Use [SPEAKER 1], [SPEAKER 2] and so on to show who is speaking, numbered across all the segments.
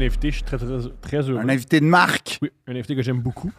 [SPEAKER 1] invité. Je suis très, très, très heureux.
[SPEAKER 2] Un invité de marque.
[SPEAKER 1] Oui, un invité que j'aime beaucoup.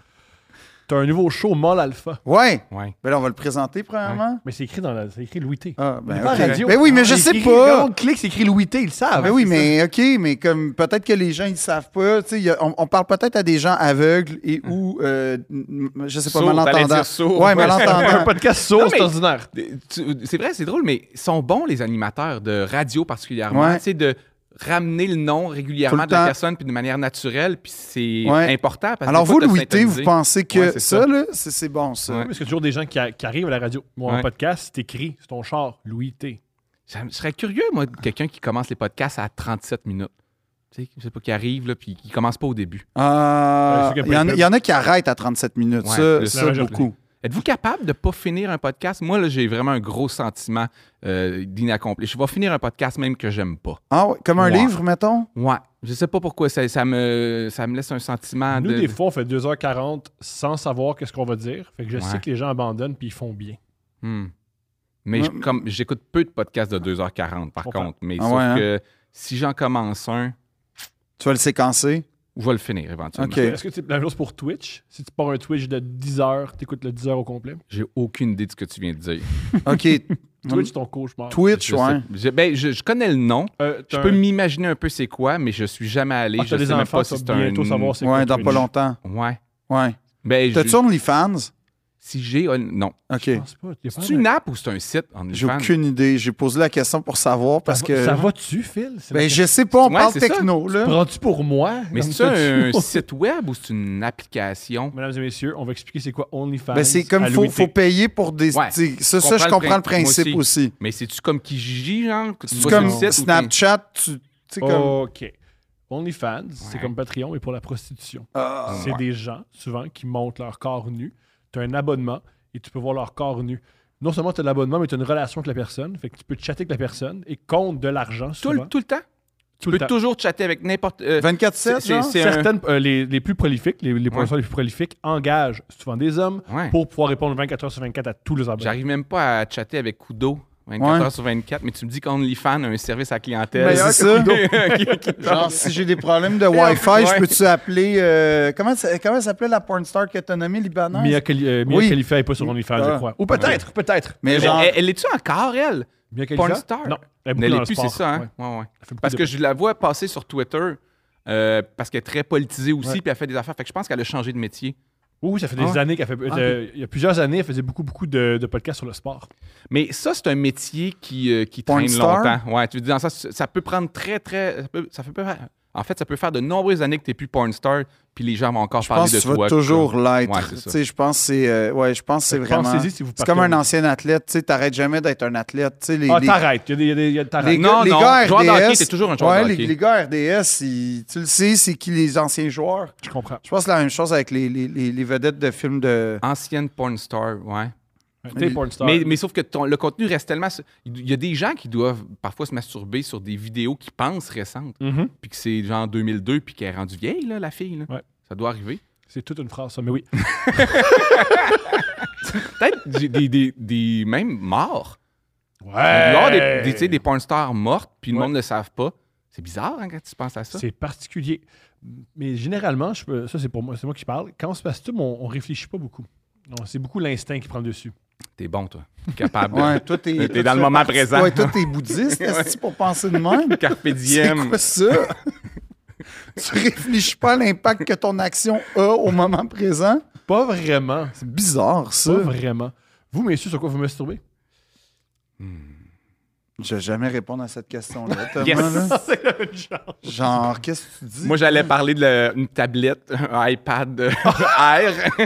[SPEAKER 1] Tu as un nouveau show, Mol Alpha.
[SPEAKER 2] Ouais.
[SPEAKER 3] Ouais.
[SPEAKER 2] Ben là, on va le présenter, premièrement.
[SPEAKER 1] Mais c'est écrit dans la. C'est écrit Louis T.
[SPEAKER 2] Ah, ben,
[SPEAKER 1] Il est pas
[SPEAKER 2] ok.
[SPEAKER 1] à radio.
[SPEAKER 2] Ben oui, mais je
[SPEAKER 3] Il
[SPEAKER 2] sais
[SPEAKER 3] écrit-
[SPEAKER 2] pas.
[SPEAKER 3] Quand on clique, c'est écrit Louis T, ils le savent.
[SPEAKER 2] Ben oui, mais OK, mais comme peut-être que les gens ils savent pas, tu sais, il y a- on, on parle peut-être à des gens aveugles et ou euh, n- n- je sais pas
[SPEAKER 3] Mm. Sourds, t'allais
[SPEAKER 2] malentendants.
[SPEAKER 3] dire sourds.
[SPEAKER 2] ouais,
[SPEAKER 3] Ouais,
[SPEAKER 1] Un
[SPEAKER 2] malentendants.
[SPEAKER 1] podcast sourd,
[SPEAKER 3] Non,
[SPEAKER 1] c'est
[SPEAKER 3] mais-
[SPEAKER 1] ordinaire.
[SPEAKER 3] Tu- C'est vrai, c'est drôle, mais ils sont bons les animateurs de radio particulièrement.
[SPEAKER 2] Ouais.
[SPEAKER 3] Tu sais, de ramener le nom
[SPEAKER 2] Tout
[SPEAKER 3] régulièrement
[SPEAKER 2] le
[SPEAKER 3] de la
[SPEAKER 2] temps.
[SPEAKER 3] personne puis de manière naturelle, puis c'est
[SPEAKER 2] Ouais.
[SPEAKER 3] important. Parce que
[SPEAKER 2] Alors
[SPEAKER 3] des fois,
[SPEAKER 2] vous
[SPEAKER 3] t'as
[SPEAKER 2] Louis T, vous
[SPEAKER 3] synthétisé.
[SPEAKER 2] pensez que
[SPEAKER 3] Ouais, c'est
[SPEAKER 2] ça,
[SPEAKER 3] ça.
[SPEAKER 2] là, c'est c'est bon ça.
[SPEAKER 3] Ouais.
[SPEAKER 1] Parce qu'il y a toujours des gens qui, a- qui arrivent à la radio. Moi, un
[SPEAKER 3] Ouais.
[SPEAKER 1] podcast, c'est écrit, c'est ton char, Louis T.
[SPEAKER 3] Ça me- Je serais curieux, moi, de quelqu'un qui commence les podcasts à 37 minutes. Tu sais, je sais pas, qui arrive, là, puis qui commence pas au début.
[SPEAKER 2] Ah,
[SPEAKER 1] Ouais, c'est
[SPEAKER 2] il
[SPEAKER 1] que-
[SPEAKER 2] y, en a- il y en a qui arrêtent à 37 minutes,
[SPEAKER 3] Ouais,
[SPEAKER 2] ça,
[SPEAKER 3] le-
[SPEAKER 2] ça,
[SPEAKER 1] la majorité.
[SPEAKER 2] beaucoup.
[SPEAKER 3] Êtes-vous capable de pas finir un podcast? Moi, là, j'ai vraiment un gros sentiment euh, d'inaccompli. Je vais finir un podcast même que j'aime pas.
[SPEAKER 2] Ah, ouais, comme un
[SPEAKER 3] Ouais.
[SPEAKER 2] livre, mettons.
[SPEAKER 3] Ouais. Je sais pas pourquoi. Ça, ça me, ça me laisse un sentiment
[SPEAKER 1] Nous,
[SPEAKER 3] Ah, de.
[SPEAKER 1] des fois, on fait 2h40 sans savoir qu'est-ce qu'on va dire. Fait que je
[SPEAKER 3] Ouais.
[SPEAKER 1] sais que les gens abandonnent puis ils font bien.
[SPEAKER 3] Hmm. Mais
[SPEAKER 2] Ouais.
[SPEAKER 3] je- comme j'écoute peu de podcasts de 2h40, par
[SPEAKER 1] Comprends.
[SPEAKER 3] contre. Mais
[SPEAKER 2] Ah
[SPEAKER 3] sauf
[SPEAKER 2] ouais, hein?
[SPEAKER 3] que si j'en commence un,
[SPEAKER 2] Tu vas le séquencer.
[SPEAKER 3] je vais le finir éventuellement.
[SPEAKER 2] Ok.
[SPEAKER 1] Est-ce que c'est la chose pour Twitch? Si tu pars un Twitch de 10h, t'écoutes le 10h au complet.
[SPEAKER 3] J'ai aucune idée de ce que tu viens de dire.
[SPEAKER 2] OK.
[SPEAKER 1] Twitch, c'est ton cauchemar.
[SPEAKER 2] Twitch,
[SPEAKER 3] Je sais-
[SPEAKER 2] ouais.
[SPEAKER 3] je- ben, je- je connais le nom.
[SPEAKER 1] Euh,
[SPEAKER 3] Je
[SPEAKER 1] t'as
[SPEAKER 3] peux
[SPEAKER 1] un-
[SPEAKER 3] m'imaginer un peu c'est quoi, mais je suis jamais allé.
[SPEAKER 1] Ah,
[SPEAKER 3] je
[SPEAKER 1] t'as des
[SPEAKER 3] sais même
[SPEAKER 1] enfants,
[SPEAKER 3] pas
[SPEAKER 1] tu
[SPEAKER 3] si c'est
[SPEAKER 1] vas bientôt
[SPEAKER 3] un...
[SPEAKER 1] savoir c'est quoi
[SPEAKER 2] Ouais, dans
[SPEAKER 1] Twitch.
[SPEAKER 2] pas longtemps.
[SPEAKER 3] Ouais.
[SPEAKER 2] Ouais.
[SPEAKER 3] Ben, je-
[SPEAKER 2] T'as-tu OnlyFans?
[SPEAKER 3] si j'ai... un- Non.
[SPEAKER 2] OK.
[SPEAKER 1] Je pense pas. T'es pas
[SPEAKER 3] C'est
[SPEAKER 1] un-
[SPEAKER 3] une app ou c'est un site? en
[SPEAKER 2] J'ai
[SPEAKER 3] OnlyFans?
[SPEAKER 2] aucune idée. J'ai posé la question pour savoir parce
[SPEAKER 1] ça,
[SPEAKER 2] que.
[SPEAKER 1] ça va-tu, Phil? C'est la
[SPEAKER 2] Ben,
[SPEAKER 1] question.
[SPEAKER 2] je sais pas, on
[SPEAKER 3] Ouais,
[SPEAKER 2] parle
[SPEAKER 3] c'est ça.
[SPEAKER 2] techno, là.
[SPEAKER 1] Prends-tu pour moi?
[SPEAKER 3] Mais
[SPEAKER 1] Comme
[SPEAKER 3] c'est un
[SPEAKER 1] t'as-tu-
[SPEAKER 3] site web ou c'est une application?
[SPEAKER 1] Mesdames et messieurs, on va expliquer c'est quoi OnlyFans.
[SPEAKER 2] Ben, c'est comme
[SPEAKER 1] à
[SPEAKER 2] il faut,
[SPEAKER 1] Louis T.
[SPEAKER 2] faut payer pour des.
[SPEAKER 3] Ouais.
[SPEAKER 2] t'sais, Ça,
[SPEAKER 3] Je
[SPEAKER 2] ça, je
[SPEAKER 3] comprends le
[SPEAKER 2] comprends le
[SPEAKER 3] prin- moi
[SPEAKER 2] principe aussi.
[SPEAKER 3] Mais c'est-tu comme Kijiji, genre? que tu
[SPEAKER 2] C'est
[SPEAKER 3] vas sur le
[SPEAKER 2] comme
[SPEAKER 3] site ou t'es-
[SPEAKER 2] Snapchat, tu
[SPEAKER 1] Oh.
[SPEAKER 2] sais, comme.
[SPEAKER 1] OK. OnlyFans, c'est
[SPEAKER 3] Ouais.
[SPEAKER 1] comme Patreon, mais pour la prostitution.
[SPEAKER 2] Ah.
[SPEAKER 1] C'est des gens, souvent, qui montent leur corps nu. Tu as un abonnement et tu peux voir leur corps nu. Non seulement tu as l'abonnement, mais tu as une relation avec la personne. Fait que tu peux chatter avec la personne et compte de l'argent
[SPEAKER 3] Tout,
[SPEAKER 1] souvent.
[SPEAKER 3] le- tout le temps?
[SPEAKER 1] Tout
[SPEAKER 3] Tu peux
[SPEAKER 1] le temps.
[SPEAKER 3] toujours chatter avec n'importe... euh,
[SPEAKER 2] 24-7,
[SPEAKER 3] c'est- c'est-
[SPEAKER 2] genre?
[SPEAKER 3] c'est un-
[SPEAKER 1] Certaines, euh, les, les plus prolifiques, les, les professeurs les plus prolifiques, engagent souvent des hommes
[SPEAKER 3] Ouais.
[SPEAKER 1] pour pouvoir répondre 24 heures sur 24 à tous les abonnés.
[SPEAKER 3] J'arrive même pas à chatter avec Kudo 24
[SPEAKER 2] Ouais.
[SPEAKER 3] heures sur 24, mais tu me dis qu'OnlyFans a un service à clientèle.
[SPEAKER 2] Mais c'est ça.
[SPEAKER 3] Ok, ok.
[SPEAKER 2] Genre, si j'ai des problèmes de Wi-Fi, je
[SPEAKER 3] Ouais.
[SPEAKER 2] peux-tu appeler. euh, comment ça- comment s'appelait la porn star que t'as nommée, Libanaise?
[SPEAKER 1] Mia, Khali- euh, Mia
[SPEAKER 2] Oui.
[SPEAKER 1] Khalifa n'est pas sur OnlyFans,
[SPEAKER 2] Ah.
[SPEAKER 1] je crois. Ou peut-être, peut-être.
[SPEAKER 2] Mais
[SPEAKER 3] Mais
[SPEAKER 2] genre.
[SPEAKER 3] elle, elle est-tu encore, elle?
[SPEAKER 1] Mia Khalifa?
[SPEAKER 3] Pornstar?
[SPEAKER 1] Non. Elle est beaucoup
[SPEAKER 3] Elle
[SPEAKER 1] dans
[SPEAKER 3] est
[SPEAKER 1] le
[SPEAKER 3] plus, c'est
[SPEAKER 1] sport.
[SPEAKER 3] ça, hein?
[SPEAKER 1] Ouais.
[SPEAKER 3] Ouais, ouais.
[SPEAKER 1] Elle fait beaucoup
[SPEAKER 3] Parce
[SPEAKER 1] de-
[SPEAKER 3] que je la vois passer sur Twitter euh, parce qu'elle est très politisée aussi,
[SPEAKER 2] Ouais.
[SPEAKER 3] puis elle fait des affaires. Fait que je pense qu'elle a changé de métier.
[SPEAKER 1] Oui, oui, ça fait
[SPEAKER 3] Ah
[SPEAKER 1] des
[SPEAKER 3] ouais.
[SPEAKER 1] années qu'elle fait.
[SPEAKER 3] Ah,
[SPEAKER 1] euh, Il y a plusieurs années, elle faisait beaucoup, beaucoup de, de podcasts sur le sport.
[SPEAKER 3] Mais ça, c'est un métier qui, euh, qui
[SPEAKER 2] Porn
[SPEAKER 3] traîne
[SPEAKER 2] star?
[SPEAKER 3] longtemps. Ouais, tu veux dire, dans ça, ça peut prendre très, très. Ça peut, ça peut faire- en fait, ça peut faire de nombreuses années que tu n'es plus porn star, puis les gens vont encore
[SPEAKER 2] Je
[SPEAKER 3] parler
[SPEAKER 2] pense
[SPEAKER 3] de
[SPEAKER 2] que tu vas
[SPEAKER 3] toi.
[SPEAKER 2] toujours
[SPEAKER 3] Ouais,
[SPEAKER 2] l'être.
[SPEAKER 3] c'est ça.
[SPEAKER 2] Tu sais, je pense que c'est euh, ouais, je pense que c'est
[SPEAKER 1] Fait que
[SPEAKER 2] vraiment.
[SPEAKER 1] pensez-y si vous
[SPEAKER 2] C'est
[SPEAKER 1] partez
[SPEAKER 2] comme un
[SPEAKER 1] en-
[SPEAKER 2] ancien athlète. Tu sais, t'arrêtes jamais d'être un athlète. Tu sais, les,
[SPEAKER 1] ah,
[SPEAKER 2] les-
[SPEAKER 1] t'arrêtes. Il y a des- il y a des. il y a-
[SPEAKER 2] les
[SPEAKER 1] t'arrêtes.
[SPEAKER 2] gars,
[SPEAKER 3] Ah, Non,
[SPEAKER 2] les
[SPEAKER 3] non,
[SPEAKER 2] gars
[SPEAKER 3] joueur de hockey,
[SPEAKER 2] RDS,
[SPEAKER 3] t'es toujours un joueur
[SPEAKER 2] ouais,
[SPEAKER 3] de
[SPEAKER 2] les,
[SPEAKER 3] hockey.
[SPEAKER 2] les gars RDS, ils- tu le sais, c'est qui les anciens joueurs.
[SPEAKER 1] Je comprends.
[SPEAKER 2] Je pense que c'est la même chose avec les, les- les- les vedettes de films de.
[SPEAKER 3] Ancienne porn star, ouais.
[SPEAKER 1] T'es pornstar.
[SPEAKER 3] Mais, mais sauf que ton- le contenu reste tellement. Il y a des gens qui doivent parfois se masturber sur des vidéos qui pensent récentes,
[SPEAKER 1] Mhm.
[SPEAKER 3] puis que c'est genre 2002, puis qu'elle est rendue vieille, là, la fille. là.
[SPEAKER 1] Ouais.
[SPEAKER 3] Ça doit arriver.
[SPEAKER 1] C'est toute une phrase, ça. Mais oui.
[SPEAKER 3] Peut-être des, des, des- des- même morts. Il
[SPEAKER 1] Ouais.
[SPEAKER 3] doit y avoir des, des, tu sais, des porn stars mortes, puis le
[SPEAKER 1] Euh, Ouais.
[SPEAKER 3] monde ne le savent pas. C'est bizarre hein, quand tu penses à ça.
[SPEAKER 1] C'est particulier. Mais généralement, je peux- ça c'est pour moi, c'est moi qui parle. Quand on se passe tout, on, on réfléchit pas beaucoup. Non, C'est beaucoup l'instinct qui prend le dessus.
[SPEAKER 3] T'es bon, toi. Capable. de-
[SPEAKER 2] Ouais, toi, t'es.
[SPEAKER 3] Ah.
[SPEAKER 2] toi,
[SPEAKER 3] T'es dans
[SPEAKER 2] tu
[SPEAKER 3] le
[SPEAKER 2] fais
[SPEAKER 3] moment
[SPEAKER 2] partie-
[SPEAKER 3] présent.
[SPEAKER 2] Ouais, toi, t'es bouddhiste, est-ce pour penser de même?
[SPEAKER 3] Carpe
[SPEAKER 2] C'est
[SPEAKER 3] diem.
[SPEAKER 2] quoi ça? tu réfléchis pas à l'impact que ton action a au moment présent?
[SPEAKER 1] Pas vraiment.
[SPEAKER 2] C'est bizarre, ça.
[SPEAKER 1] Pas vraiment. Vous, messieurs, sur quoi vous me masturbez?
[SPEAKER 2] Je vais jamais répondre à cette question-là, Thomas.
[SPEAKER 3] Yes.
[SPEAKER 2] là.
[SPEAKER 1] c'est la même chose.
[SPEAKER 2] Genre, qu'est-ce que tu dis?
[SPEAKER 3] Moi, j'allais parler d'une tablette, un iPad euh, Air.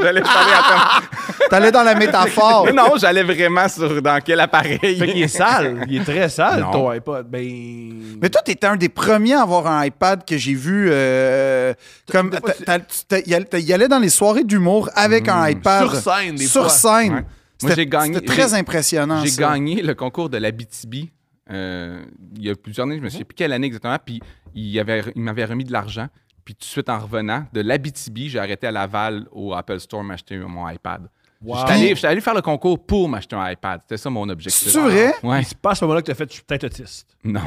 [SPEAKER 3] j'allais parler
[SPEAKER 2] Ah!
[SPEAKER 3] à
[SPEAKER 2] T'allais dans la
[SPEAKER 3] ton-
[SPEAKER 2] métaphore.
[SPEAKER 3] Mais non, j'allais vraiment sur dans quel appareil.
[SPEAKER 1] Fait qu'il est sale. Il est très sale,
[SPEAKER 3] Non.
[SPEAKER 1] ton iPod. Ben.
[SPEAKER 2] Mais toi, t'étais un des premiers à avoir un iPad que j'ai vu. euh, comme
[SPEAKER 1] t'as pas-
[SPEAKER 2] t'as- tu- t'as- y allais- t'as- y allait dans les soirées d'humour avec un iPad.
[SPEAKER 1] Sur scène, des
[SPEAKER 2] Sur
[SPEAKER 1] fois.
[SPEAKER 2] scène.
[SPEAKER 3] Hmm. Ouais. Moi,
[SPEAKER 2] C'était-
[SPEAKER 3] j'ai gagné-
[SPEAKER 2] C'était très
[SPEAKER 3] j'ai-
[SPEAKER 2] impressionnant.
[SPEAKER 3] J'ai
[SPEAKER 2] ça.
[SPEAKER 3] gagné le concours de la BTB il y a plusieurs années, je
[SPEAKER 2] Mhm.
[SPEAKER 3] me souviens plus quelle année exactement, puis il, y avait, il m'avait remis de l'argent. Puis tout de suite en revenant de l'Abitibi, j'ai arrêté à Laval au Apple Store m'acheter mon iPad.
[SPEAKER 1] Wow.
[SPEAKER 3] J'étais allé, j'étais allé faire le concours pour m'acheter un iPad. C'était ça mon objectif. Ah,
[SPEAKER 2] C'est vrai?
[SPEAKER 3] Ouais.
[SPEAKER 1] C'est pas à ce moment-là que tu as fait, je suis peut-être autiste.
[SPEAKER 3] Non.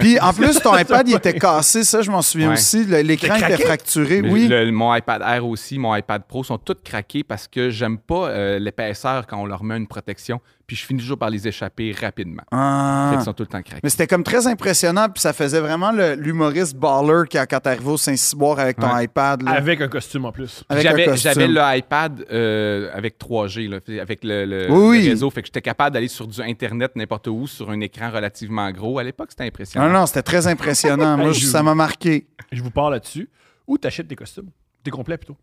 [SPEAKER 2] Puis en plus, ton iPad, il était cassé, ça, je m'en souviens
[SPEAKER 3] Ouais.
[SPEAKER 2] aussi. Le- L'écran
[SPEAKER 1] T'as
[SPEAKER 2] était
[SPEAKER 1] craqué?
[SPEAKER 2] fracturé,
[SPEAKER 3] Mais
[SPEAKER 2] Eh oui.
[SPEAKER 3] le- mon iPad Air aussi, mon iPad Pro sont tous craqués parce que j'aime pas euh, l'épaisseur quand on leur met une protection. Puis je finis toujours par les échapper rapidement.
[SPEAKER 2] Ah.
[SPEAKER 3] Fait qu'ils sont tout le temps craqués.
[SPEAKER 2] Mais c'était comme très impressionnant, puis ça faisait vraiment le- l'humoriste baller qui, a- quand t'es arrivé au Saint-Cyboire avec ton
[SPEAKER 3] Ouais.
[SPEAKER 2] iPad. là,
[SPEAKER 1] Avec un costume en plus.
[SPEAKER 2] avec un
[SPEAKER 3] J'avais
[SPEAKER 2] costume.
[SPEAKER 3] j'avais le iPad euh, avec 3G, là, fait- avec le, le-
[SPEAKER 2] Oui.
[SPEAKER 3] le réseau. Fait que j'étais capable d'aller sur du Internet n'importe où, sur un écran relativement gros. À l'époque, c'était impressionnant.
[SPEAKER 2] Non, non, c'était très impressionnant. Moi, je- ça m'a marqué.
[SPEAKER 1] Je vous parle là-dessus. Ou t'achètes tes costumes. T'es complet plutôt.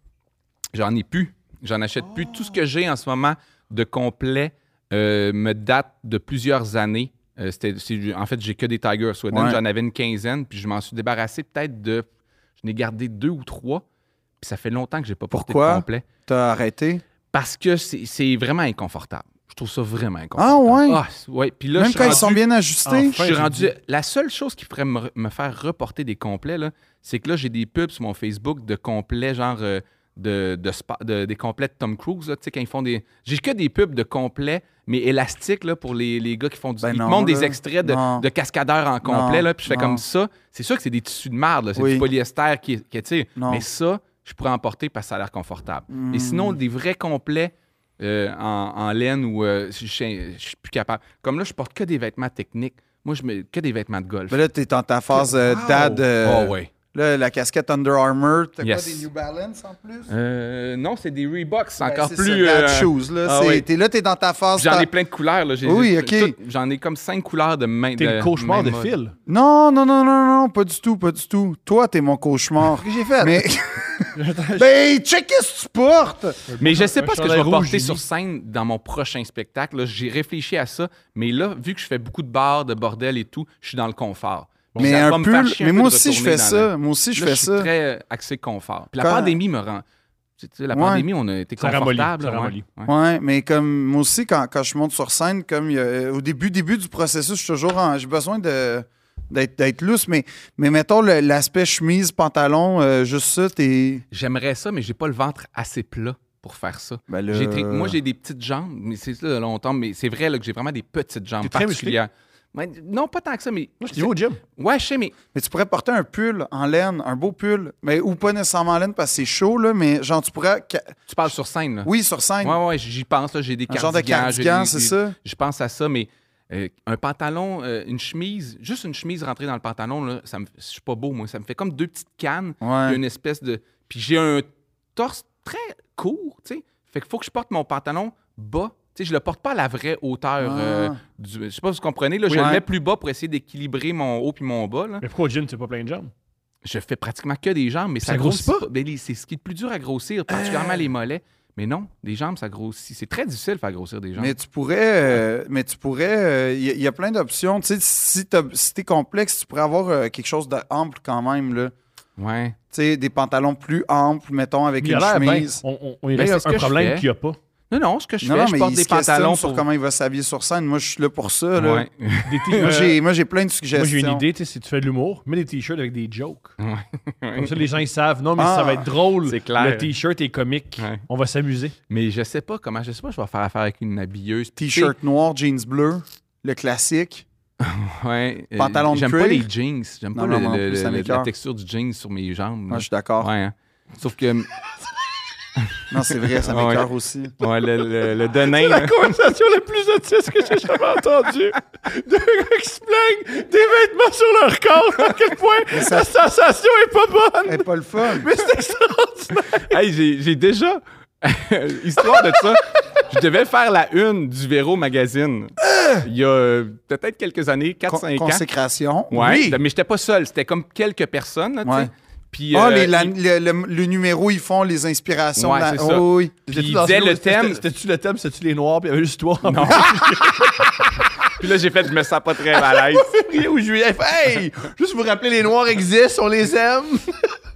[SPEAKER 3] J'en ai plus. J'en achète plus. Tout ce que j'ai en ce moment de complet euh, me date de plusieurs années. Euh, c'était, c'est- en fait, j'ai que des Tiger Sweden.
[SPEAKER 2] Ouais.
[SPEAKER 3] J'en avais une quinzaine, puis je m'en suis débarrassé peut-être de. Je n'ai gardé deux ou trois, puis ça fait longtemps que j'ai pas porté
[SPEAKER 2] Pourquoi?
[SPEAKER 3] de complet.
[SPEAKER 2] T'as arrêté?
[SPEAKER 3] Parce que c'est, c'est vraiment inconfortable. Je trouve ça vraiment
[SPEAKER 2] Ah
[SPEAKER 3] inconfortable.
[SPEAKER 2] ouais?
[SPEAKER 3] Ah, c'est- ouais. Puis là,
[SPEAKER 2] Même
[SPEAKER 3] je suis
[SPEAKER 2] quand ils
[SPEAKER 3] rendu-
[SPEAKER 2] sont bien ajustés?
[SPEAKER 1] Enfin.
[SPEAKER 3] je suis
[SPEAKER 1] j'ai
[SPEAKER 3] rendu.
[SPEAKER 1] dit-
[SPEAKER 3] La seule chose qui pourrait me, me faire reporter des complets, là, c'est que là, j'ai des pubs sur mon Facebook de complets, genre euh, de, de spa- de- des complets de Tom Cruise. là, Tu sais, quand ils font des. J'ai que des pubs de complets, mais élastiques, là, pour les, les gars qui font du.
[SPEAKER 2] Ben
[SPEAKER 3] ils te
[SPEAKER 2] non,
[SPEAKER 3] montrent des
[SPEAKER 2] là.
[SPEAKER 3] extraits de,
[SPEAKER 2] Non.
[SPEAKER 3] de cascadeurs en complet,
[SPEAKER 2] Non,
[SPEAKER 3] là, puis je fais
[SPEAKER 2] non.
[SPEAKER 3] comme ça. C'est sûr que c'est des tissus de merde, là, c'est
[SPEAKER 2] Oui.
[SPEAKER 3] du polyester qui, qui tire.
[SPEAKER 2] Non. Hmm.
[SPEAKER 3] Mais ça, je pourrais en porter parce que ça a l'air confortable. Et sinon, des vrais complets. euh, en, en laine ou euh, je je- je suis plus capable. Comme là, je porte que des vêtements techniques. Moi, je mets que des vêtements de golf.
[SPEAKER 2] Mais là, t'es dans ta phase euh, dad. euh,
[SPEAKER 3] Oh, ouais.
[SPEAKER 2] Là, la casquette Under Armour. T'as
[SPEAKER 3] Yes.
[SPEAKER 2] quoi, des New Balance en plus?
[SPEAKER 3] Euh, non, c'est des Reeboks, c'est
[SPEAKER 2] Ben,
[SPEAKER 3] encore
[SPEAKER 2] c'est
[SPEAKER 3] plus.
[SPEAKER 2] ça, dad
[SPEAKER 3] euh,
[SPEAKER 2] shoes, là.
[SPEAKER 3] ah
[SPEAKER 2] c'est-
[SPEAKER 3] oui.
[SPEAKER 2] t'es là, t'es dans ta phase.
[SPEAKER 3] J'en
[SPEAKER 2] ta-
[SPEAKER 3] ai plein de couleurs. Là. J'ai-
[SPEAKER 2] Oui,
[SPEAKER 3] j'ai-
[SPEAKER 2] ok.
[SPEAKER 3] tout- J'en ai comme cinq couleurs de main.
[SPEAKER 1] T'es le cauchemar de Phil.
[SPEAKER 2] Non, non, non, non, non, pas du tout, pas du tout. Toi, t'es mon cauchemar.
[SPEAKER 1] que j'ai fait?
[SPEAKER 2] Mais. ben, check ce que tu portes!
[SPEAKER 3] Mais je sais pas
[SPEAKER 1] Un
[SPEAKER 3] ce que je
[SPEAKER 1] chandail
[SPEAKER 3] vais
[SPEAKER 1] rouge,
[SPEAKER 3] porter
[SPEAKER 1] Julie.
[SPEAKER 3] sur scène dans mon prochain spectacle. là. J'ai réfléchi à ça, mais là, vu que je fais beaucoup de bars, de bordel et tout, je suis dans le confort. Bon,
[SPEAKER 2] mais
[SPEAKER 3] ça va
[SPEAKER 2] un
[SPEAKER 3] me faire
[SPEAKER 2] pull.
[SPEAKER 3] chier
[SPEAKER 2] Mais
[SPEAKER 3] peu
[SPEAKER 2] moi
[SPEAKER 3] de
[SPEAKER 2] aussi, je
[SPEAKER 3] retourner
[SPEAKER 2] fais
[SPEAKER 3] dans
[SPEAKER 2] ça.
[SPEAKER 3] la-
[SPEAKER 2] Moi aussi, je
[SPEAKER 3] Là,
[SPEAKER 2] fais
[SPEAKER 3] suis
[SPEAKER 2] ça.
[SPEAKER 3] très euh, axé confort. Puis la
[SPEAKER 2] Quand-
[SPEAKER 3] pandémie me rend. tu sais, la
[SPEAKER 2] Ouais.
[SPEAKER 3] pandémie, on a été
[SPEAKER 1] Ça ramollit,
[SPEAKER 3] confortable.
[SPEAKER 1] ça
[SPEAKER 3] ouais.
[SPEAKER 1] ramollit.
[SPEAKER 3] Ouais.
[SPEAKER 2] Ouais, mais comme moi aussi, quand, quand je monte sur scène, comme il y a- euh, au début, début du processus, je suis toujours en- j'ai besoin de d'être d'être lousse, mais, mais mettons le- l'aspect chemise, pantalon, euh, juste ça, t'es.
[SPEAKER 3] J'aimerais ça, mais j'ai pas le ventre assez plat pour faire ça.
[SPEAKER 2] Ben là-
[SPEAKER 3] J'ai très- moi, j'ai des petites jambes, mais c'est ça là, longtemps, mais c'est vrai là, que j'ai vraiment des petites jambes
[SPEAKER 1] T'es très
[SPEAKER 3] particulières. Ouais, non, pas tant que ça, mais.
[SPEAKER 1] Moi, je t'ai vu au gym.
[SPEAKER 3] Ouais, je sais, mais.
[SPEAKER 2] Mais tu pourrais porter un pull en laine, un beau pull, mais ou pas nécessairement en laine parce que c'est chaud, là, mais genre tu pourrais. ca-
[SPEAKER 3] Tu parles sur scène, là.
[SPEAKER 2] Oui, sur scène.
[SPEAKER 3] Ouais, ouais, j'y pense, là. J'ai des
[SPEAKER 2] Un genre de
[SPEAKER 3] cardigans. j'ai
[SPEAKER 2] cardigan,
[SPEAKER 3] des-
[SPEAKER 2] c'est
[SPEAKER 3] des-
[SPEAKER 2] ça?
[SPEAKER 3] Je pense à ça, mais. euh, un pantalon, euh, une chemise, juste une chemise rentrée dans le pantalon, là, ça me, je suis pas beau, moi. Ça me fait comme deux petites cannes.
[SPEAKER 2] Ouais.
[SPEAKER 3] puis une espèce de. Puis j'ai un torse très court, tu sais. Fait qu'il faut que je porte mon pantalon bas. Tu sais, je le porte pas à la vraie hauteur.
[SPEAKER 2] Ah.
[SPEAKER 3] euh, du... Je sais pas si vous comprenez. Là, je
[SPEAKER 2] Ouais.
[SPEAKER 3] le mets plus bas pour essayer d'équilibrer mon haut puis mon bas. Là.
[SPEAKER 1] Mais pourquoi au gym, t'es pas plein de jambes?
[SPEAKER 3] Je fais pratiquement que des jambes, mais ça,
[SPEAKER 1] Ça grossit pas?
[SPEAKER 3] Ben, les- c'est ce qui est le plus dur à grossir,
[SPEAKER 2] Euh.
[SPEAKER 3] particulièrement les mollets. Mais non, les jambes, ça grossit. C'est très difficile de faire grossir des jambes.
[SPEAKER 2] Mais tu pourrais, euh, mais tu pourrais, euh, il y, a plein d'options. Tu sais, si t'as- si t'es complexe, tu pourrais avoir euh, quelque chose d'ample quand même là.
[SPEAKER 3] Ouais.
[SPEAKER 2] Tu sais, des pantalons plus amples, mettons, avec
[SPEAKER 1] Il a
[SPEAKER 2] une
[SPEAKER 1] l'air bien.
[SPEAKER 2] chemise.
[SPEAKER 1] On, on, on y
[SPEAKER 3] Ben,
[SPEAKER 1] règle
[SPEAKER 3] c'est ce
[SPEAKER 1] un
[SPEAKER 3] que je
[SPEAKER 1] problème
[SPEAKER 3] fais.
[SPEAKER 1] qu'il n'y a pas.
[SPEAKER 3] Non, non, ce que je
[SPEAKER 2] Non,
[SPEAKER 3] fais,
[SPEAKER 2] non,
[SPEAKER 3] je
[SPEAKER 2] mais
[SPEAKER 3] porte
[SPEAKER 2] il
[SPEAKER 3] des
[SPEAKER 2] se questionne
[SPEAKER 3] pantalons
[SPEAKER 2] sur
[SPEAKER 3] pour-
[SPEAKER 2] comment il va s'habiller sur scène. Moi, je suis là pour ça. Là.
[SPEAKER 3] Ouais.
[SPEAKER 1] Des t-
[SPEAKER 2] Moi,
[SPEAKER 1] euh,
[SPEAKER 2] j'ai, moi, j'ai plein de suggestions.
[SPEAKER 1] moi, j'ai une idée, tu sais, si tu fais de l'humour, mets des t-shirts avec des jokes. Comme ça, les gens, ils savent. Non, mais
[SPEAKER 2] Ah,
[SPEAKER 1] ça va être drôle.
[SPEAKER 3] c'est clair.
[SPEAKER 1] Le t-shirt est comique.
[SPEAKER 3] Ouais.
[SPEAKER 1] On va s'amuser.
[SPEAKER 3] Mais je sais pas comment, je sais pas, je vais faire affaire avec une habilleuse. Puis, tu sais,
[SPEAKER 2] T-shirt noir, jeans bleu, le classique.
[SPEAKER 3] Ouais, euh,
[SPEAKER 2] Pantalon de
[SPEAKER 3] J'aime pas
[SPEAKER 2] cuir.
[SPEAKER 3] les jeans. J'aime
[SPEAKER 2] Non,
[SPEAKER 3] pas
[SPEAKER 2] non,
[SPEAKER 3] le-
[SPEAKER 2] moi non
[SPEAKER 3] le-
[SPEAKER 2] plus, ça
[SPEAKER 3] le-
[SPEAKER 2] m'écoeure.
[SPEAKER 3] la texture du jeans sur mes jambes.
[SPEAKER 2] Moi,
[SPEAKER 3] là.
[SPEAKER 2] je suis d'accord.
[SPEAKER 3] Ouais, hein. Sauf que
[SPEAKER 2] Non, c'est vrai, ça
[SPEAKER 3] Ouais.
[SPEAKER 2] m'écœure aussi.
[SPEAKER 3] ouais, le, le, le denain, là,
[SPEAKER 1] conversation la plus autiste que j'ai jamais entendue. Deux gars qui se plaignent des vêtements sur leur corps. À quel point
[SPEAKER 2] ça- la
[SPEAKER 1] sensation est pas bonne.
[SPEAKER 2] C'est pas le fun.
[SPEAKER 1] Mais c'est extraordinaire.
[SPEAKER 3] hey, j'ai j'ai déjà, histoire de ça, je devais faire la une du Véro Magazine il y a euh, peut-être quelques années,
[SPEAKER 2] Con-
[SPEAKER 3] 4-5 ans.
[SPEAKER 2] consécration.
[SPEAKER 3] Ouais,
[SPEAKER 2] Oui.
[SPEAKER 3] mais j'étais pas seul, c'était comme quelques personnes. Là, tu
[SPEAKER 2] Ouais.
[SPEAKER 3] sais. Puis,
[SPEAKER 2] Ah,
[SPEAKER 3] euh,
[SPEAKER 2] les- la-
[SPEAKER 3] il-
[SPEAKER 2] le, le- le numéro, ils font les inspirations.
[SPEAKER 3] Ouais,
[SPEAKER 2] de la-
[SPEAKER 3] c'est ça.
[SPEAKER 2] Oh, oui.
[SPEAKER 3] Puis il disait le thème.
[SPEAKER 1] C'était-tu le thème, c'était-tu les noirs, puis il y avait juste toi en
[SPEAKER 3] Non. Puis là, j'ai fait, je me sens pas très mal à l'aise.
[SPEAKER 1] février ou juillet. Hey, juste vous rappeler, les noirs existent, on les aime.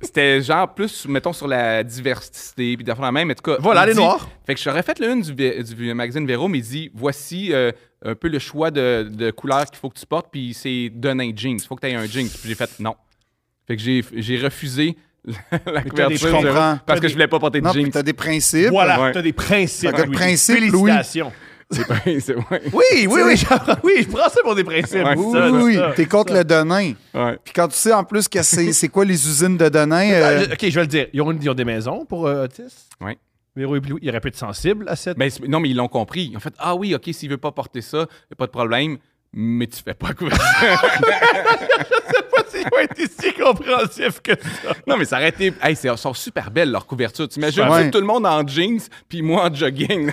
[SPEAKER 3] C'était genre plus, mettons, sur la diversité, puis d'affaires la même. En tout cas,
[SPEAKER 1] Voilà,
[SPEAKER 3] il
[SPEAKER 1] les
[SPEAKER 3] dit-
[SPEAKER 1] Noirs.
[SPEAKER 3] Fait que j'aurais fait le une du, vé- du magazine Véro, mais il dit voici euh, un peu le choix de, de couleurs qu'il faut que tu portes, puis c'est donne un jeans. Il faut que tu aies un jeans. Puis j'ai fait non. Fait que j'ai- j'ai refusé la
[SPEAKER 1] t'as des-
[SPEAKER 3] couverture.
[SPEAKER 2] je comprends.
[SPEAKER 3] zéro, Parce que je voulais pas porter de
[SPEAKER 2] Non, puis
[SPEAKER 3] jeans.
[SPEAKER 2] t'as des principes.
[SPEAKER 1] Voilà,
[SPEAKER 3] ouais.
[SPEAKER 1] t'as des principes.
[SPEAKER 2] Fait que le
[SPEAKER 1] Louis.
[SPEAKER 2] principe, Louis.
[SPEAKER 1] Félicitations.
[SPEAKER 3] C'est- c'est- ouais,
[SPEAKER 1] Oui, oui, oui, j'apprends- oui, je prends ça pour des principes.
[SPEAKER 3] Ouais.
[SPEAKER 1] c'est
[SPEAKER 2] Oui,
[SPEAKER 1] ça,
[SPEAKER 2] oui,
[SPEAKER 1] c'est
[SPEAKER 2] oui.
[SPEAKER 1] ça.
[SPEAKER 2] T'es contre le Denain.
[SPEAKER 3] ouais.
[SPEAKER 2] Puis quand tu sais en plus que c'est c'est quoi les usines de Denain.
[SPEAKER 1] Ah,
[SPEAKER 2] euh,
[SPEAKER 1] je- ok, je vais le dire. Ils ont, ils ont des maisons pour euh, autistes.
[SPEAKER 3] Ouais.
[SPEAKER 1] Véro et Blue, ils auraient pu être sensibles à cette.
[SPEAKER 3] Mais Ben, c'est- non, mais ils l'ont compris. Ils ont fait Ah oui, OK, s'il veut pas porter ça, pas de problème, mais tu fais pas la couverture.
[SPEAKER 1] C'est quoi être si compréhensif que ça?
[SPEAKER 3] non, mais ça aurait été. Hey, c'est- elles sont super belles, leurs couvertures. T'imagines
[SPEAKER 2] Ouais.
[SPEAKER 3] tu sais, tout le monde en jeans, puis moi en jogging.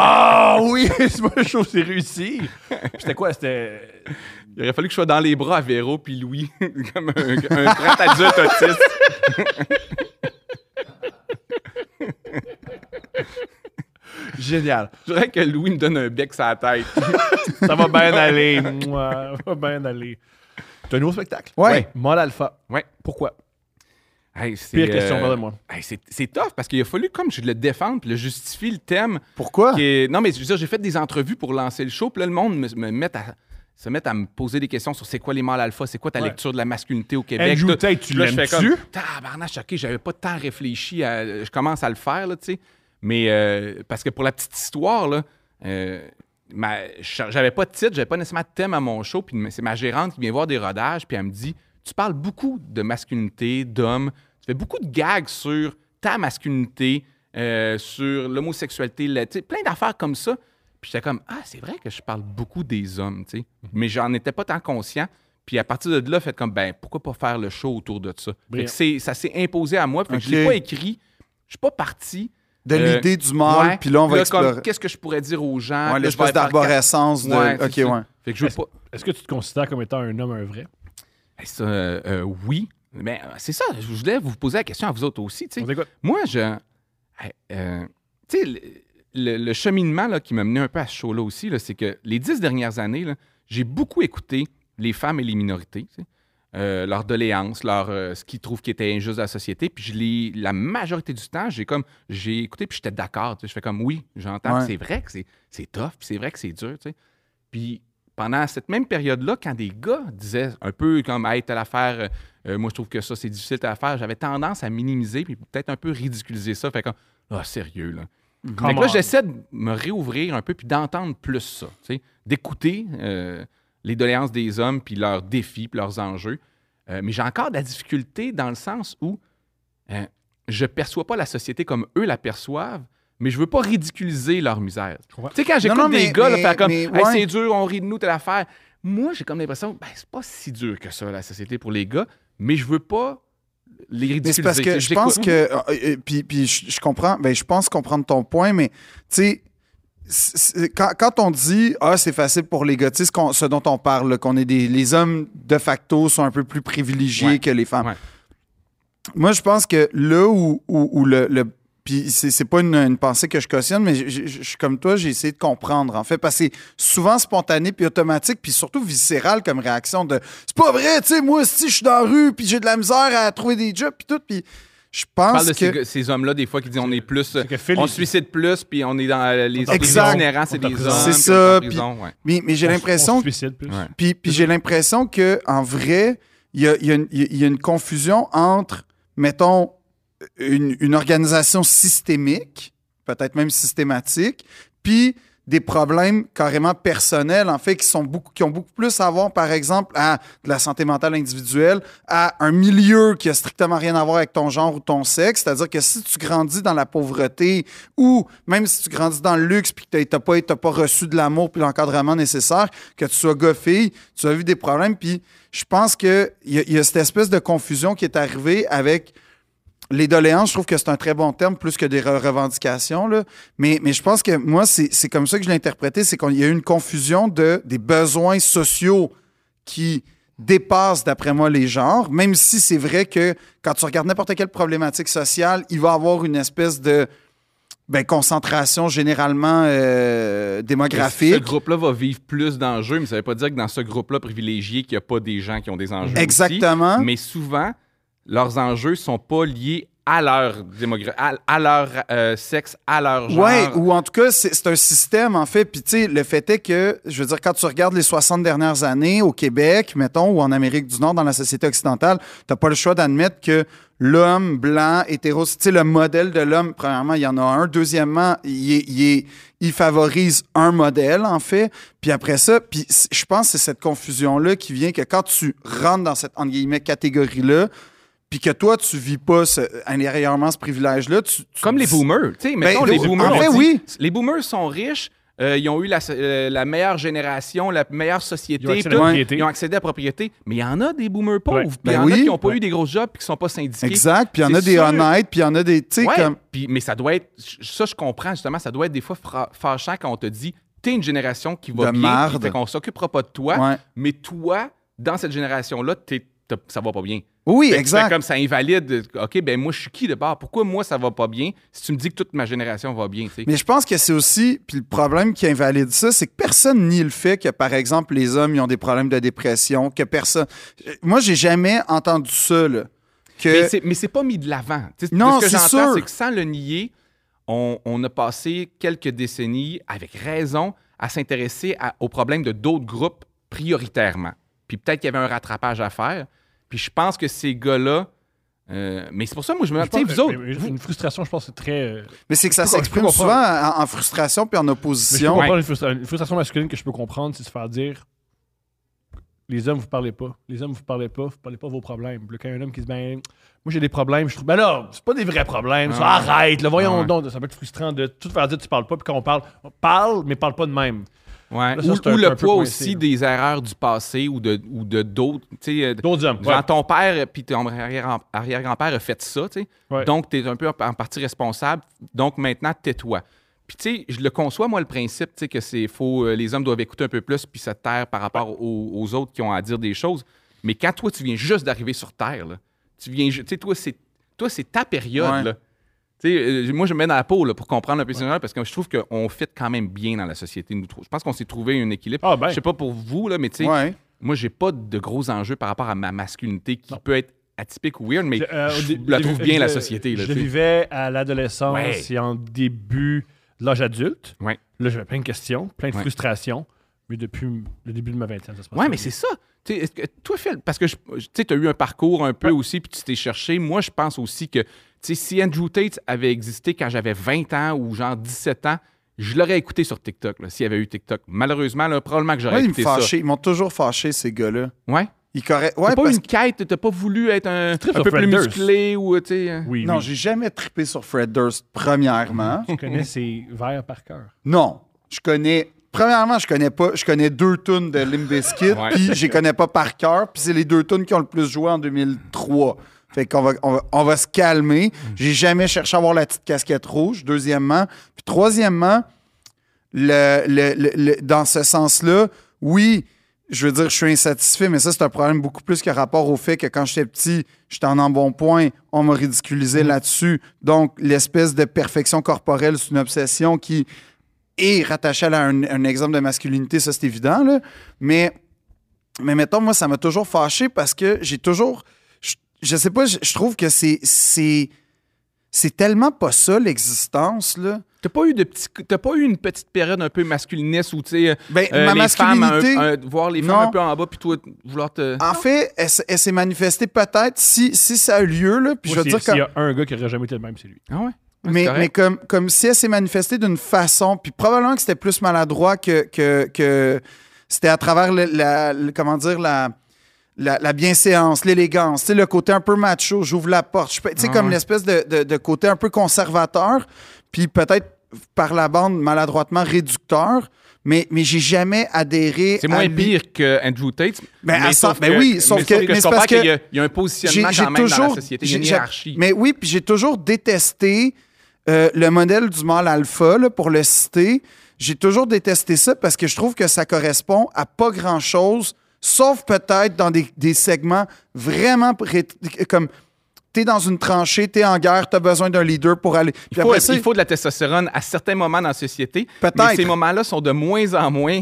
[SPEAKER 1] Ah oui, c'est moi, je trouve que c'est réussi. Puis C'était quoi? C'était.
[SPEAKER 3] Il aurait fallu que je sois dans les bras à Véro puis Louis, comme un, un grand adulte autiste.
[SPEAKER 1] Génial.
[SPEAKER 3] Je voudrais que Louis me donne un bec sur la tête.
[SPEAKER 1] Ça va bien aller. Moi, ça va bien aller. T'as un nouveau spectacle?
[SPEAKER 2] Ouais.
[SPEAKER 1] Mol Alpha.
[SPEAKER 3] Ouais.
[SPEAKER 1] Pourquoi?
[SPEAKER 3] Hey, c'est,
[SPEAKER 1] Pire question,
[SPEAKER 3] euh,
[SPEAKER 1] pardonne-moi.
[SPEAKER 3] hey, c'est, c'est tough parce qu'il a fallu, comme je le défends, puis le justifie le thème.
[SPEAKER 2] Pourquoi?
[SPEAKER 3] qui est- Non, mais je veux dire, j'ai fait des entrevues pour lancer le show, puis là, le monde me, me met à, se met à me poser des questions sur c'est quoi les mâles alpha, c'est quoi ta
[SPEAKER 1] Ouais.
[SPEAKER 3] lecture de la masculinité au Québec.
[SPEAKER 1] Andrew
[SPEAKER 3] tout.
[SPEAKER 1] Tate, tu
[SPEAKER 3] Puis là, je fais
[SPEAKER 1] l'aimes-tu?
[SPEAKER 3] comme, Tabarnache, ok, j'avais pas tant réfléchi à. Je commence à le faire, là, tu sais. Mais euh, parce que pour la petite histoire, là, euh, ma- j'avais pas de titre, j'avais pas nécessairement de thème à mon show, puis c'est ma gérante qui vient voir des rodages, puis elle me dit Tu parles beaucoup de masculinité, d'homme, tu fais beaucoup de gags sur ta masculinité, euh, sur l'homosexualité, le- tu sais, plein d'affaires comme ça. Puis j'étais comme Ah, c'est vrai que je parle beaucoup des hommes, tu sais.
[SPEAKER 2] Mhm.
[SPEAKER 3] Mais j'en étais pas tant conscient. Puis à partir de là, faites comme ben pourquoi pas faire le show autour de ça. Fait
[SPEAKER 1] Brillant.
[SPEAKER 3] que c'est- ça s'est imposé à moi. Fait que je
[SPEAKER 2] Ok.
[SPEAKER 3] l'ai pas écrit. Je suis pas parti.
[SPEAKER 2] De
[SPEAKER 3] Euh,
[SPEAKER 2] l'idée du mal,
[SPEAKER 3] Ouais.
[SPEAKER 2] puis là, on va
[SPEAKER 3] Là, comme,
[SPEAKER 2] explorer.
[SPEAKER 3] Qu'est-ce que je pourrais dire aux
[SPEAKER 2] Ouais,
[SPEAKER 3] gens Là, je vais
[SPEAKER 2] L'espèce
[SPEAKER 3] faire
[SPEAKER 2] d'arborescence
[SPEAKER 3] quatre-
[SPEAKER 2] de.
[SPEAKER 3] Ouais,
[SPEAKER 2] ok,
[SPEAKER 3] c'est ça.
[SPEAKER 2] ouais.
[SPEAKER 3] Fait que je veux pas.
[SPEAKER 1] Est-ce que tu te considères comme étant un homme, un vrai?
[SPEAKER 3] Hey, ça, euh, euh, oui, mais euh, c'est ça. Je voulais vous poser la question à vous autres aussi. tu sais.
[SPEAKER 1] On t'écoute.
[SPEAKER 3] Moi, je. hey, euh, tu sais, le, le- le cheminement là, qui m'a mené un peu à ce show-là aussi, là, c'est que les dix dernières années, là, j'ai beaucoup écouté les femmes et les minorités, tu sais, euh, leurs doléances, leur, euh, ce qu'ils trouvent qui était injuste dans la société. Puis je l'ai- la majorité du temps, j'ai comme j'ai écouté puis j'étais d'accord. tu sais. je fais comme oui, j'entends.
[SPEAKER 2] Ouais.
[SPEAKER 3] puis C'est vrai que c'est, c'est tough, puis c'est vrai que c'est dur. tu sais. Puis pendant cette même période-là, quand des gars disaient un peu comme Hey, telle affaire, euh, euh, moi je trouve que ça c'est difficile telle affaire, j'avais tendance à minimiser puis peut-être un peu ridiculiser ça. Fait comme Ah, sérieux là.
[SPEAKER 2] Mm-hmm.
[SPEAKER 3] Fait que là,
[SPEAKER 1] Come on.
[SPEAKER 3] j'essaie de me réouvrir un peu puis d'entendre plus ça, tu sais, d'écouter euh, les doléances des hommes puis leurs défis puis leurs enjeux. Euh, mais j'ai encore de la difficulté dans le sens où euh, je perçois pas la société comme eux la perçoivent, mais je veux pas ridiculiser leur misère. Tu
[SPEAKER 1] comprends.
[SPEAKER 3] sais, quand
[SPEAKER 2] Non, non,
[SPEAKER 3] j'écoute
[SPEAKER 2] mais-
[SPEAKER 3] des gars là,
[SPEAKER 2] mais-
[SPEAKER 3] faire comme
[SPEAKER 2] mais
[SPEAKER 3] Hey,
[SPEAKER 2] ouais.
[SPEAKER 3] c'est dur, on rit de nous, telle affaire. Moi, j'ai comme l'impression ben, c'est pas si dur que ça, la société pour les gars, mais je veux pas les ridiculiser.
[SPEAKER 2] Mais c'est parce
[SPEAKER 3] Tu
[SPEAKER 2] que
[SPEAKER 3] sais,
[SPEAKER 2] je pense
[SPEAKER 3] j'écoute.
[SPEAKER 2] que. euh, euh, puis puis je, je comprends. Ben, je pense comprendre ton point, mais tu sais. c'est- c'est- Quand, quand on dit Ah, c'est facile pour les gars, tu sais, ce, qu'on- ce dont on parle, là, qu'on est des. Les hommes, de facto, sont un peu plus privilégiés
[SPEAKER 3] Ouais.
[SPEAKER 2] que les femmes.
[SPEAKER 3] Ouais.
[SPEAKER 2] Moi, je pense que là où, où- où le. le- puis c'est c'est pas une, une pensée que je cautionne, mais je- je je suis comme toi, j'ai essayé de comprendre, en fait, parce que c'est souvent spontané, puis automatique, puis surtout viscéral comme réaction de c'est pas vrai, tu sais, moi, si je suis dans la rue, puis j'ai de la misère à trouver des jobs, puis tout, puis je
[SPEAKER 3] Je parle
[SPEAKER 2] pense
[SPEAKER 3] de ces,
[SPEAKER 2] que.
[SPEAKER 3] gars- ces hommes-là, des fois, qui disent on est plus.
[SPEAKER 1] que Phil,
[SPEAKER 3] on
[SPEAKER 1] il-
[SPEAKER 3] se suicide plus, puis on est dans euh, les, les
[SPEAKER 2] Exact.
[SPEAKER 3] itinérants, c'est
[SPEAKER 1] On est en
[SPEAKER 3] des
[SPEAKER 1] prison.
[SPEAKER 3] hommes.
[SPEAKER 2] C'est
[SPEAKER 3] puis
[SPEAKER 2] ça,
[SPEAKER 3] on est en
[SPEAKER 2] puis-
[SPEAKER 3] prison, ouais.
[SPEAKER 2] Mais, mais j'ai
[SPEAKER 1] On s- on
[SPEAKER 2] l'impression
[SPEAKER 1] se suicide plus.
[SPEAKER 3] Ouais.
[SPEAKER 2] Puis, puis j'ai l'impression que en vrai, il y a, il y a une- il y a une confusion entre, mettons, une, une organisation systémique, peut-être même systématique, puis des problèmes carrément personnels, en fait, qui, sont beaucoup, qui ont beaucoup plus à voir, par exemple, à de la santé mentale individuelle, à un milieu qui a strictement rien à voir avec ton genre ou ton sexe. C'est-à-dire que si tu grandis dans la pauvreté ou même si tu grandis dans le luxe puis que tu n'as pas, t'as pas reçu de l'amour puis l'encadrement nécessaire, que tu sois goffé, tu as vu des problèmes. Puis je pense qu'il y, a- il y a cette espèce de confusion qui est arrivée avec les doléances, je trouve que c'est un très bon terme, plus que des re- revendications. Là. Mais, mais je pense que moi, c'est c'est comme ça que je l'ai interprété, c'est qu'il y a eu une confusion de, des besoins sociaux qui dépassent, d'après moi, les genres, même si c'est vrai que quand tu regardes n'importe quelle problématique sociale, il va y avoir une espèce de ben, concentration généralement euh,
[SPEAKER 3] Ce
[SPEAKER 2] démographique.
[SPEAKER 3] groupe-là va vivre plus d'enjeux, mais ça veut pas dire que dans ce groupe-là privilégié, qu'il n'y a pas des gens qui ont des enjeux. aussi.
[SPEAKER 2] Exactement.
[SPEAKER 3] mais souvent, leurs enjeux sont pas liés à leur démogra- à, à leur euh, sexe, à leur genre.
[SPEAKER 2] Ouais, ou en tout cas, c'est c'est un système, en fait. Puis, tu sais, le fait est que, je veux dire, quand tu regardes les 60 dernières années au Québec, mettons, ou en Amérique du Nord, dans la société occidentale, t'as pas le choix d'admettre que l'homme blanc, hétéro, tu sais, le modèle de l'homme, premièrement, il y en a un. Deuxièmement, il, est- il est- il favorise un modèle, en fait. Puis après ça, puis c- je pense que c'est cette confusion-là qui vient que quand tu rentres dans cette, entre guillemets, catégorie-là, puis que toi, tu vis pas ce, intérieurement ce privilège-là, tu, tu
[SPEAKER 3] Comme les
[SPEAKER 2] dis-
[SPEAKER 3] boomers. Tu sais, mettons,
[SPEAKER 2] Ben,
[SPEAKER 3] les
[SPEAKER 2] en
[SPEAKER 3] boomers.
[SPEAKER 2] fait,
[SPEAKER 3] on dit,
[SPEAKER 2] oui.
[SPEAKER 3] Les boomers sont riches. euh, ils ont eu la, euh, la meilleure génération, la meilleure société.
[SPEAKER 1] Ils ont accès à
[SPEAKER 3] tout.
[SPEAKER 1] la propriété.
[SPEAKER 3] Ils ont accédé à la propriété. Mais il y en a des boomers pauvres.
[SPEAKER 1] Ouais.
[SPEAKER 3] puis
[SPEAKER 2] Ben
[SPEAKER 3] il y en a
[SPEAKER 2] oui.
[SPEAKER 3] qui n'ont pas
[SPEAKER 1] Ouais.
[SPEAKER 3] eu des gros jobs puis qui ne sont pas syndiqués.
[SPEAKER 2] Exact. Puis il y en a
[SPEAKER 3] C'est
[SPEAKER 2] des
[SPEAKER 3] sûr.
[SPEAKER 2] honnêtes, puis il y en a des. Tu sais,
[SPEAKER 3] Ouais,
[SPEAKER 2] comme.
[SPEAKER 3] puis- mais ça doit être. Ça, je comprends justement. Ça doit être des fois fra- fâchant quand on te dit t'es une génération qui va
[SPEAKER 2] De
[SPEAKER 3] bien.
[SPEAKER 2] marde.
[SPEAKER 3] Fait qu'on s'occupera pas de toi.
[SPEAKER 2] Ouais.
[SPEAKER 3] Mais toi, dans cette génération-là, t'es- t'as- ça va pas bien.
[SPEAKER 2] Oui,
[SPEAKER 3] Fait que
[SPEAKER 2] exact.
[SPEAKER 3] c'est comme ça invalide. OK, ben moi, je suis qui de bord? Pourquoi moi, ça va pas bien si tu me dis que toute ma génération va bien? tu sais?
[SPEAKER 2] Mais je pense que c'est aussi. Puis le problème qui invalide ça, c'est que personne nie le fait que, par exemple, les hommes, ils ont des problèmes de dépression, que personne. euh, Moi, j'ai jamais entendu ça, là. Que.
[SPEAKER 3] Mais c'est- Mais c'est pas mis de l'avant. Tu sais,
[SPEAKER 2] Non,
[SPEAKER 3] ce que
[SPEAKER 2] c'est
[SPEAKER 3] j'entends,
[SPEAKER 2] sûr.
[SPEAKER 3] c'est que sans le nier, on, on a passé quelques décennies, avec raison, à s'intéresser à- aux problèmes de d'autres groupes prioritairement. Puis peut-être qu'il y avait un rattrapage à faire. Puis je pense que ces gars-là. euh, mais c'est pour ça, moi, je me
[SPEAKER 1] Je
[SPEAKER 3] dis, tu sais,
[SPEAKER 1] pense-
[SPEAKER 3] vous autres.
[SPEAKER 1] mais- mais
[SPEAKER 3] vous-
[SPEAKER 1] Une frustration, je pense, c'est très. euh,
[SPEAKER 2] Mais c'est que ça
[SPEAKER 1] Je peux
[SPEAKER 2] s'exprime souvent
[SPEAKER 1] comprendre.
[SPEAKER 2] en, en frustration puis en
[SPEAKER 1] Mais je peux
[SPEAKER 2] opposition.
[SPEAKER 1] comprendre une, frustra- une frustration masculine que je peux comprendre, c'est de se faire dire les hommes, vous parlez pas. Les hommes, vous parlez pas. Vous parlez pas de vos problèmes. Puis là, quand il y a un homme qui dit ben, moi, j'ai des problèmes, je trouve ben là, c'est pas des vrais problèmes. ça,
[SPEAKER 3] Ah ouais.
[SPEAKER 1] arrête, là, voyons
[SPEAKER 3] Ah ouais.
[SPEAKER 1] donc. Ça peut être frustrant de tout faire dire tu parles pas. Puis quand on parle, on parle, mais parle pas de même.
[SPEAKER 3] ouais.
[SPEAKER 1] Là, ça,
[SPEAKER 3] ou
[SPEAKER 1] c'est un
[SPEAKER 3] ou
[SPEAKER 1] peu-
[SPEAKER 3] le
[SPEAKER 1] un peu
[SPEAKER 3] poids
[SPEAKER 1] coincé,
[SPEAKER 3] aussi
[SPEAKER 1] là.
[SPEAKER 3] des erreurs du passé ou de ou de d'autres. tu sais, euh,
[SPEAKER 1] D'autres hommes.
[SPEAKER 3] Genre,
[SPEAKER 1] ouais.
[SPEAKER 3] ton père puis ton arrière- arrière-grand-père a fait ça, tu sais.
[SPEAKER 1] Ouais.
[SPEAKER 3] Donc, tu es un peu en partie responsable. Donc, maintenant, tais-toi. Puis, tu sais, je le conçois, moi, le principe, tu sais, que c'est faut, euh, les hommes doivent écouter un peu plus puis se taire par rapport aux, aux autres qui ont à dire des choses. Mais quand toi, tu viens juste d'arriver sur Terre, là, tu viens, ju- tu sais, toi, c'est, toi, c'est ta période,
[SPEAKER 2] Ouais.
[SPEAKER 3] là. Tu sais, euh, moi, je me mets dans la peau là, pour comprendre un peu ces gens-là, parce que je trouve qu'on fit quand même bien dans la société. Nous, trois. je pense qu'on s'est trouvé un équilibre.
[SPEAKER 1] Ah, ben.
[SPEAKER 3] Je sais pas pour vous, là, mais tu sais,
[SPEAKER 2] Ouais.
[SPEAKER 3] moi, j'ai pas de gros enjeux par rapport à ma masculinité qui peut être atypique ou weird, mais
[SPEAKER 1] Euh, au
[SPEAKER 3] je
[SPEAKER 1] dé-
[SPEAKER 3] la
[SPEAKER 1] début-
[SPEAKER 3] trouve bien, la
[SPEAKER 1] je-
[SPEAKER 3] société. là,
[SPEAKER 1] je le
[SPEAKER 3] tu sais.
[SPEAKER 1] vivais à l'adolescence
[SPEAKER 3] Ouais.
[SPEAKER 1] et en début de l'âge adulte.
[SPEAKER 3] Ouais.
[SPEAKER 1] Là, j'avais plein de questions, plein de
[SPEAKER 3] Ouais.
[SPEAKER 1] frustrations. Mais depuis m- le début de ma vingtaine, ça se passe.
[SPEAKER 3] Ouais, mais c'est ça. Tu sais, est-ce que- toi, Phil, parce que je- tu as eu un parcours un peu aussi, puis tu t'es cherché. Moi, je pense aussi que tu sais, si Andrew Tate avait existé quand j'avais 20 ans ou genre 17 ans, je l'aurais écouté sur TikTok, là, s'il y avait eu TikTok. Malheureusement, là, probablement que j'aurais
[SPEAKER 2] Ouais, ils me
[SPEAKER 3] écouté ça.
[SPEAKER 2] fâchaient. Ils m'ont toujours fâché, ces gars-là.
[SPEAKER 3] Ouais.
[SPEAKER 2] Ils correct.
[SPEAKER 3] T'as
[SPEAKER 2] Ouais,
[SPEAKER 3] pas eu
[SPEAKER 2] parce
[SPEAKER 3] une quête, t'as pas voulu être un, un
[SPEAKER 1] Strip
[SPEAKER 3] peu
[SPEAKER 1] of
[SPEAKER 3] plus
[SPEAKER 1] Flanders.
[SPEAKER 3] musclé ou, tu sais... euh,
[SPEAKER 1] Oui,
[SPEAKER 2] Non,
[SPEAKER 1] oui.
[SPEAKER 2] j'ai jamais trippé sur Fred Durst, premièrement.
[SPEAKER 1] Je connais ces vers par cœur.
[SPEAKER 2] Non, je connais. Premièrement, je connais pas. Je connais deux tunes de Limp Bizkit,
[SPEAKER 3] Ouais.
[SPEAKER 2] puis je les connais pas par cœur. Puis c'est les deux tunes qui ont le plus joué en 2003. Fait qu'on va, on va, on va se calmer. J'ai jamais cherché à avoir la petite casquette rouge. Deuxièmement, puis troisièmement, le, le- le- le- dans ce sens-là, oui, je veux dire, je suis insatisfait, mais ça, c'est un problème beaucoup plus que rapport au fait que quand j'étais petit, j'étais en embonpoint, on m'a ridiculisé là-dessus. Donc, l'espèce de perfection corporelle, c'est une obsession qui est rattachée à un, un exemple de masculinité, ça, c'est évident, là. Mais, mais mettons, moi, ça m'a toujours fâché parce que j'ai toujours. Je, je sais pas, je, je trouve que c'est. C'est c'est tellement pas ça, l'existence, là.
[SPEAKER 3] T'as pas eu de petit, t'as pas eu une petite période un peu masculiniste où tu sais
[SPEAKER 2] Ben,
[SPEAKER 3] euh,
[SPEAKER 2] ma
[SPEAKER 3] les
[SPEAKER 2] masculinité.
[SPEAKER 3] femmes un- un- voir les femmes
[SPEAKER 2] Non.
[SPEAKER 3] un peu en bas puis toi t- vouloir te
[SPEAKER 2] En fait, elle, s- elle s'est manifestée peut-être si, si ça a eu lieu, là, puis
[SPEAKER 1] Moi,
[SPEAKER 2] je veux
[SPEAKER 1] si-
[SPEAKER 2] dire
[SPEAKER 1] s'il
[SPEAKER 2] comme,
[SPEAKER 1] y a un gars qui aurait jamais été le même, c'est lui.
[SPEAKER 3] Ah ouais.
[SPEAKER 2] mais, mais comme, comme si elle s'est manifestée d'une façon, puis probablement que c'était plus maladroit que, que, que c'était à travers le- la, le- comment dire, la, la, la bienséance, l'élégance, tu sais, le côté un peu macho, j'ouvre la porte, je peux- tu sais,
[SPEAKER 3] Ah
[SPEAKER 2] comme
[SPEAKER 3] ouais.
[SPEAKER 2] l'espèce de, de- de côté un peu conservateur, puis peut-être par la bande maladroitement réducteur, mais, mais j'ai jamais adhéré
[SPEAKER 3] c'est
[SPEAKER 2] à
[SPEAKER 3] moins
[SPEAKER 2] l'é-
[SPEAKER 3] pire que Andrew Tate.
[SPEAKER 2] Ben, à
[SPEAKER 3] sauf
[SPEAKER 2] ça- ben
[SPEAKER 3] que-
[SPEAKER 2] oui, sauf que- mais c'est
[SPEAKER 3] je comprends
[SPEAKER 2] parce que
[SPEAKER 3] qu'il y a- il y, a un positionnement quand même dans la société, il y a une
[SPEAKER 2] j'ai- j'ai-
[SPEAKER 3] hiérarchie.
[SPEAKER 2] Mais oui, puis j'ai toujours détesté euh, le modèle du mâle alpha, là, pour le citer. J'ai toujours détesté ça parce que je trouve que ça correspond à pas grand-chose, sauf peut-être dans des, des segments vraiment pré- comme t'es dans une tranchée, t'es en guerre, t'as besoin d'un leader pour aller. Puis
[SPEAKER 3] Il faut,
[SPEAKER 2] après ça,
[SPEAKER 3] il faut de la testostérone à certains moments dans la société.
[SPEAKER 2] Peut-être.
[SPEAKER 3] Mais ces moments-là sont de moins en moins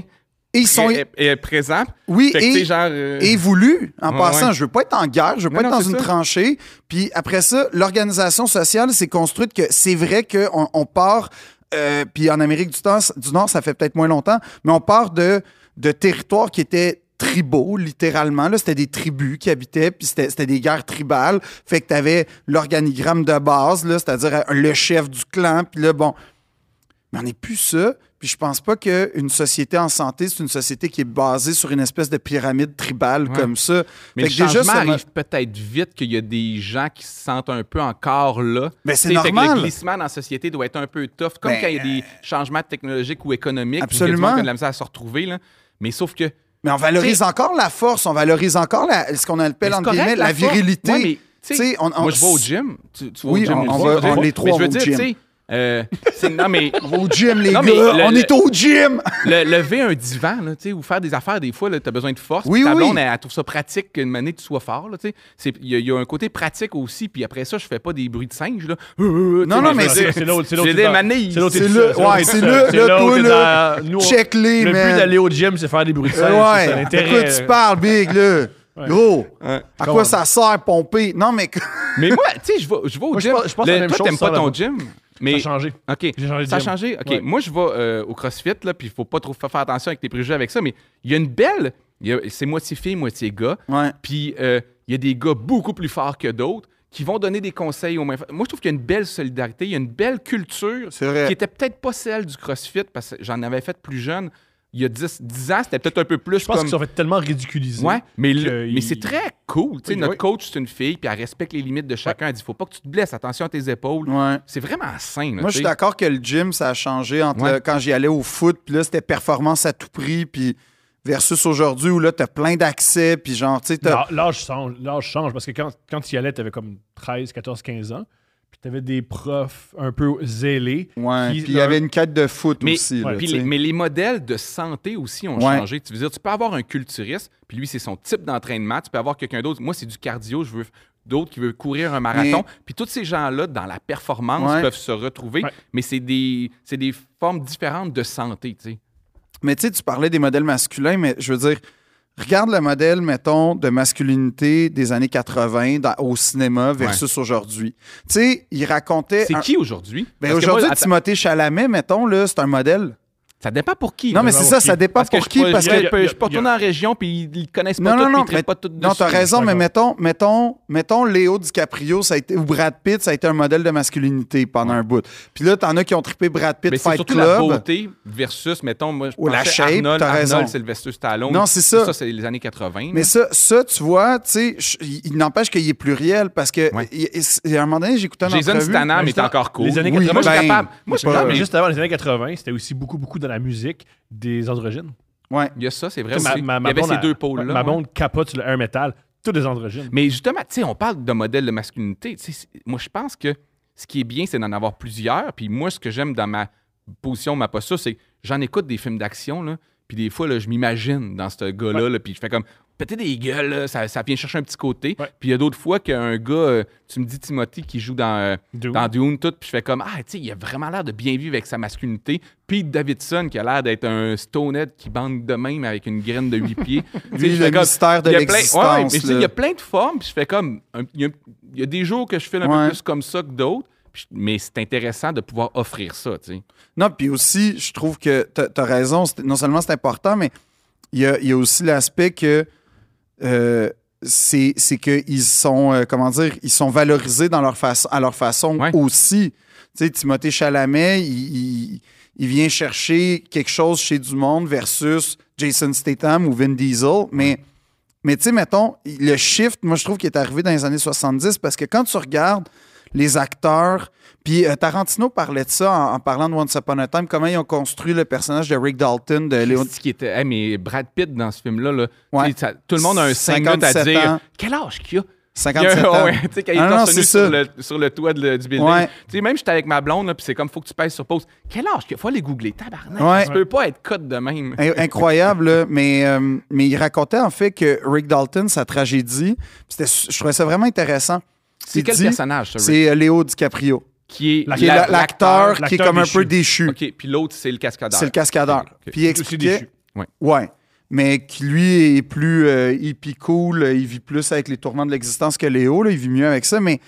[SPEAKER 2] Et ils sont.
[SPEAKER 3] est, est présent.
[SPEAKER 2] Oui,
[SPEAKER 3] Fait que,
[SPEAKER 2] et-
[SPEAKER 3] tu sais, genre. euh,
[SPEAKER 2] Et voulu, en
[SPEAKER 3] Ouais,
[SPEAKER 2] passant,
[SPEAKER 3] ouais.
[SPEAKER 2] je veux pas être en guerre, je veux pas
[SPEAKER 3] Non,
[SPEAKER 2] être
[SPEAKER 3] non,
[SPEAKER 2] dans
[SPEAKER 3] c'est
[SPEAKER 2] une
[SPEAKER 3] ça.
[SPEAKER 2] tranchée. Puis après ça, l'organisation sociale s'est construite que c'est vrai qu'on on part, euh, puis en Amérique du, temps- du Nord, ça fait peut-être moins longtemps, mais on part de, de territoires qui étaient tribaux, littéralement. Là, c'était des tribus qui habitaient, puis c'était c'était des guerres tribales. Fait que t'avais l'organigramme de base, là, c'est-à-dire euh, le chef du clan, puis là, bon... Mais on n'est plus ça. Puis je pense pas qu'une société en santé, c'est une société qui est basée sur une espèce de pyramide tribale
[SPEAKER 3] Ouais.
[SPEAKER 2] comme ça.
[SPEAKER 3] mais
[SPEAKER 2] Fait que
[SPEAKER 3] le
[SPEAKER 2] déjà,
[SPEAKER 3] changement
[SPEAKER 2] ça m'a-
[SPEAKER 3] arrive peut-être vite qu'il y a des gens qui se sentent un peu encore là.
[SPEAKER 2] Mais c'est
[SPEAKER 3] Tu sais, fait que
[SPEAKER 2] normal.
[SPEAKER 3] le glissement dans la société doit être un peu tough, comme
[SPEAKER 2] Ben,
[SPEAKER 3] quand il y a des changements technologiques ou économiques. puis qu'il y a du
[SPEAKER 2] Absolument.
[SPEAKER 3] monde qui a de la misère à se retrouver. Là. Mais sauf que.
[SPEAKER 2] Mais on valorise encore la force, on valorise encore la- ce qu'on appelle
[SPEAKER 3] Mais
[SPEAKER 2] en
[SPEAKER 3] c'est correct,
[SPEAKER 2] guillemets la,
[SPEAKER 3] force.
[SPEAKER 2] virilité.
[SPEAKER 3] Ouais, mais,
[SPEAKER 2] Tu
[SPEAKER 3] tu sais,
[SPEAKER 2] sais, on- on-
[SPEAKER 3] moi, je vais au gym. Tu, tu vas
[SPEAKER 2] Oui,
[SPEAKER 3] au gym.
[SPEAKER 2] on-
[SPEAKER 3] les
[SPEAKER 2] on
[SPEAKER 3] trois,
[SPEAKER 2] va-
[SPEAKER 3] tu sais.
[SPEAKER 2] on- les trois
[SPEAKER 3] Mais je veux
[SPEAKER 2] vont au
[SPEAKER 3] dire,
[SPEAKER 2] gym.
[SPEAKER 3] tu sais, euh, c'est- non, mais
[SPEAKER 2] On va au gym, les
[SPEAKER 3] Non, mais
[SPEAKER 2] gars.
[SPEAKER 3] le-
[SPEAKER 2] on
[SPEAKER 3] le-
[SPEAKER 2] est au gym.
[SPEAKER 3] le- lever un divan là, tu sais, ou faire des affaires, des fois, tu as besoin de force.
[SPEAKER 2] Oui,
[SPEAKER 3] Puis ta
[SPEAKER 2] oui.
[SPEAKER 3] blonde, elle, elle trouve ça pratique qu'une manière tu sois fort. là, tu sais. C'est- Il y, a- il y a un côté pratique aussi. Puis après ça, je fais pas des bruits de singe. Là. Euh,
[SPEAKER 2] Non, non, mais c'est-
[SPEAKER 1] c'est l'autre.
[SPEAKER 3] J'ai des manies.
[SPEAKER 1] C'est l'autre.
[SPEAKER 2] C'est
[SPEAKER 1] t'es
[SPEAKER 2] le-
[SPEAKER 1] tout seul,
[SPEAKER 2] ouais, c'est le- le
[SPEAKER 1] là où
[SPEAKER 2] toi,
[SPEAKER 1] t'es
[SPEAKER 2] là.
[SPEAKER 1] dans- nous, on-
[SPEAKER 2] Check les,
[SPEAKER 1] Le but
[SPEAKER 2] man.
[SPEAKER 1] d'aller au gym, c'est faire des bruits de
[SPEAKER 2] Euh,
[SPEAKER 1] singe, c'est ça,
[SPEAKER 2] ouais. De
[SPEAKER 1] l'intérêt.
[SPEAKER 2] quoi
[SPEAKER 3] euh.
[SPEAKER 2] tu parles, Big, là? Gros. À
[SPEAKER 1] Come
[SPEAKER 2] quoi
[SPEAKER 1] on.
[SPEAKER 2] ça sert, pomper? Non, mais.
[SPEAKER 3] Mais moi, tu sais, je vais je vais au
[SPEAKER 1] Moi, je
[SPEAKER 3] gym.
[SPEAKER 1] pense- je pense la
[SPEAKER 3] Le-
[SPEAKER 1] même
[SPEAKER 3] Toi,
[SPEAKER 1] chose
[SPEAKER 3] t'aimes
[SPEAKER 1] sans
[SPEAKER 3] pas
[SPEAKER 1] la
[SPEAKER 3] ton
[SPEAKER 1] voix.
[SPEAKER 3] gym.
[SPEAKER 1] Ça a
[SPEAKER 3] Mais
[SPEAKER 1] changé.
[SPEAKER 3] OK.
[SPEAKER 1] J'ai changé de
[SPEAKER 3] Ça a
[SPEAKER 1] gym.
[SPEAKER 3] changé? OK.
[SPEAKER 1] Ouais.
[SPEAKER 3] Moi, je vais euh, au CrossFit, là, puis il faut pas trop faire attention avec tes préjugés avec ça, mais il y a une belle... il y a- C'est moitié fille, moitié gars.
[SPEAKER 2] Ouais.
[SPEAKER 3] Puis euh, il y a des gars beaucoup plus forts que d'autres qui vont donner des conseils aux mains. Moi, je trouve qu'il y a une belle solidarité, il y a une belle culture
[SPEAKER 2] C'est vrai.
[SPEAKER 3] qui était peut-être pas celle du CrossFit, parce que j'en avais fait plus jeune. Il y a 10, 10 ans, c'était peut-être un peu plus
[SPEAKER 1] Je pense
[SPEAKER 3] comme...
[SPEAKER 1] qu'ils sont fait tellement ridiculiser.
[SPEAKER 3] Ouais, mais, le-
[SPEAKER 1] que
[SPEAKER 3] mais
[SPEAKER 1] il-
[SPEAKER 3] c'est très cool. Tu sais,
[SPEAKER 1] Oui,
[SPEAKER 3] notre
[SPEAKER 1] oui.
[SPEAKER 3] coach, c'est une fille, puis elle respecte les limites de chacun. Elle dit faut pas que tu te blesses, attention à tes épaules.
[SPEAKER 2] Ouais.
[SPEAKER 3] C'est vraiment sain. là,
[SPEAKER 2] Moi,
[SPEAKER 3] tu
[SPEAKER 2] je suis
[SPEAKER 3] sais.
[SPEAKER 2] d'accord que le gym, ça a changé entre
[SPEAKER 3] Ouais.
[SPEAKER 2] le- quand j'y allais au foot, puis là, c'était performance à tout prix, puis versus aujourd'hui où là, t'as plein d'accès, puis genre, tu sais, t'as-
[SPEAKER 1] L'â- L'âge change, l'âge change parce que quand, quand tu y allais, t'avais comme 13, 14, 15 ans. Puis t'avais des profs un peu zélés.
[SPEAKER 2] Ouais,
[SPEAKER 1] qui,
[SPEAKER 2] puis il y avait une quête de foot
[SPEAKER 3] Mais,
[SPEAKER 2] aussi.
[SPEAKER 1] ouais,
[SPEAKER 2] là,
[SPEAKER 3] Puis
[SPEAKER 2] tu sais.
[SPEAKER 3] les, mais les modèles de santé aussi ont
[SPEAKER 2] Ouais.
[SPEAKER 3] changé. Tu veux dire, tu peux avoir un culturiste, puis lui, c'est son type d'entraînement. Tu peux avoir quelqu'un d'autre. Moi, c'est du cardio, je veux f- d'autres qui veulent courir un marathon. Puis tous ces gens-là, dans la performance,
[SPEAKER 2] Ouais.
[SPEAKER 3] peuvent se retrouver.
[SPEAKER 1] Ouais.
[SPEAKER 3] Mais c'est des, c'est des formes différentes de santé, tu sais.
[SPEAKER 2] Mais tu sais, tu parlais des modèles masculins, mais je veux dire, regarde le modèle, mettons, de masculinité des années 80 dans- au cinéma versus aujourd'hui. Tu sais, il racontait.
[SPEAKER 3] C'est
[SPEAKER 2] un-
[SPEAKER 3] qui aujourd'hui?
[SPEAKER 2] Ben,
[SPEAKER 3] Parce que moi,
[SPEAKER 2] aujourd'hui,
[SPEAKER 3] attends,
[SPEAKER 2] Timothée Chalamet, mettons, là, c'est un modèle.
[SPEAKER 3] ça dépend pour qui.
[SPEAKER 2] Non,
[SPEAKER 3] là.
[SPEAKER 2] mais
[SPEAKER 1] va
[SPEAKER 2] c'est ça,
[SPEAKER 1] voir qui.
[SPEAKER 2] ça dépend
[SPEAKER 3] Parce que
[SPEAKER 2] pour
[SPEAKER 3] je
[SPEAKER 2] qui.
[SPEAKER 3] pourrais-
[SPEAKER 2] Parce
[SPEAKER 3] je
[SPEAKER 2] que.
[SPEAKER 1] que-
[SPEAKER 3] peux- je peux
[SPEAKER 1] il y a-
[SPEAKER 3] retourner en région, puis ils le connaissent
[SPEAKER 2] Non,
[SPEAKER 3] pas tout,
[SPEAKER 2] non,
[SPEAKER 3] puis
[SPEAKER 2] non.
[SPEAKER 3] ils traitent
[SPEAKER 2] mais-
[SPEAKER 3] pas tout dessus.
[SPEAKER 2] Non, t'as raison, mais
[SPEAKER 1] D'accord.
[SPEAKER 2] mettons, mettons, mettons Léo DiCaprio, ça a été, ou Brad Pitt, ça a été un modèle de masculinité pendant un bout. Puis là, t'en as qui ont trippé Brad Pitt
[SPEAKER 3] Mais c'est
[SPEAKER 2] Fight
[SPEAKER 3] surtout la
[SPEAKER 2] Club.
[SPEAKER 3] beauté versus, mettons, moi, je
[SPEAKER 2] Ou la
[SPEAKER 3] pensais
[SPEAKER 2] shape,
[SPEAKER 3] Arnold,
[SPEAKER 2] t'as raison.
[SPEAKER 3] Arnold, Sylvester Stallone.
[SPEAKER 2] Non, c'est ça.
[SPEAKER 3] Ça, c'est les années 80.
[SPEAKER 2] Mais
[SPEAKER 3] là.
[SPEAKER 2] ça, ça, tu vois, tu sais, je- il il n'empêche qu'il est pluriel parce que
[SPEAKER 3] Ouais.
[SPEAKER 2] il- il- c'est- à un moment donné, j'écoutais un
[SPEAKER 3] Jason
[SPEAKER 2] entrevue.
[SPEAKER 3] Stanham
[SPEAKER 1] mais
[SPEAKER 3] est encore cool.
[SPEAKER 1] les années
[SPEAKER 2] Oui,
[SPEAKER 1] 80,
[SPEAKER 3] moi, je suis
[SPEAKER 2] ben,
[SPEAKER 3] capable. Moi, je suis
[SPEAKER 2] pas-
[SPEAKER 1] Non,
[SPEAKER 3] capable.
[SPEAKER 1] mais
[SPEAKER 3] mais
[SPEAKER 1] juste avant les années 80, c'était aussi beaucoup, beaucoup dans la musique des androgynes.
[SPEAKER 2] Ouais.
[SPEAKER 3] Il y a ça, c'est vrai.
[SPEAKER 1] Tu sais,
[SPEAKER 3] aussi. Il y avait
[SPEAKER 1] blonde,
[SPEAKER 3] ces
[SPEAKER 1] elle-
[SPEAKER 3] deux pôles-là. hein.
[SPEAKER 1] Ma
[SPEAKER 3] ouais.
[SPEAKER 1] blonde capote sur le air metal, tous des androgynes.
[SPEAKER 3] Mais justement, tu sais, on parle de modèle de masculinité. Tu sais, c'est- moi, je pense que ce qui est bien, c'est d'en avoir plusieurs. Puis moi, ce que j'aime dans ma position, ma posture, c'est que j'en écoute des films d'action, là. Puis des fois, là, je m'imagine dans ce gars-là, là, puis je fais comme péter des gueules, là, ça, ça vient chercher un petit côté.
[SPEAKER 1] Ouais.
[SPEAKER 3] Puis il y a d'autres fois qu'un gars, euh, tu me dis Timothy, qui joue dans, euh,
[SPEAKER 1] Dune.
[SPEAKER 3] dans Dune, tout, puis je fais comme Ah, tu sais, il a vraiment l'air de bien vivre avec sa masculinité. Pete Davidson, qui a l'air d'être un stonehead qui bande de même avec une graine de huit pieds. Tu sais,
[SPEAKER 2] Lui,
[SPEAKER 3] je
[SPEAKER 2] le
[SPEAKER 3] fais comme-
[SPEAKER 2] mystère de
[SPEAKER 3] il y a plein-
[SPEAKER 2] l'existence.
[SPEAKER 3] ouais, ouais, mais je dis,
[SPEAKER 2] là.
[SPEAKER 3] il y a plein de formes, puis je fais comme. un- Il y, a- il y a des jours que je fais un
[SPEAKER 2] Ouais.
[SPEAKER 3] peu plus comme ça que d'autres, puis je- mais c'est intéressant de pouvoir offrir ça, tu sais.
[SPEAKER 2] Non, puis aussi, je trouve que t'as as raison. c'est- Non seulement c'est important, mais il y a, il y a aussi l'aspect que euh, c'est c'est que ils sont euh, comment dire, ils sont valorisés dans leur façon à leur façon
[SPEAKER 3] Ouais.
[SPEAKER 2] aussi. Tu sais, Timothée Chalamet, il, il- il vient chercher quelque chose chez du monde versus Jason Statham ou Vin Diesel, mais mais tu sais, mettons, le shift, moi, je trouve qu'il est arrivé dans les années 70 parce que quand tu regardes les acteurs, puis euh, Tarantino parlait de ça en, en parlant de Once Upon a Time, comment ils ont construit le personnage de Rick Dalton, de Léon.
[SPEAKER 3] Ce qui était. hey, mais Brad Pitt dans ce film-là, là, tu
[SPEAKER 2] Ouais.
[SPEAKER 3] sais, ça- tout le monde a un 5 minutes à
[SPEAKER 2] 57
[SPEAKER 3] dire
[SPEAKER 2] ans.
[SPEAKER 3] quel âge qu'il a. Il y a un-
[SPEAKER 2] 57 ans.
[SPEAKER 3] ouais, tu sais, quand il
[SPEAKER 2] Ah
[SPEAKER 3] est
[SPEAKER 2] non,
[SPEAKER 3] torse
[SPEAKER 2] c'est
[SPEAKER 3] nu
[SPEAKER 2] ça.
[SPEAKER 3] sur le, sur le toit de- du building.
[SPEAKER 2] Ouais.
[SPEAKER 3] Tu sais, même j'étais avec ma blonde, là, puis c'est comme, faut que tu pèses sur pause. Quel âge qu'il a? Faut aller googler, tabarnak.
[SPEAKER 2] Ouais.
[SPEAKER 3] Tu peux pas être cote de même.
[SPEAKER 2] In- Incroyable, là. mais, euh, mais il racontait en fait que Rick Dalton, sa tragédie, c'était, su- je trouvais ça vraiment intéressant.
[SPEAKER 3] C'est
[SPEAKER 2] il
[SPEAKER 3] quel
[SPEAKER 2] dit-
[SPEAKER 3] personnage, ça, Rick?
[SPEAKER 2] C'est euh, Léo DiCaprio,
[SPEAKER 3] Qui est
[SPEAKER 1] La-
[SPEAKER 2] qui est
[SPEAKER 1] La-
[SPEAKER 2] la- l'acteur, qui est
[SPEAKER 1] l'acteur
[SPEAKER 2] comme un
[SPEAKER 1] déchu.
[SPEAKER 2] peu déchu.
[SPEAKER 3] OK, puis l'autre, c'est le cascadeur.
[SPEAKER 2] C'est le cascadeur.
[SPEAKER 3] Ok.
[SPEAKER 2] Puis il
[SPEAKER 1] Aussi
[SPEAKER 2] expliquait,
[SPEAKER 1] déchu.
[SPEAKER 3] Ouais.
[SPEAKER 2] Ouais. Mais qui, lui, est plus euh, hippie cool, euh, il vit plus avec les tourments de l'existence que Léo, là, il vit mieux avec ça. Mais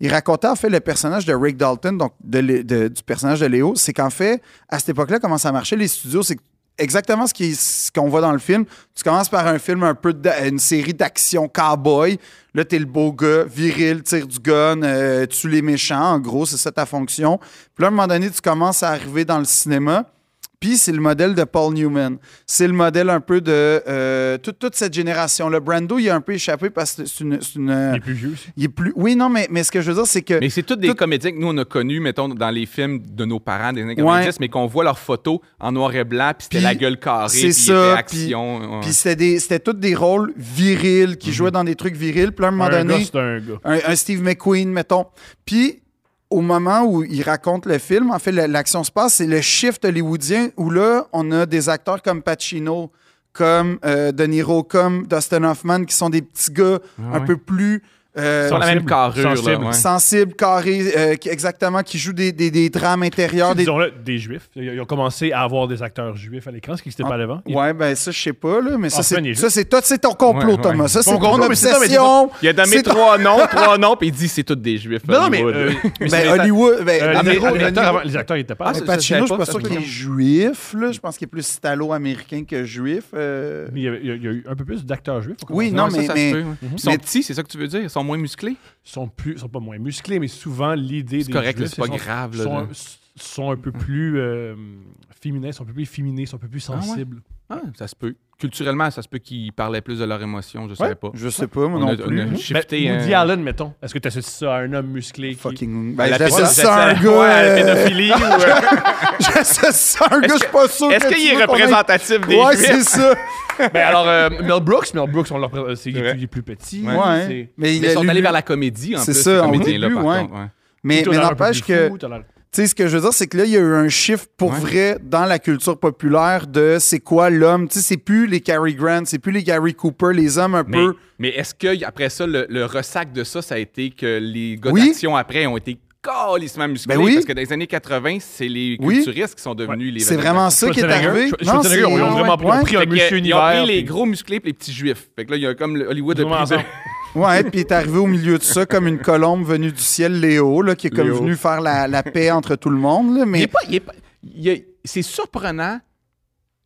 [SPEAKER 2] il racontait, en fait, le personnage de Rick Dalton, donc de Lé- de- du personnage de Léo, c'est qu'en fait, à cette époque-là, comment ça marchait, les studios, c'est exactement ce qui- ce qu'on voit dans le film. Tu commences par un film un peu, d'a- une série d'action cowboy. Là, t'es le beau gars, viril, tire du gun, euh, tue les méchants. En gros, c'est ça ta fonction. Puis là, à un moment donné, tu commences à arriver dans le cinéma. Puis c'est le modèle de Paul Newman. C'est le modèle un peu de euh, toute, toute cette génération. Le Brando, il a un peu échappé parce que c'est une. c'est une- euh,
[SPEAKER 1] Il est plus vieux aussi.
[SPEAKER 2] il est plus. Oui, non, mais, mais ce que je veux dire, c'est que.
[SPEAKER 3] Mais c'est toutes des
[SPEAKER 2] Tout-
[SPEAKER 3] comédiens que nous, on a connus, mettons, dans les films de nos parents des années
[SPEAKER 2] Ouais.
[SPEAKER 3] 90, mais qu'on voit leurs photos en noir et blanc, puis c'était
[SPEAKER 2] Puis,
[SPEAKER 3] la gueule carrée,
[SPEAKER 2] c'est
[SPEAKER 3] puis
[SPEAKER 2] ça,
[SPEAKER 3] ça, action. ouais.
[SPEAKER 2] Puis c'était des- c'était tous des rôles virils, qui jouaient dans des trucs virils. Puis là, à un moment
[SPEAKER 1] Un
[SPEAKER 2] donné.
[SPEAKER 1] gars, c'est un gars.
[SPEAKER 2] un, un Steve McQueen, mettons. Puis, au moment où il raconte le film, en fait, la- l'action se passe, c'est le shift hollywoodien où là, on a des acteurs comme Pacino, comme euh, De Niro, comme Dustin Hoffman, qui sont des petits gars
[SPEAKER 3] Ah
[SPEAKER 2] un
[SPEAKER 3] ouais.
[SPEAKER 2] peu plus. euh,
[SPEAKER 3] Ils sont la même
[SPEAKER 1] Sensible.
[SPEAKER 3] carrure,
[SPEAKER 1] Sensible.
[SPEAKER 3] là. ouais.
[SPEAKER 2] sensibles, carrés, euh, qui- exactement, qui jouent des, des- des drames intérieurs. Des...
[SPEAKER 1] Disons-le, des juifs. Ils ils ont commencé à avoir des acteurs juifs à l'écran, ce qui n'existait
[SPEAKER 2] Ah,
[SPEAKER 1] pas Euh, avant. Ils-
[SPEAKER 2] Ouais, ben ça, je sais pas, là,
[SPEAKER 3] Ah,
[SPEAKER 2] mais ça,
[SPEAKER 1] Hoffman, il
[SPEAKER 2] c'est
[SPEAKER 1] est
[SPEAKER 2] ça, c'est toi, c'est ton complot,
[SPEAKER 3] Ouais, ouais.
[SPEAKER 2] Thomas. Ça,
[SPEAKER 1] Pas
[SPEAKER 2] c'est
[SPEAKER 1] mon complot,
[SPEAKER 2] ton
[SPEAKER 1] mais c'est ça, mais
[SPEAKER 2] obsession.
[SPEAKER 3] Il a
[SPEAKER 2] C'est
[SPEAKER 3] donné
[SPEAKER 2] ton-
[SPEAKER 3] trois noms, trois noms, puis il dit c'est tous des juifs.
[SPEAKER 1] Non, non, mais.
[SPEAKER 3] Hollywood.
[SPEAKER 1] euh, mais c'est-
[SPEAKER 2] Ben, Hollywood, ben,
[SPEAKER 1] euh,
[SPEAKER 2] De
[SPEAKER 1] les-
[SPEAKER 2] Niro,
[SPEAKER 1] les
[SPEAKER 2] De
[SPEAKER 1] acteurs
[SPEAKER 2] Niro-
[SPEAKER 1] avant- les acteurs, ils étaient pas.
[SPEAKER 3] Ah,
[SPEAKER 1] avant.
[SPEAKER 2] Mais
[SPEAKER 3] Ça, je
[SPEAKER 2] Pacino, je
[SPEAKER 3] savais
[SPEAKER 2] suis
[SPEAKER 3] pas,
[SPEAKER 2] pas
[SPEAKER 3] ça,
[SPEAKER 2] sûr
[SPEAKER 3] je me
[SPEAKER 2] qu'il est
[SPEAKER 3] trompe.
[SPEAKER 2] juif. Là. Je pense qu'il est plus italo-américain que juif. euh.
[SPEAKER 1] Mais Il y, avait- il y a- il y a eu un peu plus d'acteurs juifs. pourquoi
[SPEAKER 2] Oui,
[SPEAKER 1] on-
[SPEAKER 2] non,
[SPEAKER 3] Ouais, ça,
[SPEAKER 2] mais,
[SPEAKER 3] ça se
[SPEAKER 2] mais-
[SPEAKER 3] peut, ouais. Puis Ils sont
[SPEAKER 2] mais-
[SPEAKER 3] petits, c'est ça que tu veux dire? Ils sont moins musclés?
[SPEAKER 1] Ils sont, plus, ils sont pas moins musclés, mais souvent, l'idée des.
[SPEAKER 3] C'est correct,
[SPEAKER 1] Juifs,
[SPEAKER 3] c'est pas
[SPEAKER 1] ils sont-
[SPEAKER 3] grave. là, Mm.
[SPEAKER 1] sont,
[SPEAKER 3] de-
[SPEAKER 1] sont un peu plus euh, féminins, sont un peu plus féminés, sont un peu plus
[SPEAKER 3] Ah ouais?
[SPEAKER 1] sensibles.
[SPEAKER 3] Ah, ça se peut. Culturellement, ça se peut qu'ils parlaient plus de leurs émotions, je savais pas.
[SPEAKER 2] je sais pas, moi
[SPEAKER 3] On
[SPEAKER 2] non
[SPEAKER 3] a-
[SPEAKER 2] plus.
[SPEAKER 3] on a shifté. euh,
[SPEAKER 1] Ben, Woody
[SPEAKER 3] un-
[SPEAKER 1] Allen, mettons. Est-ce que tu associes ça à un homme musclé qui-
[SPEAKER 2] Fucking.
[SPEAKER 3] à
[SPEAKER 2] Ben,
[SPEAKER 3] Ah, la
[SPEAKER 2] j'associe
[SPEAKER 3] pédo-
[SPEAKER 2] ça à un
[SPEAKER 3] ouais,
[SPEAKER 2] gars.
[SPEAKER 3] à la
[SPEAKER 2] euh,
[SPEAKER 3] pédophilie ou,
[SPEAKER 2] J'associe ça à un gars, je suis pas sûr.
[SPEAKER 3] euh, Est-ce
[SPEAKER 2] que
[SPEAKER 3] qu'il
[SPEAKER 2] tu
[SPEAKER 3] est
[SPEAKER 2] veux qu'on aille-
[SPEAKER 3] représentatif des
[SPEAKER 2] Ouais,
[SPEAKER 3] Juifs?
[SPEAKER 2] c'est ça.
[SPEAKER 1] Ben alors, euh, Mel Brooks, Mel Brooks, on le représente- c'est- il
[SPEAKER 3] Ouais.
[SPEAKER 1] est il est plus petit.
[SPEAKER 3] Ouais.
[SPEAKER 2] Ouais.
[SPEAKER 1] c'est-
[SPEAKER 2] Mais
[SPEAKER 3] Mais
[SPEAKER 2] a
[SPEAKER 3] ils sont
[SPEAKER 2] lu-
[SPEAKER 3] allés vers la comédie, en
[SPEAKER 2] C'est
[SPEAKER 3] plus,
[SPEAKER 2] ça,
[SPEAKER 3] ces
[SPEAKER 2] au
[SPEAKER 3] comédiens-là,
[SPEAKER 2] début,
[SPEAKER 3] par
[SPEAKER 2] ouais.
[SPEAKER 3] contre. ouais.
[SPEAKER 2] Mais
[SPEAKER 1] T'as
[SPEAKER 2] mais
[SPEAKER 1] l'air un peu
[SPEAKER 2] n'empêche
[SPEAKER 1] plus
[SPEAKER 2] que.
[SPEAKER 1] fou, t'as l'air-
[SPEAKER 2] Tu sais, ce que je veux dire, c'est que là, il y a eu un chiffre pour
[SPEAKER 3] Ouais.
[SPEAKER 2] vrai dans la culture populaire de c'est quoi l'homme. Tu sais, c'est plus les Cary Grant, c'est plus les Gary Cooper, les hommes un
[SPEAKER 3] Mais,
[SPEAKER 2] peu.
[SPEAKER 3] mais est-ce que après ça, le, le ressac de ça, ça a été que les gars
[SPEAKER 2] Oui.
[SPEAKER 3] d'action après ont été calissement musclés?
[SPEAKER 2] Ben oui.
[SPEAKER 3] Parce que dans les années 80, c'est les
[SPEAKER 2] Oui.
[SPEAKER 3] culturistes qui sont devenus les
[SPEAKER 2] C'est vraiment ça qui est
[SPEAKER 1] Schwarzenegger,
[SPEAKER 2] arrivé.
[SPEAKER 1] Schwar- Schwarzenegger,
[SPEAKER 2] c'est-
[SPEAKER 1] ils ont vraiment pris-
[SPEAKER 2] Ouais.
[SPEAKER 1] ont pris un
[SPEAKER 3] Fait que,
[SPEAKER 1] monsieur
[SPEAKER 3] ils ont
[SPEAKER 1] univers.
[SPEAKER 3] pris les
[SPEAKER 1] puis-
[SPEAKER 3] gros musclés et les petits juifs. Fait que là, il y a comme le Hollywood
[SPEAKER 1] Ils
[SPEAKER 3] a
[SPEAKER 1] sont
[SPEAKER 3] pris de-
[SPEAKER 1] ensemble.
[SPEAKER 2] Ouais, puis est arrivé au milieu de ça comme une colombe venue du ciel, Léo, là, qui est comme
[SPEAKER 3] Léo.
[SPEAKER 2] venu faire la, la paix entre tout le monde. là,
[SPEAKER 3] Il est
[SPEAKER 2] mais
[SPEAKER 3] pas- il est pas- il est- c'est surprenant,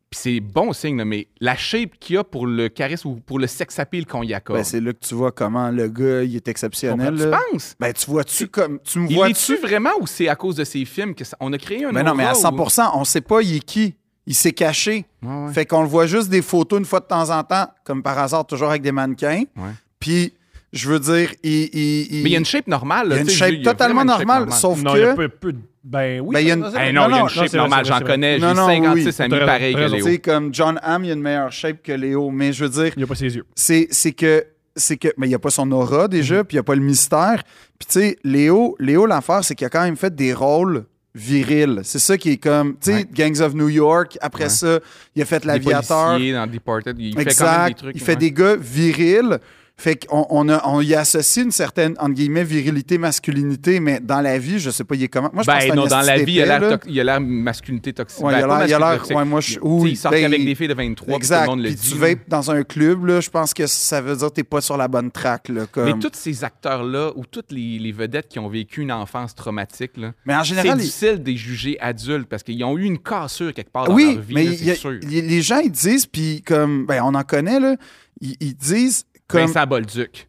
[SPEAKER 3] puis c'est bon signe, là, mais la shape qu'il a pour le charisme ou pour le sex appeal qu'on y accorde.
[SPEAKER 2] ben, c'est là que tu vois comment le gars, il est exceptionnel.
[SPEAKER 3] tu
[SPEAKER 2] là.
[SPEAKER 3] penses?
[SPEAKER 2] Ben, tu vois-tu comme. Tu me
[SPEAKER 3] Il
[SPEAKER 2] vois-tu?
[SPEAKER 3] est-tu vraiment ou c'est à cause de ces films qu'on a créé un
[SPEAKER 2] Mais Ben non, mais à
[SPEAKER 3] aura ou-
[SPEAKER 2] 100 on sait pas il est qui. Il s'est caché.
[SPEAKER 3] Ouais, ouais.
[SPEAKER 2] Fait qu'on le voit juste des photos une fois de temps en temps, comme par hasard, toujours avec des mannequins.
[SPEAKER 3] Ouais.
[SPEAKER 2] Puis, je veux dire, il. il- il-
[SPEAKER 3] Mais il y a une shape normale. là,
[SPEAKER 2] il y a une
[SPEAKER 3] tu sais,
[SPEAKER 2] shape
[SPEAKER 3] je veux dire, il y a
[SPEAKER 2] totalement
[SPEAKER 3] vraiment une shape
[SPEAKER 2] normale, sauf
[SPEAKER 1] Non,
[SPEAKER 2] que.
[SPEAKER 1] il y a peu, peu de- Ben oui.
[SPEAKER 2] Ben, il y a
[SPEAKER 1] ça-
[SPEAKER 2] une-
[SPEAKER 1] ça-
[SPEAKER 3] Eh non, il y a une
[SPEAKER 1] non,
[SPEAKER 3] shape
[SPEAKER 1] c'est vrai,
[SPEAKER 3] normale,
[SPEAKER 1] c'est vrai, c'est
[SPEAKER 3] j'en
[SPEAKER 1] vrai.
[SPEAKER 3] connais, j'ai
[SPEAKER 2] Non, non,
[SPEAKER 3] 56
[SPEAKER 2] oui,
[SPEAKER 3] amis
[SPEAKER 1] t'as
[SPEAKER 3] pareils que
[SPEAKER 1] raison.
[SPEAKER 2] Tu sais,
[SPEAKER 3] Léo.
[SPEAKER 2] comme John Hamm, il a une meilleure shape que Léo, mais je veux dire,
[SPEAKER 1] Il n'y a pas ses yeux.
[SPEAKER 2] c'est c'est que c'est que mais il y a pas son aura déjà
[SPEAKER 3] Mhm.
[SPEAKER 2] puis il y a pas le mystère puis tu sais Léo Léo l'affaire c'est qu'il a quand même fait des rôles virils c'est ça qui est comme tu sais
[SPEAKER 3] Ouais.
[SPEAKER 2] Gangs of New York après
[SPEAKER 3] Ouais.
[SPEAKER 2] ça il a fait
[SPEAKER 3] Des
[SPEAKER 2] l'aviateur
[SPEAKER 3] policiers dans Departed, il fait quand même des
[SPEAKER 2] exact
[SPEAKER 3] trucs.
[SPEAKER 2] il fait
[SPEAKER 3] ouais.
[SPEAKER 2] des gars virils fait qu'on on a- on y associe une certaine entre guillemets virilité masculinité mais dans la vie je sais pas il est comment moi je pense que
[SPEAKER 3] Ben
[SPEAKER 2] c'est
[SPEAKER 3] non,
[SPEAKER 2] un
[SPEAKER 3] dans la
[SPEAKER 2] esti
[SPEAKER 3] vie, il a
[SPEAKER 2] épais,
[SPEAKER 3] l'air
[SPEAKER 2] là.
[SPEAKER 3] toc- il a l'air masculinité toxique.
[SPEAKER 2] Ouais,
[SPEAKER 3] Ben,
[SPEAKER 2] il a
[SPEAKER 3] pas
[SPEAKER 2] l'air- il a
[SPEAKER 3] masculinité
[SPEAKER 2] l'air-
[SPEAKER 3] toxique.
[SPEAKER 2] ouais, moi, je-
[SPEAKER 3] Tu sais,
[SPEAKER 2] oui,
[SPEAKER 3] Il sort
[SPEAKER 2] ben,
[SPEAKER 3] avec des filles de 23, puis tout le
[SPEAKER 2] Exact.
[SPEAKER 3] monde le
[SPEAKER 2] Puis
[SPEAKER 3] dit.
[SPEAKER 2] tu vapes dans un club, là, je pense que ça veut dire que t'es pas sur la bonne track. Là, comme...
[SPEAKER 3] Mais tous ces acteurs-là, ou toutes les, les vedettes qui ont vécu une enfance traumatique, là,
[SPEAKER 2] Mais en
[SPEAKER 3] c'est
[SPEAKER 2] général, il-
[SPEAKER 3] difficile de les juger adultes parce qu'ils ont eu une cassure quelque part dans
[SPEAKER 2] oui,
[SPEAKER 3] leur vie,
[SPEAKER 2] mais
[SPEAKER 3] là,
[SPEAKER 2] il y a-
[SPEAKER 3] c'est sûr.
[SPEAKER 2] il y a- les gens, ils disent, puis comme, ben, on en connaît, là, ils, ils disent comme.
[SPEAKER 3] Vincent Bolduc,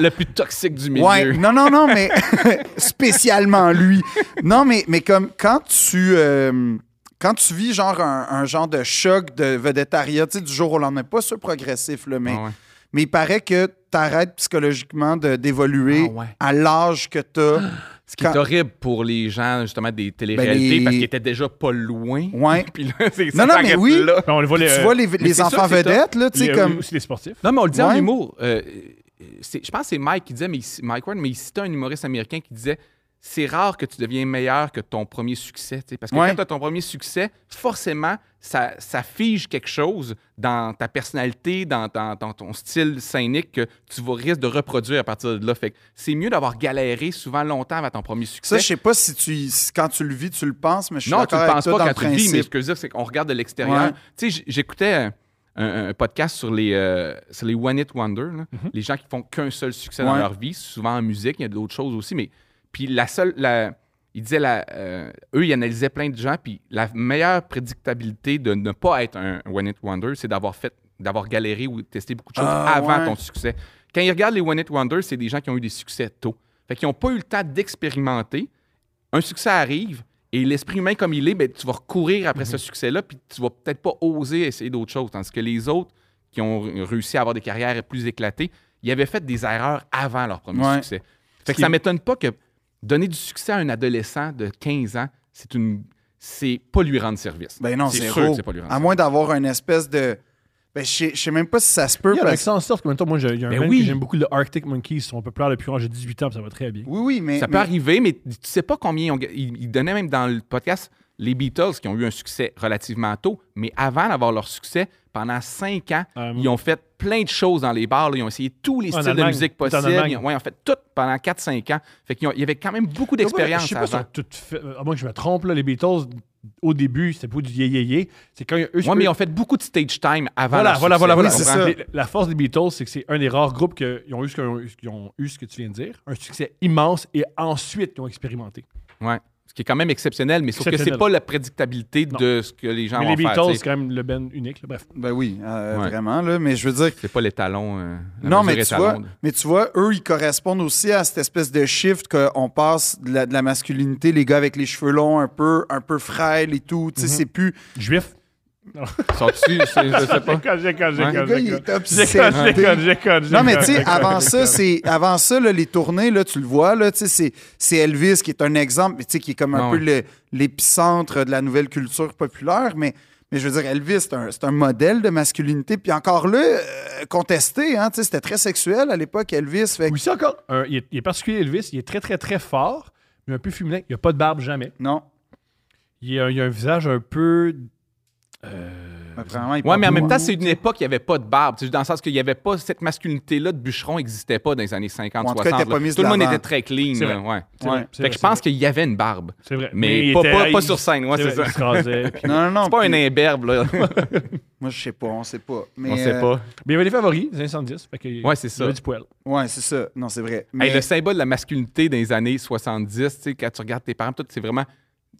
[SPEAKER 3] le plus toxique du milieu.
[SPEAKER 2] Ouais, non, non, non, mais spécialement lui. Non, mais, mais comme quand tu. euh, quand tu vis genre un, un genre de choc de vedettariat, tu sais, du jour au lendemain, pas sûr progressif, là, mais,
[SPEAKER 3] Ah ouais.
[SPEAKER 2] mais il paraît que t'arrêtes psychologiquement de- d'évoluer
[SPEAKER 3] Ah ouais.
[SPEAKER 2] à l'âge que t'as.
[SPEAKER 3] Ce qui est
[SPEAKER 2] Quand-
[SPEAKER 3] horrible pour les gens, justement, des téléréalités,
[SPEAKER 2] Ben, les-
[SPEAKER 3] parce qu'ils étaient déjà pas loin.
[SPEAKER 2] Ouais.
[SPEAKER 3] Puis là, c'est ça
[SPEAKER 2] Non, non, mais
[SPEAKER 3] s'arrête
[SPEAKER 2] oui.
[SPEAKER 3] là.
[SPEAKER 1] Ben, on les voit les.
[SPEAKER 2] tu
[SPEAKER 1] euh,
[SPEAKER 2] vois les, les
[SPEAKER 3] c'est
[SPEAKER 2] enfants
[SPEAKER 3] sûr que c'est
[SPEAKER 2] vedettes, là, tu sais,
[SPEAKER 1] les-
[SPEAKER 2] comme.
[SPEAKER 1] Aussi les sportifs.
[SPEAKER 3] Non, mais on le dit en
[SPEAKER 2] Ouais.
[SPEAKER 3] humour. Euh, c'est- je pense que c'est Mike qui disait, mais il- Mike Ward, mais il citait un humoriste américain qui disait c'est rare que tu deviens meilleur que ton premier succès. tu sais, Parce que
[SPEAKER 2] Ouais.
[SPEAKER 3] quand tu as ton premier succès, forcément, ça, ça fige quelque chose dans ta personnalité, dans, dans- dans ton style scénique que tu vas risques de reproduire à partir de là. Fait que c'est mieux d'avoir galéré souvent longtemps avant ton premier
[SPEAKER 2] Ça,
[SPEAKER 3] succès.
[SPEAKER 2] je sais pas si tu y- si quand tu le vis, tu le penses, mais je suis
[SPEAKER 3] Non, tu
[SPEAKER 2] d'accord
[SPEAKER 3] ne
[SPEAKER 2] avec
[SPEAKER 3] penses
[SPEAKER 2] toi
[SPEAKER 3] pas
[SPEAKER 2] dans le
[SPEAKER 3] quand tu le vis,
[SPEAKER 2] principe.
[SPEAKER 3] mais ce que je veux dire, c'est qu'on regarde de l'extérieur.
[SPEAKER 2] Ouais.
[SPEAKER 3] Tu sais, j- j'écoutais euh, un, un podcast sur les, euh, sur les One It Wonder, là. les gens qui font qu'un seul succès dans
[SPEAKER 2] Mm-hmm. Ouais.
[SPEAKER 3] leur vie, souvent en musique, il y a d'autres choses aussi, mais puis la seule, la, ils disaient, la, euh, eux, ils analysaient plein de gens, puis la meilleure prédictabilité de ne pas être un One It Wonder, c'est d'avoir fait, d'avoir galéré ou testé beaucoup de choses
[SPEAKER 2] Ah,
[SPEAKER 3] avant
[SPEAKER 2] ouais.
[SPEAKER 3] ton succès. Quand ils regardent les One It Wonder, c'est des gens qui ont eu des succès tôt. Fait qu'ils n'ont pas eu le temps d'expérimenter. Un succès arrive et l'esprit humain comme il est, ben, tu vas recourir après
[SPEAKER 2] Mhm.
[SPEAKER 3] ce succès-là, puis tu vas peut-être pas oser essayer d'autres choses. Tandis que les autres qui ont r- réussi à avoir des carrières plus éclatées, ils avaient fait des erreurs avant leur premier
[SPEAKER 2] Ouais.
[SPEAKER 3] succès. Fait que
[SPEAKER 1] qui-
[SPEAKER 3] ça m'étonne pas que donner du succès à un adolescent de 15 ans, c'est une c'est pas lui rendre service.
[SPEAKER 2] Ben non, c'est
[SPEAKER 3] c'est sûr que
[SPEAKER 2] faux.
[SPEAKER 3] c'est pas lui rendre
[SPEAKER 2] À moins d'avoir une espèce de. Ben, je sais- je sais même pas si ça se peut.
[SPEAKER 1] Il y en a
[SPEAKER 2] parce-
[SPEAKER 1] qui s'en sortent. Comme toi, moi, j'ai- il y a un
[SPEAKER 3] Ben
[SPEAKER 1] band
[SPEAKER 3] oui.
[SPEAKER 1] que j'aime beaucoup, le Arctic Monkeys. Ils sont populaires depuis quand j'ai 18 ans, puis ça va très bien.
[SPEAKER 2] Oui, oui, mais.
[SPEAKER 3] Ça peut
[SPEAKER 2] mais-
[SPEAKER 3] arriver, mais tu sais pas combien ils ont ga- ils, ils donnaient même dans le podcast les Beatles qui ont eu un succès relativement tôt, mais avant d'avoir leur succès, pendant cinq ans,
[SPEAKER 1] Euh,
[SPEAKER 3] ils ont fait plein de choses dans les bars. là. Ils ont essayé tous les
[SPEAKER 1] En
[SPEAKER 3] styles de
[SPEAKER 1] Allemagne,
[SPEAKER 3] musique
[SPEAKER 1] tout en
[SPEAKER 3] possibles.
[SPEAKER 1] Allemagne.
[SPEAKER 3] Ils ont, ouais, ils ont fait tout pendant 4-5 ans. Fait qu'ils ont- il y avait quand même beaucoup
[SPEAKER 1] Je
[SPEAKER 3] d'expérience
[SPEAKER 1] sais pas si
[SPEAKER 3] avant.
[SPEAKER 1] tout fait. À moins que je me trompe, là, les Beatles, au début, c'était pas du yé yé yé. C'est quand il y a eux.
[SPEAKER 3] Ouais, mais ils ont fait beaucoup de stage time avant.
[SPEAKER 1] Voilà,
[SPEAKER 3] leur
[SPEAKER 1] voilà,
[SPEAKER 3] succès,
[SPEAKER 1] voilà,
[SPEAKER 3] tu
[SPEAKER 1] voilà.
[SPEAKER 2] oui, c'est
[SPEAKER 3] comprends?
[SPEAKER 2] ça.
[SPEAKER 1] Mais La force des Beatles, c'est que c'est un des rares groupes qui ont, eu ce que- qui ont eu ce que tu viens de dire, un succès immense, et ensuite ils ont expérimenté.
[SPEAKER 3] Ouais. Ce qui est quand même exceptionnel, mais sauf que c'est
[SPEAKER 1] Exceptionnel.
[SPEAKER 3] pas la prédictabilité de ce que les gens
[SPEAKER 1] mais
[SPEAKER 3] vont
[SPEAKER 1] les
[SPEAKER 3] Ah, faire.
[SPEAKER 1] Beatles,
[SPEAKER 3] tu
[SPEAKER 1] c'est
[SPEAKER 3] sais.
[SPEAKER 1] quand même le band unique. là. Bref,
[SPEAKER 2] Ben oui, euh,
[SPEAKER 3] Ouais.
[SPEAKER 2] vraiment, là. Mais je veux dire.
[SPEAKER 3] C'est pas l'étalon. euh, la
[SPEAKER 2] Non,
[SPEAKER 3] mesure
[SPEAKER 2] mais tu,
[SPEAKER 3] étalon
[SPEAKER 2] vois,
[SPEAKER 3] de-
[SPEAKER 2] mais tu vois, eux, ils correspondent aussi à cette espèce de shift qu'on passe de la, de la masculinité, les gars avec les cheveux longs, un peu, un peu frêles et tout. Tu sais, c'est plus.
[SPEAKER 1] juif.
[SPEAKER 3] Sont-tu- je je sais pas.
[SPEAKER 1] J'école, j'école,
[SPEAKER 3] Ouais.
[SPEAKER 2] Le
[SPEAKER 1] j'école,
[SPEAKER 2] gars,
[SPEAKER 1] j'école.
[SPEAKER 2] il est
[SPEAKER 1] J'école,
[SPEAKER 2] obsédé.
[SPEAKER 1] j'école, j'école,
[SPEAKER 2] Non, mais
[SPEAKER 1] j'école,
[SPEAKER 2] tu sais,
[SPEAKER 1] j'école,
[SPEAKER 2] avant ça,
[SPEAKER 1] j'école.
[SPEAKER 2] c'est avant ça, là, les tournées, là, tu le vois, là, tu sais, c'est- c'est Elvis qui est un exemple, mais tu sais, qui est comme un
[SPEAKER 3] Ah
[SPEAKER 2] peu le- l'épicentre de la nouvelle culture populaire, mais, mais je veux dire, Elvis, c'est un, c'est un modèle de masculinité, puis encore là, euh, contesté, hein, tu sais, c'était très sexuel à l'époque, Elvis, fait que-
[SPEAKER 1] Oui, c'est encore. un- il, est, il est particulier, Elvis. Il est très, très, très fort, mais un peu féminin. Il n'a pas de barbe jamais.
[SPEAKER 2] non,
[SPEAKER 1] Il a, il a un visage un peu.
[SPEAKER 2] apparemment, il
[SPEAKER 3] Ouais, mais
[SPEAKER 2] parle
[SPEAKER 3] en même
[SPEAKER 2] moins.
[SPEAKER 3] temps, c'est une époque qui n'y avait pas de barbe. Tu sais, Dans le sens qu'il n'y avait pas cette masculinité-là de bûcheron n'existait pas dans les années
[SPEAKER 2] Ou
[SPEAKER 3] 50,
[SPEAKER 2] en tout cas,
[SPEAKER 3] 60.
[SPEAKER 2] était pas
[SPEAKER 3] là.
[SPEAKER 2] mise
[SPEAKER 3] tout le
[SPEAKER 2] de
[SPEAKER 3] monde
[SPEAKER 2] l'avant.
[SPEAKER 3] était très clean.
[SPEAKER 1] C'est
[SPEAKER 3] là, ouais.
[SPEAKER 1] C'est
[SPEAKER 2] Ouais.
[SPEAKER 1] vrai, c'est
[SPEAKER 3] Fait
[SPEAKER 1] vrai,
[SPEAKER 3] que je
[SPEAKER 1] c'est
[SPEAKER 3] pense
[SPEAKER 1] vrai.
[SPEAKER 3] qu'il y avait une barbe.
[SPEAKER 1] C'est vrai.
[SPEAKER 3] Mais
[SPEAKER 1] il
[SPEAKER 3] pas,
[SPEAKER 1] était-
[SPEAKER 3] pas, pas
[SPEAKER 1] il-
[SPEAKER 3] sur scène, ouais,
[SPEAKER 1] c'est
[SPEAKER 3] c'est
[SPEAKER 1] vrai,
[SPEAKER 3] ça.
[SPEAKER 1] il se
[SPEAKER 3] C'est
[SPEAKER 1] rasait, puis-
[SPEAKER 2] Non, non, non.
[SPEAKER 3] pas un
[SPEAKER 2] puis-
[SPEAKER 3] imberbe, là.
[SPEAKER 2] Moi, je sais pas, on sait pas. Mais,
[SPEAKER 3] On sait
[SPEAKER 2] euh,
[SPEAKER 3] pas.
[SPEAKER 1] Mais il y avait des favoris, les 110. Fait que
[SPEAKER 3] Ouais, c'est
[SPEAKER 1] Il y
[SPEAKER 3] ça.
[SPEAKER 1] avait du poil.
[SPEAKER 2] ouais, c'est ça. Non, c'est vrai. Mais
[SPEAKER 3] Hey, le symbole de la masculinité dans les années 70, tu sais, quand tu regardes tes parents, tout, c'est vraiment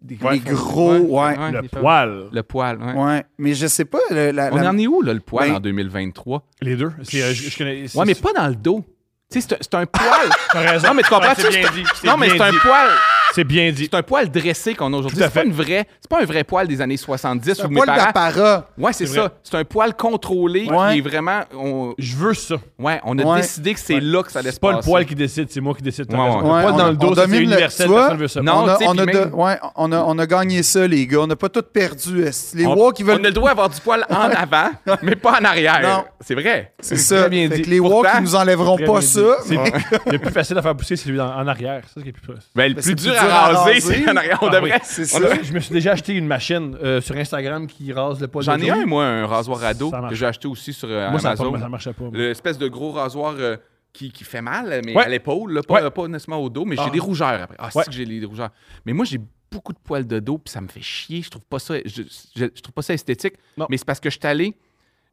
[SPEAKER 3] des
[SPEAKER 2] Les gros, ouais.
[SPEAKER 1] Le
[SPEAKER 3] des-
[SPEAKER 1] poil.
[SPEAKER 3] Le poil, ouais.
[SPEAKER 2] ouais, mais je sais pas. le- la-
[SPEAKER 3] On
[SPEAKER 2] la-
[SPEAKER 3] en est où, là, le poil
[SPEAKER 2] Ben-
[SPEAKER 3] en 2023?
[SPEAKER 1] Les deux. C'est, euh, je, je connais. c'est-
[SPEAKER 3] Ouais, mais pas dans le dos. Tu sais, c'est un- c'est un poil.
[SPEAKER 1] T'as raison.
[SPEAKER 3] Non, mais tu comprends?
[SPEAKER 1] Ouais,
[SPEAKER 3] tu
[SPEAKER 1] C'est
[SPEAKER 3] sais,
[SPEAKER 1] bien
[SPEAKER 3] c'est
[SPEAKER 1] dit.
[SPEAKER 3] un- Non, mais c'est
[SPEAKER 1] bien
[SPEAKER 3] un
[SPEAKER 1] dit.
[SPEAKER 3] poil.
[SPEAKER 1] C'est bien dit.
[SPEAKER 3] C'est un poil dressé qu'on a aujourd'hui.
[SPEAKER 1] Tout à
[SPEAKER 3] C'est pas,
[SPEAKER 1] fait.
[SPEAKER 3] une vraie- c'est pas un vrai poil des années 70
[SPEAKER 2] C'est
[SPEAKER 3] ou
[SPEAKER 2] un
[SPEAKER 3] mes
[SPEAKER 2] poil
[SPEAKER 3] parents.
[SPEAKER 2] d'apparat.
[SPEAKER 3] Ouais, c'est
[SPEAKER 1] C'est vrai.
[SPEAKER 3] ça. C'est un poil contrôlé
[SPEAKER 2] Ouais.
[SPEAKER 3] qui est vraiment. On...
[SPEAKER 1] Je veux ça.
[SPEAKER 3] Ouais, on a
[SPEAKER 2] Ouais.
[SPEAKER 3] décidé que c'est
[SPEAKER 1] Ouais.
[SPEAKER 3] là que ça allait
[SPEAKER 1] C'est
[SPEAKER 3] se
[SPEAKER 1] pas le
[SPEAKER 3] passer.
[SPEAKER 1] poil qui décide, c'est moi qui décide. t'as
[SPEAKER 3] Ouais,
[SPEAKER 1] raison.
[SPEAKER 2] ouais.
[SPEAKER 1] Le poil
[SPEAKER 2] Ouais,
[SPEAKER 1] dans
[SPEAKER 2] on-
[SPEAKER 1] le dos,
[SPEAKER 2] on
[SPEAKER 1] ça,
[SPEAKER 2] domine
[SPEAKER 1] c'est
[SPEAKER 2] le-
[SPEAKER 1] universel.
[SPEAKER 2] tu vois?
[SPEAKER 1] Personne veut ça.
[SPEAKER 3] Non.
[SPEAKER 2] on, a,
[SPEAKER 3] tu sais,
[SPEAKER 2] on a
[SPEAKER 3] puis même-
[SPEAKER 2] de- ouais, on, a, on a gagné ça, les gars. On n'a pas tout perdu. est-ce. Les
[SPEAKER 3] On,
[SPEAKER 2] Walk, ils
[SPEAKER 3] on a
[SPEAKER 2] veulent.
[SPEAKER 3] le droit d'avoir du poil en avant, mais pas en arrière.
[SPEAKER 2] Non.
[SPEAKER 3] C'est vrai.
[SPEAKER 2] C'est ça.
[SPEAKER 3] Très bien
[SPEAKER 2] Fait
[SPEAKER 3] dit.
[SPEAKER 2] que les Walk,
[SPEAKER 3] Pourtant,
[SPEAKER 2] ils nous enlèveront
[SPEAKER 1] Très
[SPEAKER 2] pas
[SPEAKER 1] bien dit.
[SPEAKER 2] ça.
[SPEAKER 1] C'est- Le plus facile à faire pousser, c'est celui en, en arrière. C'est ça qui est plus facile.
[SPEAKER 3] ben, le
[SPEAKER 2] Ben,
[SPEAKER 3] plus,
[SPEAKER 2] c'est
[SPEAKER 3] dur, à raser, c'est en arrière. On
[SPEAKER 1] Ah
[SPEAKER 3] devrait.
[SPEAKER 1] oui,
[SPEAKER 2] C'est
[SPEAKER 3] on
[SPEAKER 2] ça.
[SPEAKER 3] devrait-
[SPEAKER 1] Je me suis déjà acheté une machine euh, sur Instagram qui rase le poil.
[SPEAKER 3] J'en
[SPEAKER 1] de
[SPEAKER 3] ai
[SPEAKER 1] Joey.
[SPEAKER 3] un, moi, un rasoir à dos
[SPEAKER 1] Ça marche.
[SPEAKER 3] que j'ai acheté aussi sur euh,
[SPEAKER 1] Moi, ça, a pas-
[SPEAKER 3] Amazon.
[SPEAKER 1] ça marchait pas. moi.
[SPEAKER 3] L'espèce de gros rasoir euh, qui, qui fait mal, mais
[SPEAKER 1] Ouais.
[SPEAKER 3] à l'épaule, là, pas,
[SPEAKER 1] Ouais.
[SPEAKER 3] pas nécessairement au dos, mais
[SPEAKER 1] Ah.
[SPEAKER 3] j'ai des rougeurs après. Ah,
[SPEAKER 1] Ouais.
[SPEAKER 3] c'est que j'ai des rougeurs. Mais moi, j'ai beaucoup de poils de dos, puis ça me fait chier. Je trouve pas ça, je, je- je trouve pas ça esthétique.
[SPEAKER 1] Non.
[SPEAKER 3] Mais c'est parce que je suis allé,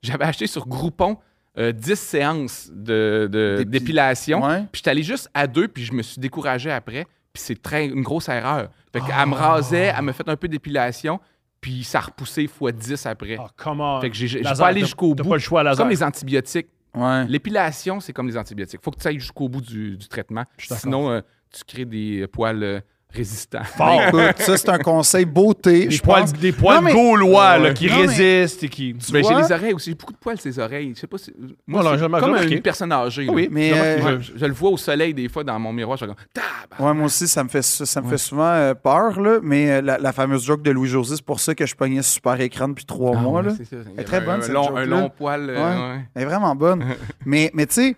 [SPEAKER 3] j'avais acheté sur Groupon euh, 10 séances de, de-
[SPEAKER 2] D'épi-
[SPEAKER 3] d'épilation.
[SPEAKER 2] Ouais.
[SPEAKER 3] Puis j'étais allé juste à deux, puis je me suis découragé après. Puis c'est très, une grosse erreur. Fait qu'elle me
[SPEAKER 1] Ah.
[SPEAKER 3] rasait, elle me fait un peu d'épilation, puis ça repoussait fois 10 après.
[SPEAKER 1] Ah, comment?
[SPEAKER 3] Fait que j'ai- j'ai- je
[SPEAKER 1] Laser,
[SPEAKER 3] vais aller
[SPEAKER 1] t'as-
[SPEAKER 3] jusqu'au
[SPEAKER 1] T'as
[SPEAKER 3] bout.
[SPEAKER 1] pas le choix à
[SPEAKER 3] C'est
[SPEAKER 1] laser.
[SPEAKER 3] comme les antibiotiques.
[SPEAKER 2] Ouais.
[SPEAKER 3] L'épilation, c'est comme les antibiotiques. faut que tu ailles jusqu'au bout du, du traitement.
[SPEAKER 1] suis d'accord.
[SPEAKER 3] Sinon, euh, tu crées des euh, poils euh, résistants.
[SPEAKER 1] Fort.
[SPEAKER 2] Écoute, ça, c'est un conseil beauté.
[SPEAKER 1] Des
[SPEAKER 2] je
[SPEAKER 1] poils,
[SPEAKER 2] pense.
[SPEAKER 1] des poils
[SPEAKER 2] Non, mais-
[SPEAKER 1] gaulois là,
[SPEAKER 3] Ouais.
[SPEAKER 1] qui
[SPEAKER 2] Non, mais-
[SPEAKER 1] résistent et qui.
[SPEAKER 3] Ben, j'ai
[SPEAKER 2] vois?
[SPEAKER 3] les oreilles aussi. J'ai beaucoup de poils ces oreilles. Je sais pas si... euh, Moi,
[SPEAKER 1] Voilà,
[SPEAKER 3] c'est
[SPEAKER 1] j'ai remarqué,
[SPEAKER 3] comme
[SPEAKER 1] j'ai
[SPEAKER 3] une
[SPEAKER 1] remarqué.
[SPEAKER 3] personne âgée. là.
[SPEAKER 1] oui,
[SPEAKER 2] Mais,
[SPEAKER 1] J'ai
[SPEAKER 2] euh,
[SPEAKER 1] remarqué,
[SPEAKER 3] Je, je le vois au soleil des fois dans mon miroir. Je regarde. Tabarnak!
[SPEAKER 2] Ouais, moi aussi, ça me fait, ça, ça me fait souvent euh, peur, là, mais euh, la, la fameuse joke de Louis-José, c'est pour ça que je pognais sur super écran depuis trois
[SPEAKER 3] Ah,
[SPEAKER 2] mois.
[SPEAKER 3] ouais,
[SPEAKER 2] là.
[SPEAKER 3] c'est ça. Il y
[SPEAKER 2] Elle est
[SPEAKER 3] avait
[SPEAKER 2] très bonne,
[SPEAKER 3] un
[SPEAKER 2] cette
[SPEAKER 3] long, un
[SPEAKER 2] joke-là.
[SPEAKER 3] long poil. euh,
[SPEAKER 2] Ouais. Elle est vraiment bonne. mais mais tu sais,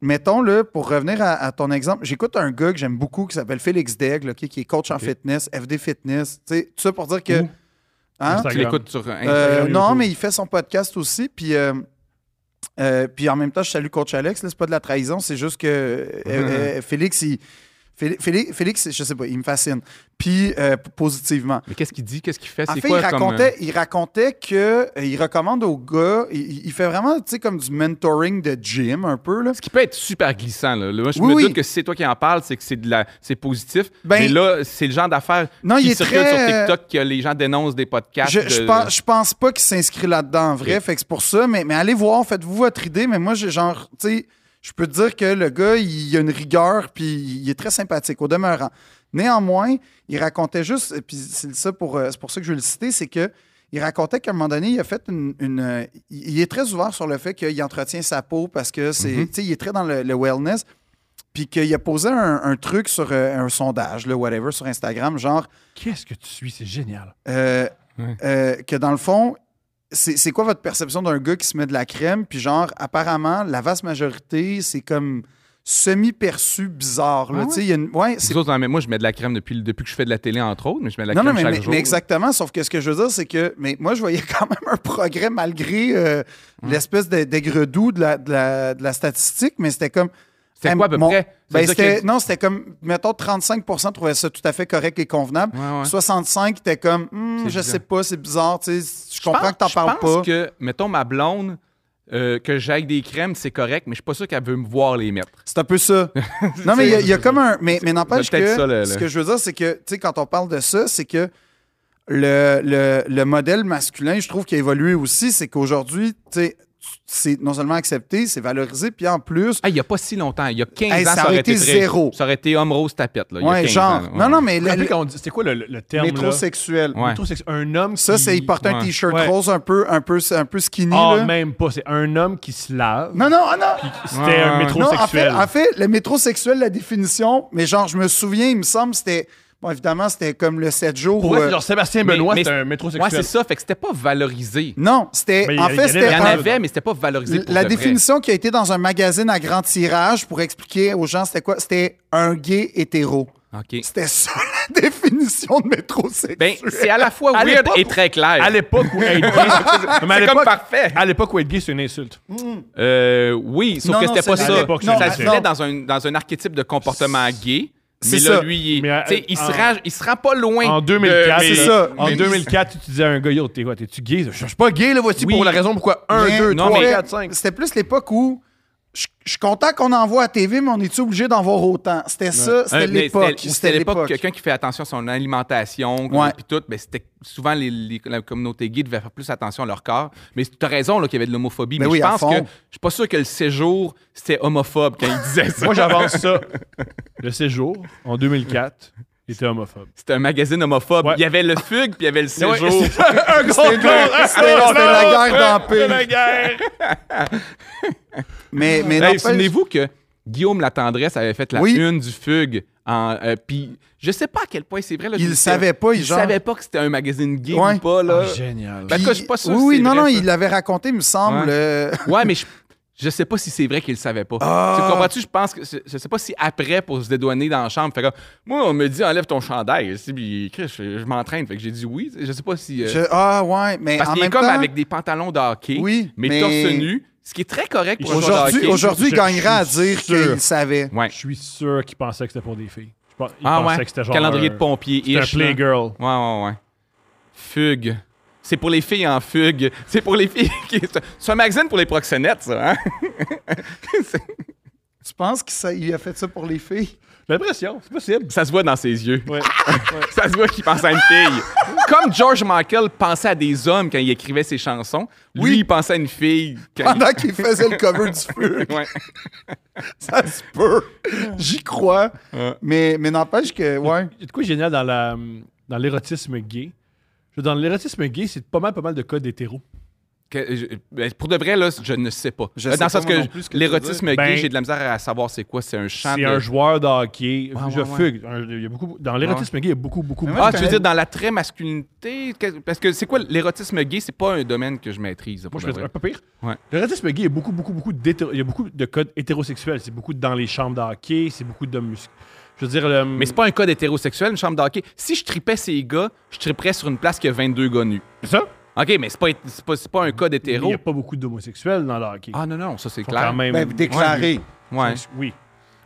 [SPEAKER 2] mettons le pour revenir à, à ton exemple, j'écoute un gars que j'aime beaucoup qui s'appelle Félix Daigle, ok, qui est coach en
[SPEAKER 3] Ok.
[SPEAKER 2] fitness, FD Fitness. Tu sais, tout ça pour dire que.
[SPEAKER 3] Où?
[SPEAKER 2] Hein?
[SPEAKER 1] Instagram.
[SPEAKER 3] Tu l'écoutes sur Instagram.
[SPEAKER 2] Euh,
[SPEAKER 1] YouTube.
[SPEAKER 2] non, mais il fait son podcast aussi. Puis, euh, euh, puis en même temps, je salue Coach Alex. là, C'est pas de la trahison, c'est juste que euh, euh, Félix, il. Félix, Félix- Félix, je sais pas, il me fascine. Puis euh, p- positivement.
[SPEAKER 3] Mais qu'est-ce qu'il dit? Qu'est-ce qu'il fait?
[SPEAKER 2] En
[SPEAKER 3] C'est
[SPEAKER 2] fait,
[SPEAKER 3] quoi
[SPEAKER 2] il,
[SPEAKER 3] comme,
[SPEAKER 2] racontait, il racontait que euh, il recommande aux gars, il, il fait vraiment, tu sais, comme du mentoring de gym un peu là.
[SPEAKER 3] Ce qui peut être super glissant. Là. Là, Moi, je
[SPEAKER 2] Oui,
[SPEAKER 3] me
[SPEAKER 2] oui.
[SPEAKER 3] doute que si c'est toi qui en parles, c'est que c'est de la... c'est positif.
[SPEAKER 2] Ben-
[SPEAKER 3] mais là, c'est le genre d'affaires
[SPEAKER 2] Non, il
[SPEAKER 3] qui
[SPEAKER 2] est
[SPEAKER 3] circule
[SPEAKER 2] très- euh,
[SPEAKER 3] sur TikTok que les gens dénoncent des podcasts.
[SPEAKER 2] Je, je
[SPEAKER 3] de-
[SPEAKER 2] pense, je pense pas qu'il s'inscrit là-dedans en vrai.
[SPEAKER 3] Ok.
[SPEAKER 2] Fait que c'est pour ça. Mais, mais allez voir, faites-vous votre idée. Mais moi, j'ai genre, tu sais, je peux te dire que le gars, il a une rigueur, puis il est très sympathique au demeurant. Néanmoins, il racontait juste, et puis c'est ça pour, euh, c'est pour ça que je vais le citer, c'est que il racontait qu'à un moment donné, il a fait une. une, euh, il il est très ouvert sur le fait qu'il entretient sa peau parce que c'est.
[SPEAKER 3] Mhm.
[SPEAKER 2] Tu sais, il est très dans le, le wellness. Puis qu'il a posé un, un truc sur euh, un sondage, le whatever, sur Instagram, genre
[SPEAKER 1] Qu'est-ce que tu suis? C'est génial.
[SPEAKER 2] euh,
[SPEAKER 3] Ouais.
[SPEAKER 2] euh, que dans le fond, c'est c'est quoi votre perception d'un gars qui se met de la crème? Puis genre, apparemment, la vaste majorité, c'est comme semi-perçu bizarre. Là.
[SPEAKER 3] Ah ouais?
[SPEAKER 2] Tu sais, il y a une- ouais, c'est-
[SPEAKER 3] Nous autres, on- mais moi, je mets de la crème depuis, depuis que je fais de la télé, entre autres, mais je mets de la
[SPEAKER 2] non, non,
[SPEAKER 3] crème
[SPEAKER 2] mais,
[SPEAKER 3] chaque
[SPEAKER 2] mais-
[SPEAKER 3] jour.
[SPEAKER 2] mais exactement. Sauf que ce que je veux dire, c'est que mais moi, je voyais quand même un progrès malgré euh,
[SPEAKER 3] Hum.
[SPEAKER 2] l'espèce de- d'aigre-doux de la, de, la, de la statistique, mais c'était comme.
[SPEAKER 3] C'était
[SPEAKER 2] Hey,
[SPEAKER 3] quoi à peu
[SPEAKER 2] mon-
[SPEAKER 3] près?
[SPEAKER 2] Ben,
[SPEAKER 3] C'est-à-dire
[SPEAKER 2] c'était-
[SPEAKER 3] que-
[SPEAKER 2] Non, c'était comme, mettons, 35 trouvaient ça tout à fait correct et convenable.
[SPEAKER 3] Ouais, ouais.
[SPEAKER 2] 65 était comme, Hmm,
[SPEAKER 3] C'est
[SPEAKER 2] je
[SPEAKER 3] bizarre.
[SPEAKER 2] sais pas, c'est bizarre, tu sais, je
[SPEAKER 3] Je
[SPEAKER 2] comprends
[SPEAKER 3] pense-
[SPEAKER 2] que t'en parles
[SPEAKER 3] Je pense
[SPEAKER 2] pas.
[SPEAKER 3] que, mettons, ma blonde, euh, que j'aille des crèmes, c'est correct, mais je suis pas sûr qu'elle veut me voir les mettre.
[SPEAKER 2] C'est un peu ça. non, mais il y a- il y, a comme un. Mais, mais n'empêche
[SPEAKER 3] C'est
[SPEAKER 2] que.
[SPEAKER 3] peut-être ça, le-
[SPEAKER 2] Ce
[SPEAKER 3] le-
[SPEAKER 2] que je veux dire, c'est que, tu sais, quand on parle de ça, c'est que le, le, le modèle masculin, je trouve qu'il a évolué aussi. C'est qu'aujourd'hui, tu sais, c'est non seulement accepté, c'est valorisé, puis en plus.
[SPEAKER 3] Ah, il y a pas si longtemps, il y a 15
[SPEAKER 2] Hey,
[SPEAKER 3] ans,
[SPEAKER 2] ça
[SPEAKER 3] ça
[SPEAKER 2] aurait
[SPEAKER 3] aurait
[SPEAKER 2] été
[SPEAKER 3] très-
[SPEAKER 2] zéro.
[SPEAKER 3] Ça aurait été homme rose tapette, là. il y a
[SPEAKER 2] ouais,
[SPEAKER 3] 15
[SPEAKER 2] genre.
[SPEAKER 3] ans, là, ouais.
[SPEAKER 2] Non, non, mais.
[SPEAKER 1] Vous vous
[SPEAKER 2] le-
[SPEAKER 1] rappelez
[SPEAKER 2] le-
[SPEAKER 1] quand on dit- C'était quoi le, le- le terme? là?
[SPEAKER 2] Métrosexuel.
[SPEAKER 3] Ouais.
[SPEAKER 1] Métrosexuel. Un homme
[SPEAKER 2] Ça,
[SPEAKER 1] qui...
[SPEAKER 2] c'est. Il portait un
[SPEAKER 3] Ouais.
[SPEAKER 2] t-shirt
[SPEAKER 1] Ouais.
[SPEAKER 2] rose un peu, un peu, un peu skinny,
[SPEAKER 1] Ah,
[SPEAKER 2] là.
[SPEAKER 1] même pas. C'est un homme qui se lave.
[SPEAKER 2] Non, non, ah, non!
[SPEAKER 1] C'était
[SPEAKER 3] Ouais,
[SPEAKER 1] un
[SPEAKER 3] ouais.
[SPEAKER 2] Non, en fait,
[SPEAKER 1] métrosexuel.
[SPEAKER 2] en fait, le métrosexuel, la définition, mais genre, je me souviens, il me semble, c'était. Bon, évidemment, c'était comme le 7 jours.
[SPEAKER 1] Pour
[SPEAKER 2] où,
[SPEAKER 1] vrai,
[SPEAKER 2] euh,
[SPEAKER 1] c'est genre Sébastien
[SPEAKER 3] Mais-
[SPEAKER 1] Benoît,
[SPEAKER 3] mais-
[SPEAKER 1] c'était un
[SPEAKER 3] Ouais,
[SPEAKER 1] métrosexuel.
[SPEAKER 3] c'est ça, fait que c'était pas valorisé.
[SPEAKER 2] Non,
[SPEAKER 1] Mais
[SPEAKER 2] c'était.
[SPEAKER 1] il
[SPEAKER 2] En
[SPEAKER 1] y
[SPEAKER 2] fait,
[SPEAKER 1] en
[SPEAKER 2] c'était.
[SPEAKER 3] Il y en
[SPEAKER 1] Ah,
[SPEAKER 3] avait, mais c'était pas valorisé pour
[SPEAKER 2] La
[SPEAKER 3] de vrai.
[SPEAKER 2] définition qui a été dans un magazine à grand tirage pour expliquer aux gens c'était quoi? C'était un gay hétéro.
[SPEAKER 3] OK.
[SPEAKER 2] C'était ça la définition de métrosexuel.
[SPEAKER 3] Ben, c'est à la fois
[SPEAKER 1] À
[SPEAKER 3] weird
[SPEAKER 1] l'époque-
[SPEAKER 3] et très clair.
[SPEAKER 1] À l'époque où être gay... Non, mais à
[SPEAKER 3] C'est comme
[SPEAKER 1] l'époque-
[SPEAKER 3] parfait.
[SPEAKER 1] À l'époque où être gay, c'est une insulte.
[SPEAKER 3] Euh, oui, sauf
[SPEAKER 2] Non,
[SPEAKER 3] que
[SPEAKER 2] non,
[SPEAKER 3] c'était pas
[SPEAKER 2] c'est-
[SPEAKER 1] à
[SPEAKER 3] ça.
[SPEAKER 1] l'époque,
[SPEAKER 2] non,
[SPEAKER 3] ça
[SPEAKER 2] à-
[SPEAKER 3] se
[SPEAKER 2] non.
[SPEAKER 3] faisait dans un, dans un archétype de comportement gay.
[SPEAKER 2] C'est
[SPEAKER 3] Mais là,
[SPEAKER 2] ça.
[SPEAKER 3] lui, il,
[SPEAKER 1] Mais à-
[SPEAKER 3] tu sais, il,
[SPEAKER 1] en-
[SPEAKER 3] se rend, il se rend pas loin.
[SPEAKER 1] En
[SPEAKER 3] de-
[SPEAKER 1] 2004,
[SPEAKER 3] mais-
[SPEAKER 2] c'est ça.
[SPEAKER 1] En
[SPEAKER 2] Mais-
[SPEAKER 1] 2004, tu disais à un gars, yo, t'es quoi, t'es-tu gay? Je suis pas gay, là, voici
[SPEAKER 3] Oui.
[SPEAKER 1] pour la raison pourquoi 1,
[SPEAKER 2] Mais-
[SPEAKER 1] 2,
[SPEAKER 3] non,
[SPEAKER 1] 3,
[SPEAKER 3] mais-
[SPEAKER 1] 4, 5.
[SPEAKER 2] C'était plus l'époque où. Je je suis content qu'on en voit à TV, mais on est-tu obligé d'en voir autant? C'était ça, c'était
[SPEAKER 3] Euh, mais
[SPEAKER 2] l'époque.
[SPEAKER 3] C'était l'époque, quelqu'un qui fait attention à son alimentation,
[SPEAKER 2] Ouais.
[SPEAKER 3] puis tout, ben, c'était souvent les, les- la communauté gay devait faire plus attention à leur corps. Mais tu as raison là, qu'il y avait de l'homophobie.
[SPEAKER 2] Ben
[SPEAKER 3] mais
[SPEAKER 2] oui,
[SPEAKER 3] je
[SPEAKER 2] à
[SPEAKER 3] pense
[SPEAKER 2] fond.
[SPEAKER 3] que je suis pas sûr que le séjour c'était homophobe quand il disait ça.
[SPEAKER 1] Moi, j'avance ça. Le séjour, en 2004, était homophobe.
[SPEAKER 3] c'était un magazine homophobe.
[SPEAKER 1] Ouais.
[SPEAKER 3] Il y avait le fugue, puis il y avait le séjour.
[SPEAKER 1] un gros
[SPEAKER 2] C'était c'était la guerre d'Empire.
[SPEAKER 1] guerre.
[SPEAKER 2] Mais, mais
[SPEAKER 3] Hey,
[SPEAKER 2] n'empêche-
[SPEAKER 3] Souvenez-vous que Guillaume la tendresse avait fait la
[SPEAKER 2] Oui.
[SPEAKER 3] une du Fugue. En, euh, puis je sais pas à quel point c'est vrai. Là,
[SPEAKER 2] Il
[SPEAKER 3] je-
[SPEAKER 2] le savait pas, il
[SPEAKER 3] il
[SPEAKER 2] genre-
[SPEAKER 3] savait pas que c'était un magazine gay
[SPEAKER 2] Ouais.
[SPEAKER 3] ou pas
[SPEAKER 1] Ah,
[SPEAKER 3] là.
[SPEAKER 1] Génial.
[SPEAKER 3] Ben, en tout cas, je suis pas sûr
[SPEAKER 2] Oui,
[SPEAKER 3] si
[SPEAKER 2] oui,
[SPEAKER 3] c'est
[SPEAKER 2] non,
[SPEAKER 3] vrai,
[SPEAKER 2] non,
[SPEAKER 3] ça.
[SPEAKER 2] il l'avait raconté, il me semble.
[SPEAKER 3] Ouais.
[SPEAKER 2] euh,
[SPEAKER 3] Ouais, mais je, je sais pas si c'est vrai qu'il le savait pas.
[SPEAKER 2] Ah!
[SPEAKER 3] Tu comprends-tu? Je pense que je, je sais pas si après pour se dédouaner dans la chambre, fait comme moi on me dit enlève ton chandail, Tu sais, puis Chris, je, je m'entraîne, fait que j'ai dit oui. Je sais pas si euh,
[SPEAKER 2] je- ah, ouais, mais
[SPEAKER 3] parce
[SPEAKER 2] en
[SPEAKER 3] qu'il est
[SPEAKER 2] même
[SPEAKER 3] comme
[SPEAKER 2] temps.
[SPEAKER 3] avec des pantalons de hockey,
[SPEAKER 2] Oui,
[SPEAKER 3] mais,
[SPEAKER 2] mais-
[SPEAKER 3] torse nu, ce qui est très correct pour un joueur de
[SPEAKER 2] Aujourd'hui,
[SPEAKER 3] hockey.
[SPEAKER 2] aujourd'hui, il
[SPEAKER 1] Je-
[SPEAKER 2] gagnera à
[SPEAKER 1] je suis
[SPEAKER 2] dire
[SPEAKER 1] sûr.
[SPEAKER 2] qu'il savait.
[SPEAKER 3] ouais.
[SPEAKER 1] Je suis sûr qu'il pensait que c'était pour des filles. Je pense- Il
[SPEAKER 3] Ah
[SPEAKER 1] pensait
[SPEAKER 3] ouais,
[SPEAKER 1] que c'était genre
[SPEAKER 3] calendrier
[SPEAKER 1] un-
[SPEAKER 3] de pompier,
[SPEAKER 1] c'était un
[SPEAKER 3] ish, là.
[SPEAKER 1] playgirl.
[SPEAKER 3] Ouais, ouais, ouais. Fugue. C'est pour les filles en fugue. C'est pour les filles qui. C'est un magazine pour les proxénètes, ça, hein?
[SPEAKER 2] Tu penses qu'il sa- il a fait ça pour les filles?
[SPEAKER 1] J'ai l'impression, c'est possible.
[SPEAKER 3] Ça se voit dans ses yeux.
[SPEAKER 1] Ouais.
[SPEAKER 3] Ça se voit qu'il pense à une fille. Comme George Michael pensait à des hommes quand il écrivait ses chansons, lui,
[SPEAKER 2] Oui.
[SPEAKER 3] il pensait à une fille. Quand il-
[SPEAKER 2] Pendant qu'il faisait le cover du feu,
[SPEAKER 3] Ouais.
[SPEAKER 2] ça se peut. J'y crois.
[SPEAKER 3] Ouais.
[SPEAKER 2] Mais, mais n'empêche que, ouais.
[SPEAKER 1] Il y a de quoi de génial dans la dans l'érotisme gay. Je veux dire, Dans l'érotisme gay, c'est pas mal pas mal de cas d'hétéro.
[SPEAKER 3] Que- je- ben, pour de vrai, là, je ne sais pas.
[SPEAKER 2] Je
[SPEAKER 3] Euh,
[SPEAKER 2] sais
[SPEAKER 3] Dans le sens
[SPEAKER 2] pas, moi
[SPEAKER 3] que,
[SPEAKER 2] non plus, ce que tu
[SPEAKER 3] l'érotisme gay,
[SPEAKER 1] Ben,
[SPEAKER 3] j'ai de la misère à savoir c'est quoi. C'est un champ
[SPEAKER 1] C'est
[SPEAKER 3] de-
[SPEAKER 1] un joueur de hockey.
[SPEAKER 3] Ouais,
[SPEAKER 1] je
[SPEAKER 3] ouais, ouais.
[SPEAKER 1] fugue. Un- il y a beaucoup, dans l'érotisme gay, il y a beaucoup, beaucoup,
[SPEAKER 2] Mais
[SPEAKER 1] beaucoup.
[SPEAKER 2] moi,
[SPEAKER 3] Ah,
[SPEAKER 2] je
[SPEAKER 3] tu veux
[SPEAKER 2] connais-
[SPEAKER 3] dire dans la très masculinité? Que- Parce que c'est quoi l'érotisme gay? C'est pas un domaine que je maîtrise.
[SPEAKER 1] Moi,
[SPEAKER 3] pour
[SPEAKER 1] je
[SPEAKER 3] de
[SPEAKER 1] fais un
[SPEAKER 3] vrai.
[SPEAKER 1] peu pire.
[SPEAKER 3] Ben Ouais.
[SPEAKER 1] Le racisme gay, il y a beaucoup, beaucoup, beaucoup d'hétéro- il y a beaucoup de codes hétérosexuels. C'est beaucoup dans les chambres de hockey, c'est beaucoup de muscles. Je veux dire, le-
[SPEAKER 3] Mais c'est pas un code hétérosexuel, une chambre d'hockey. Si je tripais ces gars, je triperais sur une place qui a 22 gars nus.
[SPEAKER 1] C'est ça.
[SPEAKER 3] OK, mais c'est pas, c'est pas, c'est pas un code
[SPEAKER 1] Mais Il
[SPEAKER 3] hétéro.
[SPEAKER 1] n'y a pas beaucoup d'homosexuels dans le hockey.
[SPEAKER 3] Ah non, non, ça c'est
[SPEAKER 1] Ils sont
[SPEAKER 3] clair.
[SPEAKER 1] quand même-
[SPEAKER 2] Ben, déclaré.
[SPEAKER 3] Ouais.
[SPEAKER 1] Oui,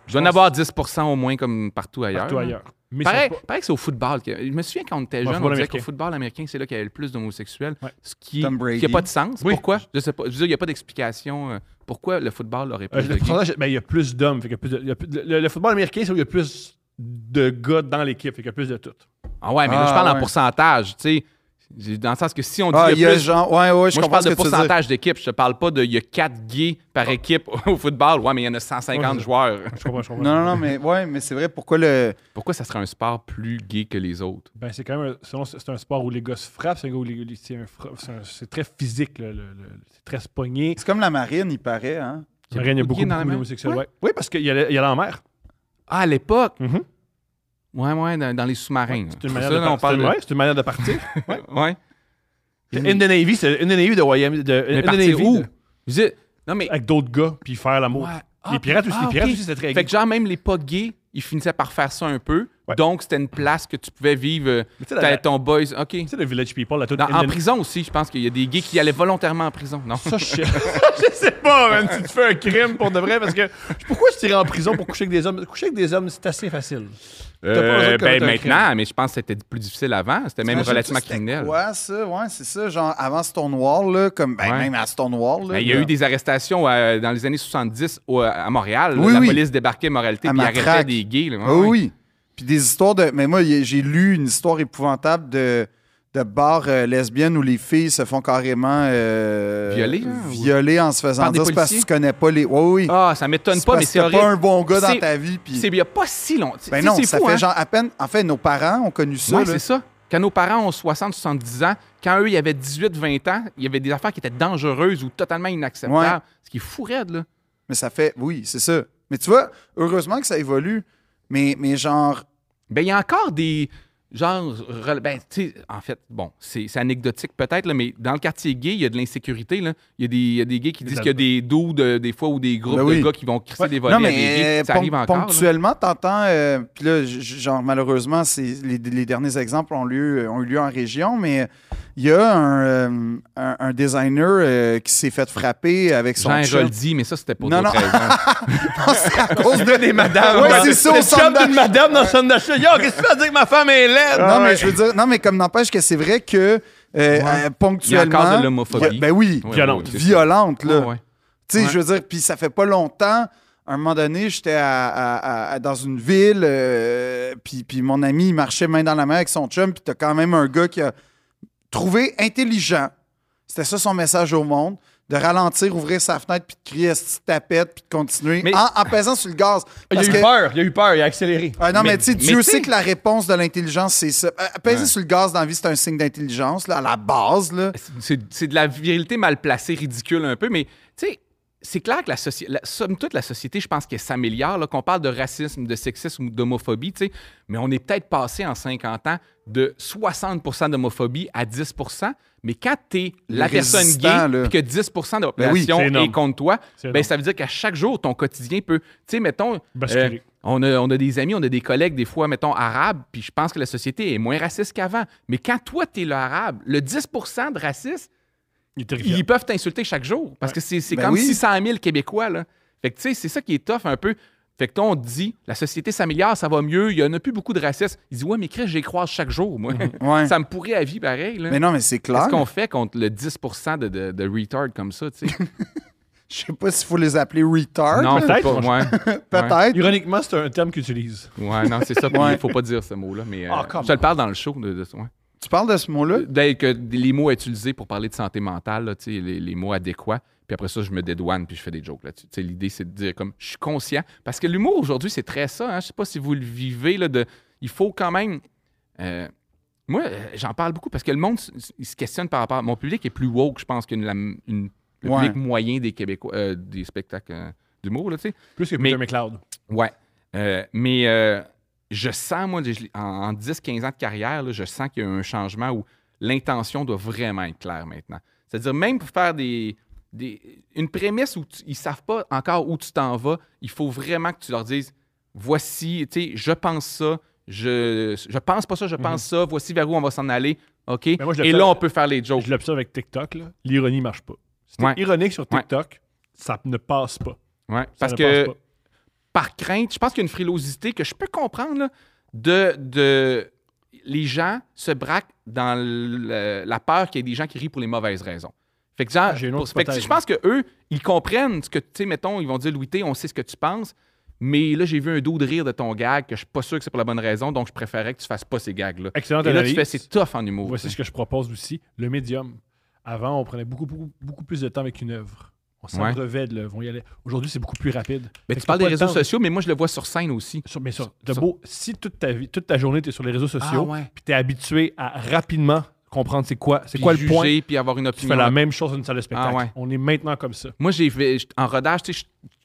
[SPEAKER 3] Je dois en avoir 10 au moins comme partout ailleurs.
[SPEAKER 1] partout
[SPEAKER 3] là.
[SPEAKER 1] ailleurs. Mais
[SPEAKER 3] Pareil,
[SPEAKER 1] ils sont pas-
[SPEAKER 3] pareil que c'est au football. que- Je me souviens quand on était
[SPEAKER 1] Ouais,
[SPEAKER 3] jeune, on
[SPEAKER 1] football
[SPEAKER 3] disait
[SPEAKER 1] américain.
[SPEAKER 3] qu'au football américain, c'est là qu'il y avait le plus d'homosexuels.
[SPEAKER 1] Ouais.
[SPEAKER 3] Ce qui
[SPEAKER 2] Tom
[SPEAKER 3] n'a
[SPEAKER 2] Brady.
[SPEAKER 3] pas de sens.
[SPEAKER 1] Oui.
[SPEAKER 3] Pourquoi? Je sais pas. Je veux dire, il n'y a pas d'explication euh, pourquoi le football aurait
[SPEAKER 1] Euh,
[SPEAKER 3] plus
[SPEAKER 1] le
[SPEAKER 3] de gays.
[SPEAKER 1] pourcentage, ben, il y a plus d'hommes. fait qu'il y a plus de- il y a plus de- le, le football américain, c'est où il y a plus de gars dans l'équipe. Fait qu'il y a plus de tout.
[SPEAKER 3] Ah ouais, mais là, je
[SPEAKER 2] Ah
[SPEAKER 3] parle en
[SPEAKER 2] ouais.
[SPEAKER 3] pourcentage, tu sais. J'ai- Dans le sens que si on dit
[SPEAKER 2] Ah,
[SPEAKER 3] le
[SPEAKER 2] il y a
[SPEAKER 3] plus-
[SPEAKER 2] genre. Ouais, ouais, je
[SPEAKER 3] moi, je
[SPEAKER 2] comprends
[SPEAKER 3] parle
[SPEAKER 2] ce
[SPEAKER 3] de
[SPEAKER 2] que tu veux dire.
[SPEAKER 3] pourcentage d'équipe. Je te parle pas de il y a 4 gays par équipe au football. Ouais, mais il y en a 150
[SPEAKER 1] Ah. Ouais, c'est-
[SPEAKER 3] joueurs.
[SPEAKER 1] Je comprends, je comprends.
[SPEAKER 2] Non, non, non, mais ouais, mais c'est vrai, pourquoi le.
[SPEAKER 3] Pourquoi ça serait un sport plus gay que les autres?
[SPEAKER 1] Ben, c'est quand même un, selon- c'est un sport où les gars se frappent, c'est un gars où les- les- c'est un fra- c'est un- c'est très physique, le- le- le- c'est très spogné.
[SPEAKER 2] C'est comme la marine, il paraît, hein?
[SPEAKER 1] Il y a beaucoup,
[SPEAKER 3] de gays dans la
[SPEAKER 1] beaucoup
[SPEAKER 3] mer.
[SPEAKER 1] d'homosexuels. ouais. Oui, parce qu'il y a il y a la mer.
[SPEAKER 3] Ah, à l'époque?
[SPEAKER 1] Mhm.
[SPEAKER 3] Ouais, ouais, dans, dans les sous-marins.
[SPEAKER 1] C'est une
[SPEAKER 3] là.
[SPEAKER 1] manière
[SPEAKER 3] Ça,
[SPEAKER 1] de
[SPEAKER 3] là,
[SPEAKER 1] par-
[SPEAKER 3] on parle
[SPEAKER 1] c'est
[SPEAKER 3] de-
[SPEAKER 1] une- ouais, c'est une manière de partir.
[SPEAKER 3] Ouais.
[SPEAKER 1] In the Navy, c'est In the Navy de Wyoming. De, in
[SPEAKER 3] Mais
[SPEAKER 1] the
[SPEAKER 3] partir
[SPEAKER 1] Navy
[SPEAKER 3] où?
[SPEAKER 1] de-
[SPEAKER 3] Je veux dire, Non, mais.
[SPEAKER 1] avec d'autres gars, puis faire l'amour.
[SPEAKER 3] Ouais.
[SPEAKER 1] Les
[SPEAKER 3] Ah,
[SPEAKER 1] pirates aussi,
[SPEAKER 3] ah,
[SPEAKER 1] les pirates
[SPEAKER 3] ok.
[SPEAKER 1] aussi, c'était très
[SPEAKER 3] Fait
[SPEAKER 1] gay.
[SPEAKER 3] que, genre, même les pas gays, ils finissaient par faire ça un peu.
[SPEAKER 1] Ouais.
[SPEAKER 3] Donc, c'était une place que tu pouvais village vivre.
[SPEAKER 1] Mais tu sais, la-
[SPEAKER 3] T'avais ton boys. OK.
[SPEAKER 1] Tu sais, le Village People, là, tout
[SPEAKER 3] Dans-
[SPEAKER 1] in
[SPEAKER 3] en
[SPEAKER 1] the-
[SPEAKER 3] prison aussi, je pense qu'il y a des gays qui allaient volontairement en prison. Non.
[SPEAKER 1] Ça, je sais, je sais pas, man, si tu fais un crime pour de vrai, parce que pourquoi je tirais en prison pour coucher avec des hommes? Coucher avec des hommes, c'est assez facile. T'as pas besoin de
[SPEAKER 3] ben,
[SPEAKER 1] commettre un
[SPEAKER 3] maintenant, mais je pense que c'était plus difficile avant. C'était même
[SPEAKER 2] T'imagines-tu,
[SPEAKER 3] relativement
[SPEAKER 2] c'était
[SPEAKER 3] criminel.
[SPEAKER 2] Quoi, ça? Ouais, c'est ça. Genre, avant Stonewall, là, comme. Ben,
[SPEAKER 3] Ouais.
[SPEAKER 2] même à Stonewall, là.
[SPEAKER 3] Ben, il y a
[SPEAKER 2] là.
[SPEAKER 3] eu des arrestations euh, dans les années 70 au- à Montréal. là.
[SPEAKER 2] Oui,
[SPEAKER 3] la
[SPEAKER 2] oui.
[SPEAKER 3] police débarquait moralité
[SPEAKER 2] À
[SPEAKER 3] puis
[SPEAKER 2] Matraque.
[SPEAKER 3] arrêtait des gays. là. Ouais,
[SPEAKER 2] Ah
[SPEAKER 3] ouais.
[SPEAKER 2] oui. Puis des histoires de. Mais moi, y- j'ai lu une histoire épouvantable de, de bars euh, lesbiennes où les filles se font carrément. euh,
[SPEAKER 3] Violer, hein, ou-
[SPEAKER 2] Violer en se faisant
[SPEAKER 3] Par des
[SPEAKER 2] dire c'est parce que
[SPEAKER 3] policiers?
[SPEAKER 2] tu connais pas les. Oui, oui.
[SPEAKER 3] Ah, ça m'étonne pas,
[SPEAKER 2] parce
[SPEAKER 3] mais
[SPEAKER 2] que
[SPEAKER 3] c'est
[SPEAKER 2] t'as pas un
[SPEAKER 3] horrible.
[SPEAKER 2] bon gars
[SPEAKER 3] C'est-
[SPEAKER 2] dans ta vie. Puis...
[SPEAKER 3] C'est il y a pas si longtemps. Tu
[SPEAKER 2] Ben
[SPEAKER 3] sais,
[SPEAKER 2] non,
[SPEAKER 3] c'est
[SPEAKER 2] ça
[SPEAKER 3] fou,
[SPEAKER 2] fait
[SPEAKER 3] hein?
[SPEAKER 2] genre à peine. En fait, nos parents ont connu ça.
[SPEAKER 3] Ouais,
[SPEAKER 2] là.
[SPEAKER 3] c'est ça. Quand nos parents ont 60, 70 ans, quand eux, ils avaient 18, 20 ans, il y avait des affaires qui étaient dangereuses ou totalement inacceptables.
[SPEAKER 2] Ouais.
[SPEAKER 3] Ce qui est fou raide, là.
[SPEAKER 2] Mais ça fait. Oui, c'est ça. Mais tu vois, heureusement que ça évolue. Mais, mais genre.
[SPEAKER 3] Ben, il y a encore des. Genre, re- ben, tu sais, en fait, bon, c'est c'est anecdotique peut-être, là, mais dans le quartier gay, il y a de l'insécurité. là. Il y, a des- il y a des gays qui disent qu'il y a des dos de- des fois ou des groupes
[SPEAKER 2] Ben oui.
[SPEAKER 3] de gars qui vont crisser
[SPEAKER 1] Ouais.
[SPEAKER 3] des volets
[SPEAKER 2] Non,
[SPEAKER 3] à
[SPEAKER 2] mais
[SPEAKER 3] des gays.
[SPEAKER 2] euh,
[SPEAKER 3] ça
[SPEAKER 2] ponc-
[SPEAKER 3] arrive encore. là.
[SPEAKER 2] ponctuellement, t'entends. euh, Puis là, j- j- genre, malheureusement, c'est les, les derniers exemples ont, lieu, euh, ont eu lieu en région, mais il y a un, euh, un, un designer euh, qui s'est fait frapper avec son.
[SPEAKER 3] Jean
[SPEAKER 2] chum.
[SPEAKER 3] Héroldi, mais ça, c'était pour
[SPEAKER 2] Non,
[SPEAKER 3] d'autres
[SPEAKER 2] non.
[SPEAKER 3] raisons.
[SPEAKER 2] C'est à cause de
[SPEAKER 1] Des madames.
[SPEAKER 2] Ouais, c'est ça, au
[SPEAKER 1] Le
[SPEAKER 2] centre
[SPEAKER 1] chum
[SPEAKER 2] d'achat.
[SPEAKER 1] d'une madame dans le centre d'achat. Yo, qu'est-ce que tu vas dire que ma femme est laide?
[SPEAKER 2] Non, mais
[SPEAKER 1] Ah, Ouais.
[SPEAKER 2] je veux dire, non, mais comme n'empêche que c'est vrai que euh, euh, ponctuellement.
[SPEAKER 3] Il y a encore de
[SPEAKER 2] il y
[SPEAKER 3] l'homophobie.
[SPEAKER 2] a- Ben oui,
[SPEAKER 3] Ouais,
[SPEAKER 1] Violente.
[SPEAKER 3] ouais, c'est ça.
[SPEAKER 2] violente, là.
[SPEAKER 3] Ouais, ouais.
[SPEAKER 2] Tu sais,
[SPEAKER 3] Ouais.
[SPEAKER 2] je veux dire, puis ça fait pas longtemps. À un moment donné, j'étais à- à- à- à- dans une ville, euh, puis puis mon ami, il marchait main dans la main avec son chum, puis t'as quand même un gars qui a trouvé intelligent. C'était ça son message au monde, de ralentir, ouvrir sa fenêtre, puis de crier « Esti tapette », puis de continuer,
[SPEAKER 3] Mais-
[SPEAKER 2] en, en pesant sur le gaz.
[SPEAKER 1] Il
[SPEAKER 2] Parce
[SPEAKER 1] a
[SPEAKER 2] que-
[SPEAKER 1] eu peur, il a eu peur, il a accéléré.
[SPEAKER 2] ah non, mais,
[SPEAKER 3] Mais-
[SPEAKER 2] tu sais,
[SPEAKER 3] mais
[SPEAKER 2] Dieu
[SPEAKER 3] tu
[SPEAKER 2] sait
[SPEAKER 3] sais-
[SPEAKER 2] que la réponse de l'intelligence, c'est ça. Euh, Peser
[SPEAKER 3] Ouais.
[SPEAKER 2] sur le gaz dans la vie, c'est un signe d'intelligence, là, à la base, là.
[SPEAKER 3] C'est- c'est c'est de la virilité mal placée, ridicule un peu, mais tu sais, c'est clair que la société, somme toute, la société, je pense qu'elle s'améliore, là, qu'on parle de racisme, de sexisme ou d'homophobie, tu sais, mais on est peut-être passé en 50 ans de 60 d'homophobie à 10 mais quand t'es la personne
[SPEAKER 2] résistant, là.
[SPEAKER 3] gay et que 10 de la
[SPEAKER 2] Ben oui,
[SPEAKER 3] population
[SPEAKER 1] c'est énorme.
[SPEAKER 3] est contre toi,
[SPEAKER 1] C'est
[SPEAKER 3] ben,
[SPEAKER 1] énorme.
[SPEAKER 3] ça veut dire qu'à chaque jour, ton quotidien peut, tu sais, mettons,
[SPEAKER 1] Basculer.
[SPEAKER 3] euh, on, a, on a des amis, on a des collègues, des fois, mettons, arabes, puis je pense que la société est moins raciste qu'avant. Mais quand toi, t'es le arabe, le 10 de racistes,
[SPEAKER 1] Il est terrifiant.
[SPEAKER 3] ils peuvent t'insulter chaque jour parce que c'est c'est
[SPEAKER 2] Ben
[SPEAKER 3] comme
[SPEAKER 2] oui.
[SPEAKER 3] 600 000 Québécois. Là. Fait que tu sais, c'est ça qui est tough un peu. Fait que toi, on te dit, la société s'améliore, ça va mieux, il y en a plus beaucoup de racistes. Ils disent, ouais, mais Chris, j'y croise chaque jour, moi.
[SPEAKER 2] Mhm. Ouais.
[SPEAKER 3] ça me pourrit à vie pareil. là.
[SPEAKER 2] Mais non, mais c'est clair.
[SPEAKER 3] Qu'est-ce qu'on fait contre le 10 de, de, de retard comme ça, tu sais?
[SPEAKER 2] Je sais pas s'il faut les appeler retard.
[SPEAKER 3] non,
[SPEAKER 2] là.
[SPEAKER 3] faut
[SPEAKER 1] peut-être,
[SPEAKER 3] pas.
[SPEAKER 1] mon
[SPEAKER 3] Ouais,
[SPEAKER 2] peut-être.
[SPEAKER 1] Ironiquement, c'est un terme qu'ils utilisent.
[SPEAKER 3] ouais, non, c'est ça. puis
[SPEAKER 2] Ouais.
[SPEAKER 3] Il faut pas dire ce mot-là, mais euh,
[SPEAKER 1] Ah, come
[SPEAKER 3] je te le parle dans le show. De, de, ouais.
[SPEAKER 2] Tu parles de ce mot-là?
[SPEAKER 3] Dès Euh, ben, que les mots utilisés pour parler de santé mentale, là, tu sais, les, les mots adéquats. Puis après ça, je me dédouane puis je fais des jokes là-dessus. Tu sais, L'idée, c'est de dire comme je suis conscient. Parce que l'humour aujourd'hui, c'est très ça. Hein? Je sais pas si vous le vivez. Là, de, il faut quand même. euh, Moi, euh, j'en parle beaucoup parce que le monde s- s- il se questionne par rapport. Mon public est plus woke, je pense, que la- une- le
[SPEAKER 2] Ouais.
[SPEAKER 3] public moyen des Québécois, euh, des spectacles euh, d'humour, là, tu sais.
[SPEAKER 1] Plus que
[SPEAKER 3] Mais-
[SPEAKER 1] Peter McLeod.
[SPEAKER 3] Ouais. Euh, mais euh, je sens, moi, je- en, 10-15 ans de carrière, là, je sens qu'il y a un changement où l'intention doit vraiment être claire maintenant. C'est-à-dire, même pour faire des. des- une prémisse où tu- ils ne savent pas encore où tu t'en vas, il faut vraiment que tu leur dises voici, tu sais, je pense ça, je, je pense pas ça, je pense ça, voici vers où on va s'en aller. OK?
[SPEAKER 1] Mhm. Mais moi, je le
[SPEAKER 3] Et
[SPEAKER 1] fais-
[SPEAKER 3] là, on peut faire les jokes.
[SPEAKER 1] Je l'observe avec TikTok, là. L'ironie marche pas. Si t'es
[SPEAKER 3] Ouais.
[SPEAKER 1] ironique sur
[SPEAKER 3] Ouais.
[SPEAKER 1] TikTok, ça ne passe pas.
[SPEAKER 3] Ouais,
[SPEAKER 1] Ça
[SPEAKER 3] parce
[SPEAKER 1] ne
[SPEAKER 3] que.
[SPEAKER 1] passe pas.
[SPEAKER 3] par crainte, je pense qu'il y a une frilosité que je peux comprendre là, de, de- Les gens se braquent dans le- la peur qu'il y ait des gens qui rient pour les mauvaises raisons. Fait que, genre,
[SPEAKER 1] J'ai une
[SPEAKER 3] pour-
[SPEAKER 1] autre
[SPEAKER 3] fait que
[SPEAKER 1] hypothèse.
[SPEAKER 3] je pense qu'eux, ils comprennent ce que, tu sais, mettons, ils vont dire Louis T, on sait ce que tu penses, mais là, j'ai vu un dos de rire de ton gag que je suis pas sûr que c'est pour la bonne raison, donc je préférais que tu fasses pas ces gags-là.
[SPEAKER 1] Excellente
[SPEAKER 3] Et là, tu
[SPEAKER 1] analyse.
[SPEAKER 3] fais, c'est tough en humour.
[SPEAKER 1] Voici ce que je propose aussi, le médium. Avant, on prenait beaucoup, beaucoup, beaucoup plus de temps avec une œuvre. On s'abrevait de l'œuvre, on y allait. Aujourd'hui, c'est beaucoup plus rapide.
[SPEAKER 3] Mais
[SPEAKER 1] Fait
[SPEAKER 3] tu
[SPEAKER 1] que t'as
[SPEAKER 3] parles des
[SPEAKER 1] pas le
[SPEAKER 3] réseaux
[SPEAKER 1] temps.
[SPEAKER 3] sociaux, mais moi, je le vois sur scène aussi.
[SPEAKER 1] Sur- mais ça, t'as
[SPEAKER 3] sur- Ah,
[SPEAKER 1] beau, si toute ta vie, toute ta journée, tu es sur les réseaux sociaux,
[SPEAKER 3] ouais.
[SPEAKER 1] puis tu es habitué à rapidement comprendre c'est quoi, c'est quoi le
[SPEAKER 3] juger,
[SPEAKER 1] point,
[SPEAKER 3] puis avoir une
[SPEAKER 1] tu
[SPEAKER 3] opinion.
[SPEAKER 1] fais la même chose dans une salle de spectacle.
[SPEAKER 3] Ah ouais.
[SPEAKER 1] On est maintenant comme ça.
[SPEAKER 3] Moi, j'ai fait- j't- en rodage, tu sais,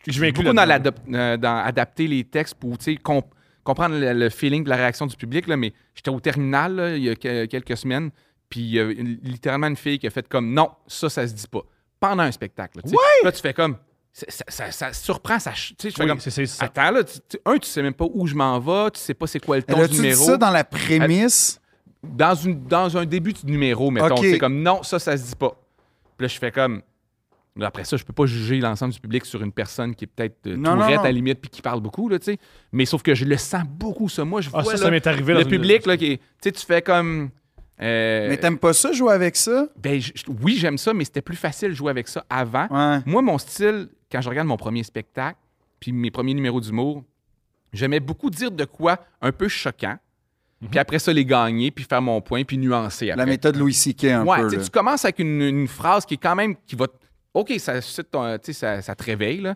[SPEAKER 3] je- je
[SPEAKER 1] Je m'inclus
[SPEAKER 3] beaucoup dans,
[SPEAKER 1] là-dedans.
[SPEAKER 3] l'adop- euh, dans adapter les textes pour, tu sais, comp- comprendre le, le feeling de la réaction du public, là, mais j'étais au terminal, là, il y a que- quelques semaines, puis il y a une- littéralement une fille qui a fait comme « Non, ça, ça se dit pas. » Pendant un spectacle. là, tu sais. Là, tu fais comme... c'est- Ça, ça- ça surprend, ça... ch- Tu sais, je fais
[SPEAKER 1] Oui,
[SPEAKER 3] comme...
[SPEAKER 1] c'est- c'est ça.
[SPEAKER 3] Attends, là, tu- tu- un, tu sais même pas où je m'en vais, tu sais pas c'est quoi le ton
[SPEAKER 2] Elle
[SPEAKER 3] du
[SPEAKER 2] a-tu dit
[SPEAKER 3] numéro.
[SPEAKER 2] ça dans la prémisse?
[SPEAKER 3] dans, une, dans un début de numéro, mettons.
[SPEAKER 2] Ok.
[SPEAKER 3] C'est comme non, ça, ça se dit pas. Puis là, je fais comme. Là, Après ça, je peux pas juger l'ensemble du public sur une personne qui est peut-être euh,
[SPEAKER 2] Non, non,
[SPEAKER 3] tourette
[SPEAKER 2] non.
[SPEAKER 3] à la limite puis qui parle beaucoup, là, tu sais. Mais sauf que je le sens beaucoup, ça. Moi, je
[SPEAKER 1] Ah,
[SPEAKER 3] vois
[SPEAKER 1] ça,
[SPEAKER 3] là,
[SPEAKER 1] ça m'est arrivé
[SPEAKER 3] le
[SPEAKER 1] dans une-
[SPEAKER 3] public, là, qui est- Tu sais, tu fais comme. euh,
[SPEAKER 2] Mais t'aimes pas ça, jouer avec ça?
[SPEAKER 3] ben, je- je- oui, j'aime ça, mais c'était plus facile de jouer avec ça avant.
[SPEAKER 2] Ouais.
[SPEAKER 3] Moi, mon style, quand je regarde mon premier spectacle, puis mes premiers numéros d'humour, j'aimais beaucoup dire de quoi un peu choquant, puis après ça, les gagner, puis faire mon point, puis nuancer après.
[SPEAKER 2] La méthode Louis C.K. un
[SPEAKER 3] Ouais,
[SPEAKER 2] peu.
[SPEAKER 3] tu sais,
[SPEAKER 2] là.
[SPEAKER 3] tu commences avec une, une phrase qui est quand même qui va. t- OK, ça, suscite ton- tu sais, ça, ça te réveille, là.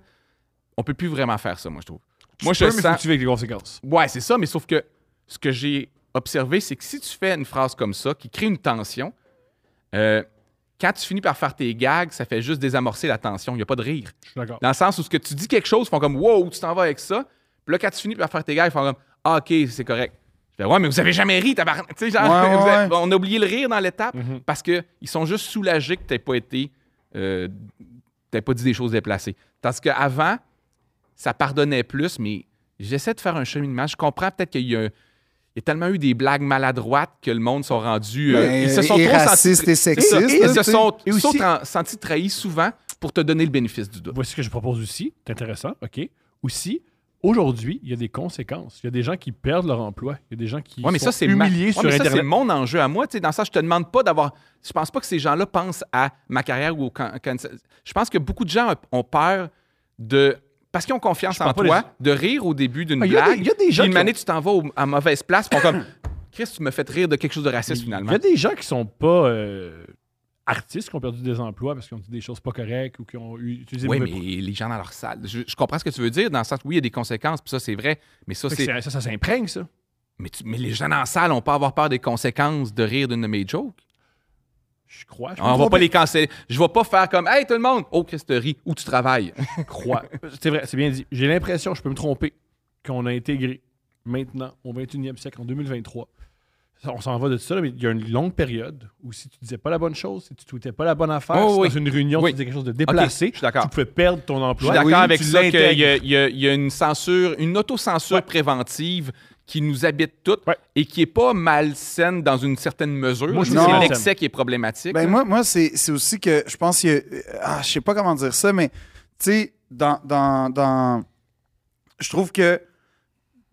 [SPEAKER 3] On peut plus vraiment faire ça, moi, je trouve. Moi, je
[SPEAKER 1] peux, mais faut
[SPEAKER 3] sens-
[SPEAKER 1] que tu vis avec les conséquences.
[SPEAKER 3] Ouais, c'est ça, mais sauf que ce que j'ai observé, c'est que si tu fais une phrase comme ça, qui crée une tension, euh, quand tu finis par faire tes gags, ça fait juste désamorcer la tension. Il n'y a pas de rire.
[SPEAKER 1] Je suis d'accord.
[SPEAKER 3] Dans le sens où ce que tu dis quelque chose, ils font comme Wow, tu t'en vas avec ça. Puis là, quand tu finis par faire tes gags, ils font comme Ah, OK, c'est correct. Je fais Ouais, mais vous avez jamais ri, tabarnak. Tu sais, genre,
[SPEAKER 2] Ouais, ouais,
[SPEAKER 3] vous avez-
[SPEAKER 2] ouais. Mhm.
[SPEAKER 3] on a oublié le rire dans l'étape parce qu'ils sont juste soulagés que tu pas été. euh, t'aies pas dit des choses déplacées. Parce qu'avant, ça pardonnait plus, mais j'essaie de faire un cheminement. Je comprends peut-être qu'il y a. il y a tellement eu des blagues maladroites que le monde sont rendus. euh,
[SPEAKER 2] Ben,
[SPEAKER 3] ils se sont
[SPEAKER 2] et
[SPEAKER 3] trop sentis-
[SPEAKER 2] racistes et
[SPEAKER 3] C'est ça,
[SPEAKER 2] sexistes,
[SPEAKER 3] Ils
[SPEAKER 2] là,
[SPEAKER 3] se
[SPEAKER 2] tu sais.
[SPEAKER 3] sont,
[SPEAKER 1] Et
[SPEAKER 3] sont
[SPEAKER 1] aussi-
[SPEAKER 3] tra- sentis trahis souvent pour te donner le bénéfice du doute.
[SPEAKER 1] Voici ce que je propose aussi. C'est intéressant, OK? Aussi, aujourd'hui, il y a des conséquences. Il y a des gens qui perdent leur emploi. Il y a des gens qui
[SPEAKER 3] Ouais, mais
[SPEAKER 1] sont
[SPEAKER 3] ça, c'est ma-
[SPEAKER 1] humiliés
[SPEAKER 3] ouais,
[SPEAKER 1] sur
[SPEAKER 3] mais ça, c'est
[SPEAKER 1] Internet.
[SPEAKER 3] mon enjeu à moi. Tu sais, Dans ça, je te demande pas d'avoir. Je pense pas que ces gens-là pensent à ma carrière ou au can- can- Je pense que beaucoup de gens ont peur de. Parce qu'ils ont confiance
[SPEAKER 1] Je
[SPEAKER 3] en
[SPEAKER 1] parle pas
[SPEAKER 3] toi, de rire au début d'une
[SPEAKER 1] Ah, il y a
[SPEAKER 3] blague.
[SPEAKER 1] des- il y a des gens
[SPEAKER 3] puis une
[SPEAKER 1] qui ont-
[SPEAKER 3] année, tu t'en vas au- à mauvaise place. Puis ils font comme. Chris, tu me fais rire de quelque chose de raciste
[SPEAKER 1] Il
[SPEAKER 3] finalement.
[SPEAKER 1] y a des gens qui sont pas euh, artistes, qui ont perdu des emplois parce qu'ils ont dit des choses pas correctes ou qui ont eu- utilisé
[SPEAKER 3] Oui,
[SPEAKER 1] mauvais
[SPEAKER 3] mais les gens dans leur salle. Je, je comprends ce que tu veux dire, dans le sens que oui, il y a des conséquences, puis ça, c'est vrai. Mais ça,
[SPEAKER 1] Fait
[SPEAKER 3] c'est.
[SPEAKER 1] que c'est- Ça, ça s'imprègne, ça.
[SPEAKER 3] Mais, tu- mais les gens dans la salle ont pas à avoir peur des conséquences de rire d'une de mes jokes.
[SPEAKER 1] Je crois. Je
[SPEAKER 3] Ah, On
[SPEAKER 1] crois,
[SPEAKER 3] va pas les canceller. Je vais pas faire comme Hey tout le monde! Oh Chris, te ris, où tu travailles?
[SPEAKER 1] mais je crois. C'est vrai, c'est bien dit. J'ai l'impression, je peux me tromper, qu'on a intégré maintenant, au 21e siècle, en 2023. Ça, On s'en va de ça, là, mais il y a une longue période où si tu disais pas la bonne chose, si tu tweetais pas la bonne affaire,
[SPEAKER 3] Oh,
[SPEAKER 1] si
[SPEAKER 3] oui.
[SPEAKER 1] dans une réunion,
[SPEAKER 3] Oui.
[SPEAKER 1] tu disais quelque chose de déplacé,
[SPEAKER 3] je suis d'accord.
[SPEAKER 1] tu pouvais perdre ton
[SPEAKER 3] Je suis
[SPEAKER 1] emploi.
[SPEAKER 3] d'accord
[SPEAKER 2] oui,
[SPEAKER 3] avec
[SPEAKER 1] tu
[SPEAKER 3] ça qu'il y, a-
[SPEAKER 1] l'intègres.
[SPEAKER 3] il y a- il y a une censure, une autocensure préventive qui nous habite toutes
[SPEAKER 1] Ouais.
[SPEAKER 3] et qui est pas malsaine dans une certaine mesure.
[SPEAKER 1] Moi, je
[SPEAKER 3] C'est
[SPEAKER 2] trouve que c'est
[SPEAKER 3] l'excès qui est problématique.
[SPEAKER 2] Ben,
[SPEAKER 3] là.
[SPEAKER 2] moi, moi c'est c'est aussi que je pense qu'il y a. Ah, je sais pas comment dire ça, mais tu sais, dans, dans, dans- Je trouve que.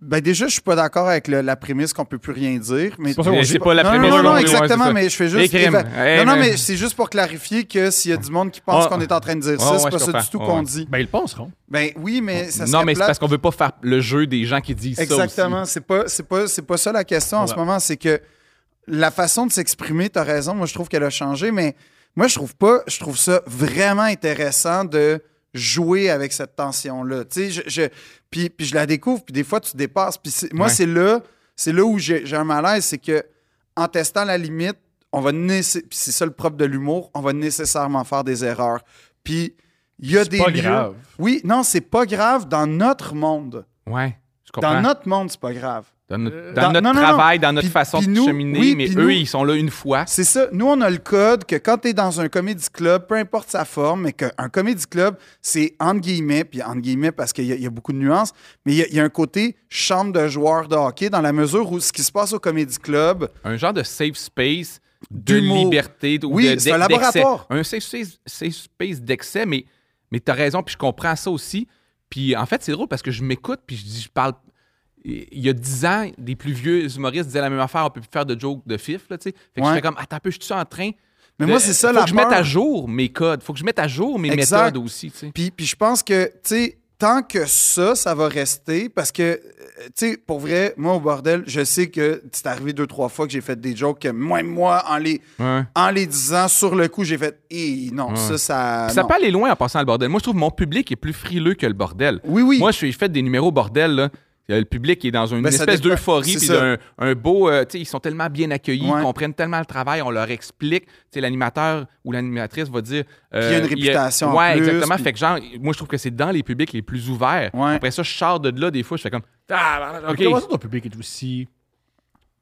[SPEAKER 2] Ben déjà, je suis pas d'accord avec le- la prémisse qu'on peut plus rien dire. Mais
[SPEAKER 1] C'est pas ça qu'on
[SPEAKER 3] Mais
[SPEAKER 1] dit.
[SPEAKER 3] c'est pas la
[SPEAKER 2] non,
[SPEAKER 3] prémisse
[SPEAKER 2] Non, non,
[SPEAKER 3] qu'on
[SPEAKER 2] non,
[SPEAKER 3] dit, ouais,
[SPEAKER 2] exactement,
[SPEAKER 3] c'est ça.
[SPEAKER 2] mais je fais
[SPEAKER 3] Les
[SPEAKER 2] juste.
[SPEAKER 3] crimes. Eh,
[SPEAKER 2] non, non,
[SPEAKER 3] mais-
[SPEAKER 2] mais c'est juste pour clarifier que s'il y a du monde qui pense
[SPEAKER 3] Ah.
[SPEAKER 2] qu'on est en train de dire
[SPEAKER 3] Ah,
[SPEAKER 2] ça,
[SPEAKER 3] ouais,
[SPEAKER 2] c'est
[SPEAKER 3] je
[SPEAKER 2] pas ça
[SPEAKER 3] comprends.
[SPEAKER 2] du tout
[SPEAKER 3] Ah,
[SPEAKER 2] qu'on
[SPEAKER 3] ouais.
[SPEAKER 2] dit.
[SPEAKER 1] Ben, ils le penseront.
[SPEAKER 2] Ben oui, mais ça serait
[SPEAKER 3] non, mais c'est
[SPEAKER 2] plate.
[SPEAKER 3] parce qu'on veut pas faire le jeu des gens qui disent ça. aussi.
[SPEAKER 2] Exactement. C'est pas, c'est pas, c'est pas ça la question en
[SPEAKER 1] Voilà.
[SPEAKER 2] ce moment. C'est que la façon de s'exprimer, t'as raison. Moi, je trouve qu'elle a changé, mais moi, je trouve pas. Je trouve ça vraiment intéressant de jouer avec cette tension-là. Tu sais, je, je- puis, puis je la découvre, puis des fois, tu dépasses. Puis c'est- moi,
[SPEAKER 3] Ouais.
[SPEAKER 2] c'est là, c'est là où j'ai j'ai un malaise, c'est que en testant la limite, on va nécess- puis c'est ça le propre de l'humour, on va nécessairement faire des erreurs. Puis il y a
[SPEAKER 1] C'est
[SPEAKER 2] des
[SPEAKER 1] pas
[SPEAKER 2] lieux-
[SPEAKER 1] grave.
[SPEAKER 2] Oui, non, c'est pas grave dans notre monde.
[SPEAKER 3] Ouais, je comprends.
[SPEAKER 2] Dans notre monde, c'est pas grave.
[SPEAKER 3] Dans notre, dans
[SPEAKER 2] Dans-
[SPEAKER 3] notre
[SPEAKER 2] non, non, non.
[SPEAKER 3] travail, dans notre
[SPEAKER 2] Puis-
[SPEAKER 3] façon
[SPEAKER 2] puis
[SPEAKER 3] de
[SPEAKER 2] nous-
[SPEAKER 3] cheminer,
[SPEAKER 2] oui,
[SPEAKER 3] mais
[SPEAKER 2] puis
[SPEAKER 3] eux,
[SPEAKER 2] nous-
[SPEAKER 3] ils sont là une fois.
[SPEAKER 2] C'est ça. Nous, on a le code que quand tu es dans un comédie club, peu importe sa forme, mais qu'un comédie club, c'est entre guillemets, puis entre guillemets parce qu'il y, a- il y a beaucoup de nuances, mais il y a- il y, a un côté chambre de joueurs de hockey dans la mesure où ce qui se passe au comédie club,
[SPEAKER 3] Un genre de safe space de
[SPEAKER 2] D'humour.
[SPEAKER 3] liberté. de- ou
[SPEAKER 2] Oui,
[SPEAKER 3] de-
[SPEAKER 2] c'est un
[SPEAKER 3] d'excès.
[SPEAKER 2] laboratoire.
[SPEAKER 3] Un safe space, safe space d'excès, mais, mais t'as raison, puis je comprends ça aussi. Puis en fait, c'est drôle parce que je m'écoute, puis je dis, je parle. Il y a 10 ans, des plus vieux humoristes disaient la même affaire, on peut plus faire de jokes de fif, là, tu sais. Fait que je
[SPEAKER 2] Ouais.
[SPEAKER 3] fais comme, attends un peu, je suis en train.
[SPEAKER 2] mais
[SPEAKER 3] de-
[SPEAKER 2] moi, c'est ça
[SPEAKER 3] Faut
[SPEAKER 2] la
[SPEAKER 3] que je mette
[SPEAKER 2] peur.
[SPEAKER 3] à jour mes codes, faut que je mette à jour mes
[SPEAKER 2] Exact.
[SPEAKER 3] méthodes aussi, tu sais.
[SPEAKER 2] Puis, puis je pense que, tu sais, tant que ça, ça va rester, parce que, euh, tu sais, pour vrai, moi, au bordel, je sais que c'est arrivé deux, trois fois que j'ai fait des jokes que moi, moi, en les,
[SPEAKER 3] Ouais.
[SPEAKER 2] en les disant sur le coup, j'ai fait, et non,
[SPEAKER 3] Ouais.
[SPEAKER 2] ça, ça.
[SPEAKER 3] Puis ça
[SPEAKER 2] Ah non.
[SPEAKER 3] peut aller loin en passant le bordel. Moi, je trouve que mon public est plus frileux que le bordel.
[SPEAKER 2] Oui, oui.
[SPEAKER 3] Moi, je fais- je fais des numéros bordel, là. Euh, Le public est dans une
[SPEAKER 2] Ben, ça
[SPEAKER 3] espèce
[SPEAKER 2] dépend.
[SPEAKER 3] d'euphorie,
[SPEAKER 2] C'est
[SPEAKER 3] puis
[SPEAKER 2] ça.
[SPEAKER 3] d'un un beau. euh, tu sais, ils sont tellement bien accueillis,
[SPEAKER 2] Ouais.
[SPEAKER 3] ils comprennent tellement le travail, on leur explique. Tu sais, l'animateur ou l'animatrice va dire.
[SPEAKER 2] Puis
[SPEAKER 3] euh,
[SPEAKER 2] il y a une réputation en
[SPEAKER 3] Ouais,
[SPEAKER 2] plus,
[SPEAKER 3] exactement.
[SPEAKER 2] puis-
[SPEAKER 3] Fait que, genre, moi, je trouve que c'est dans les publics les plus ouverts.
[SPEAKER 2] Ouais.
[SPEAKER 3] Après ça, je sors de là, des fois, je fais comme. Ah,
[SPEAKER 1] Mais
[SPEAKER 3] OK.
[SPEAKER 1] Comment ça ton public est aussi,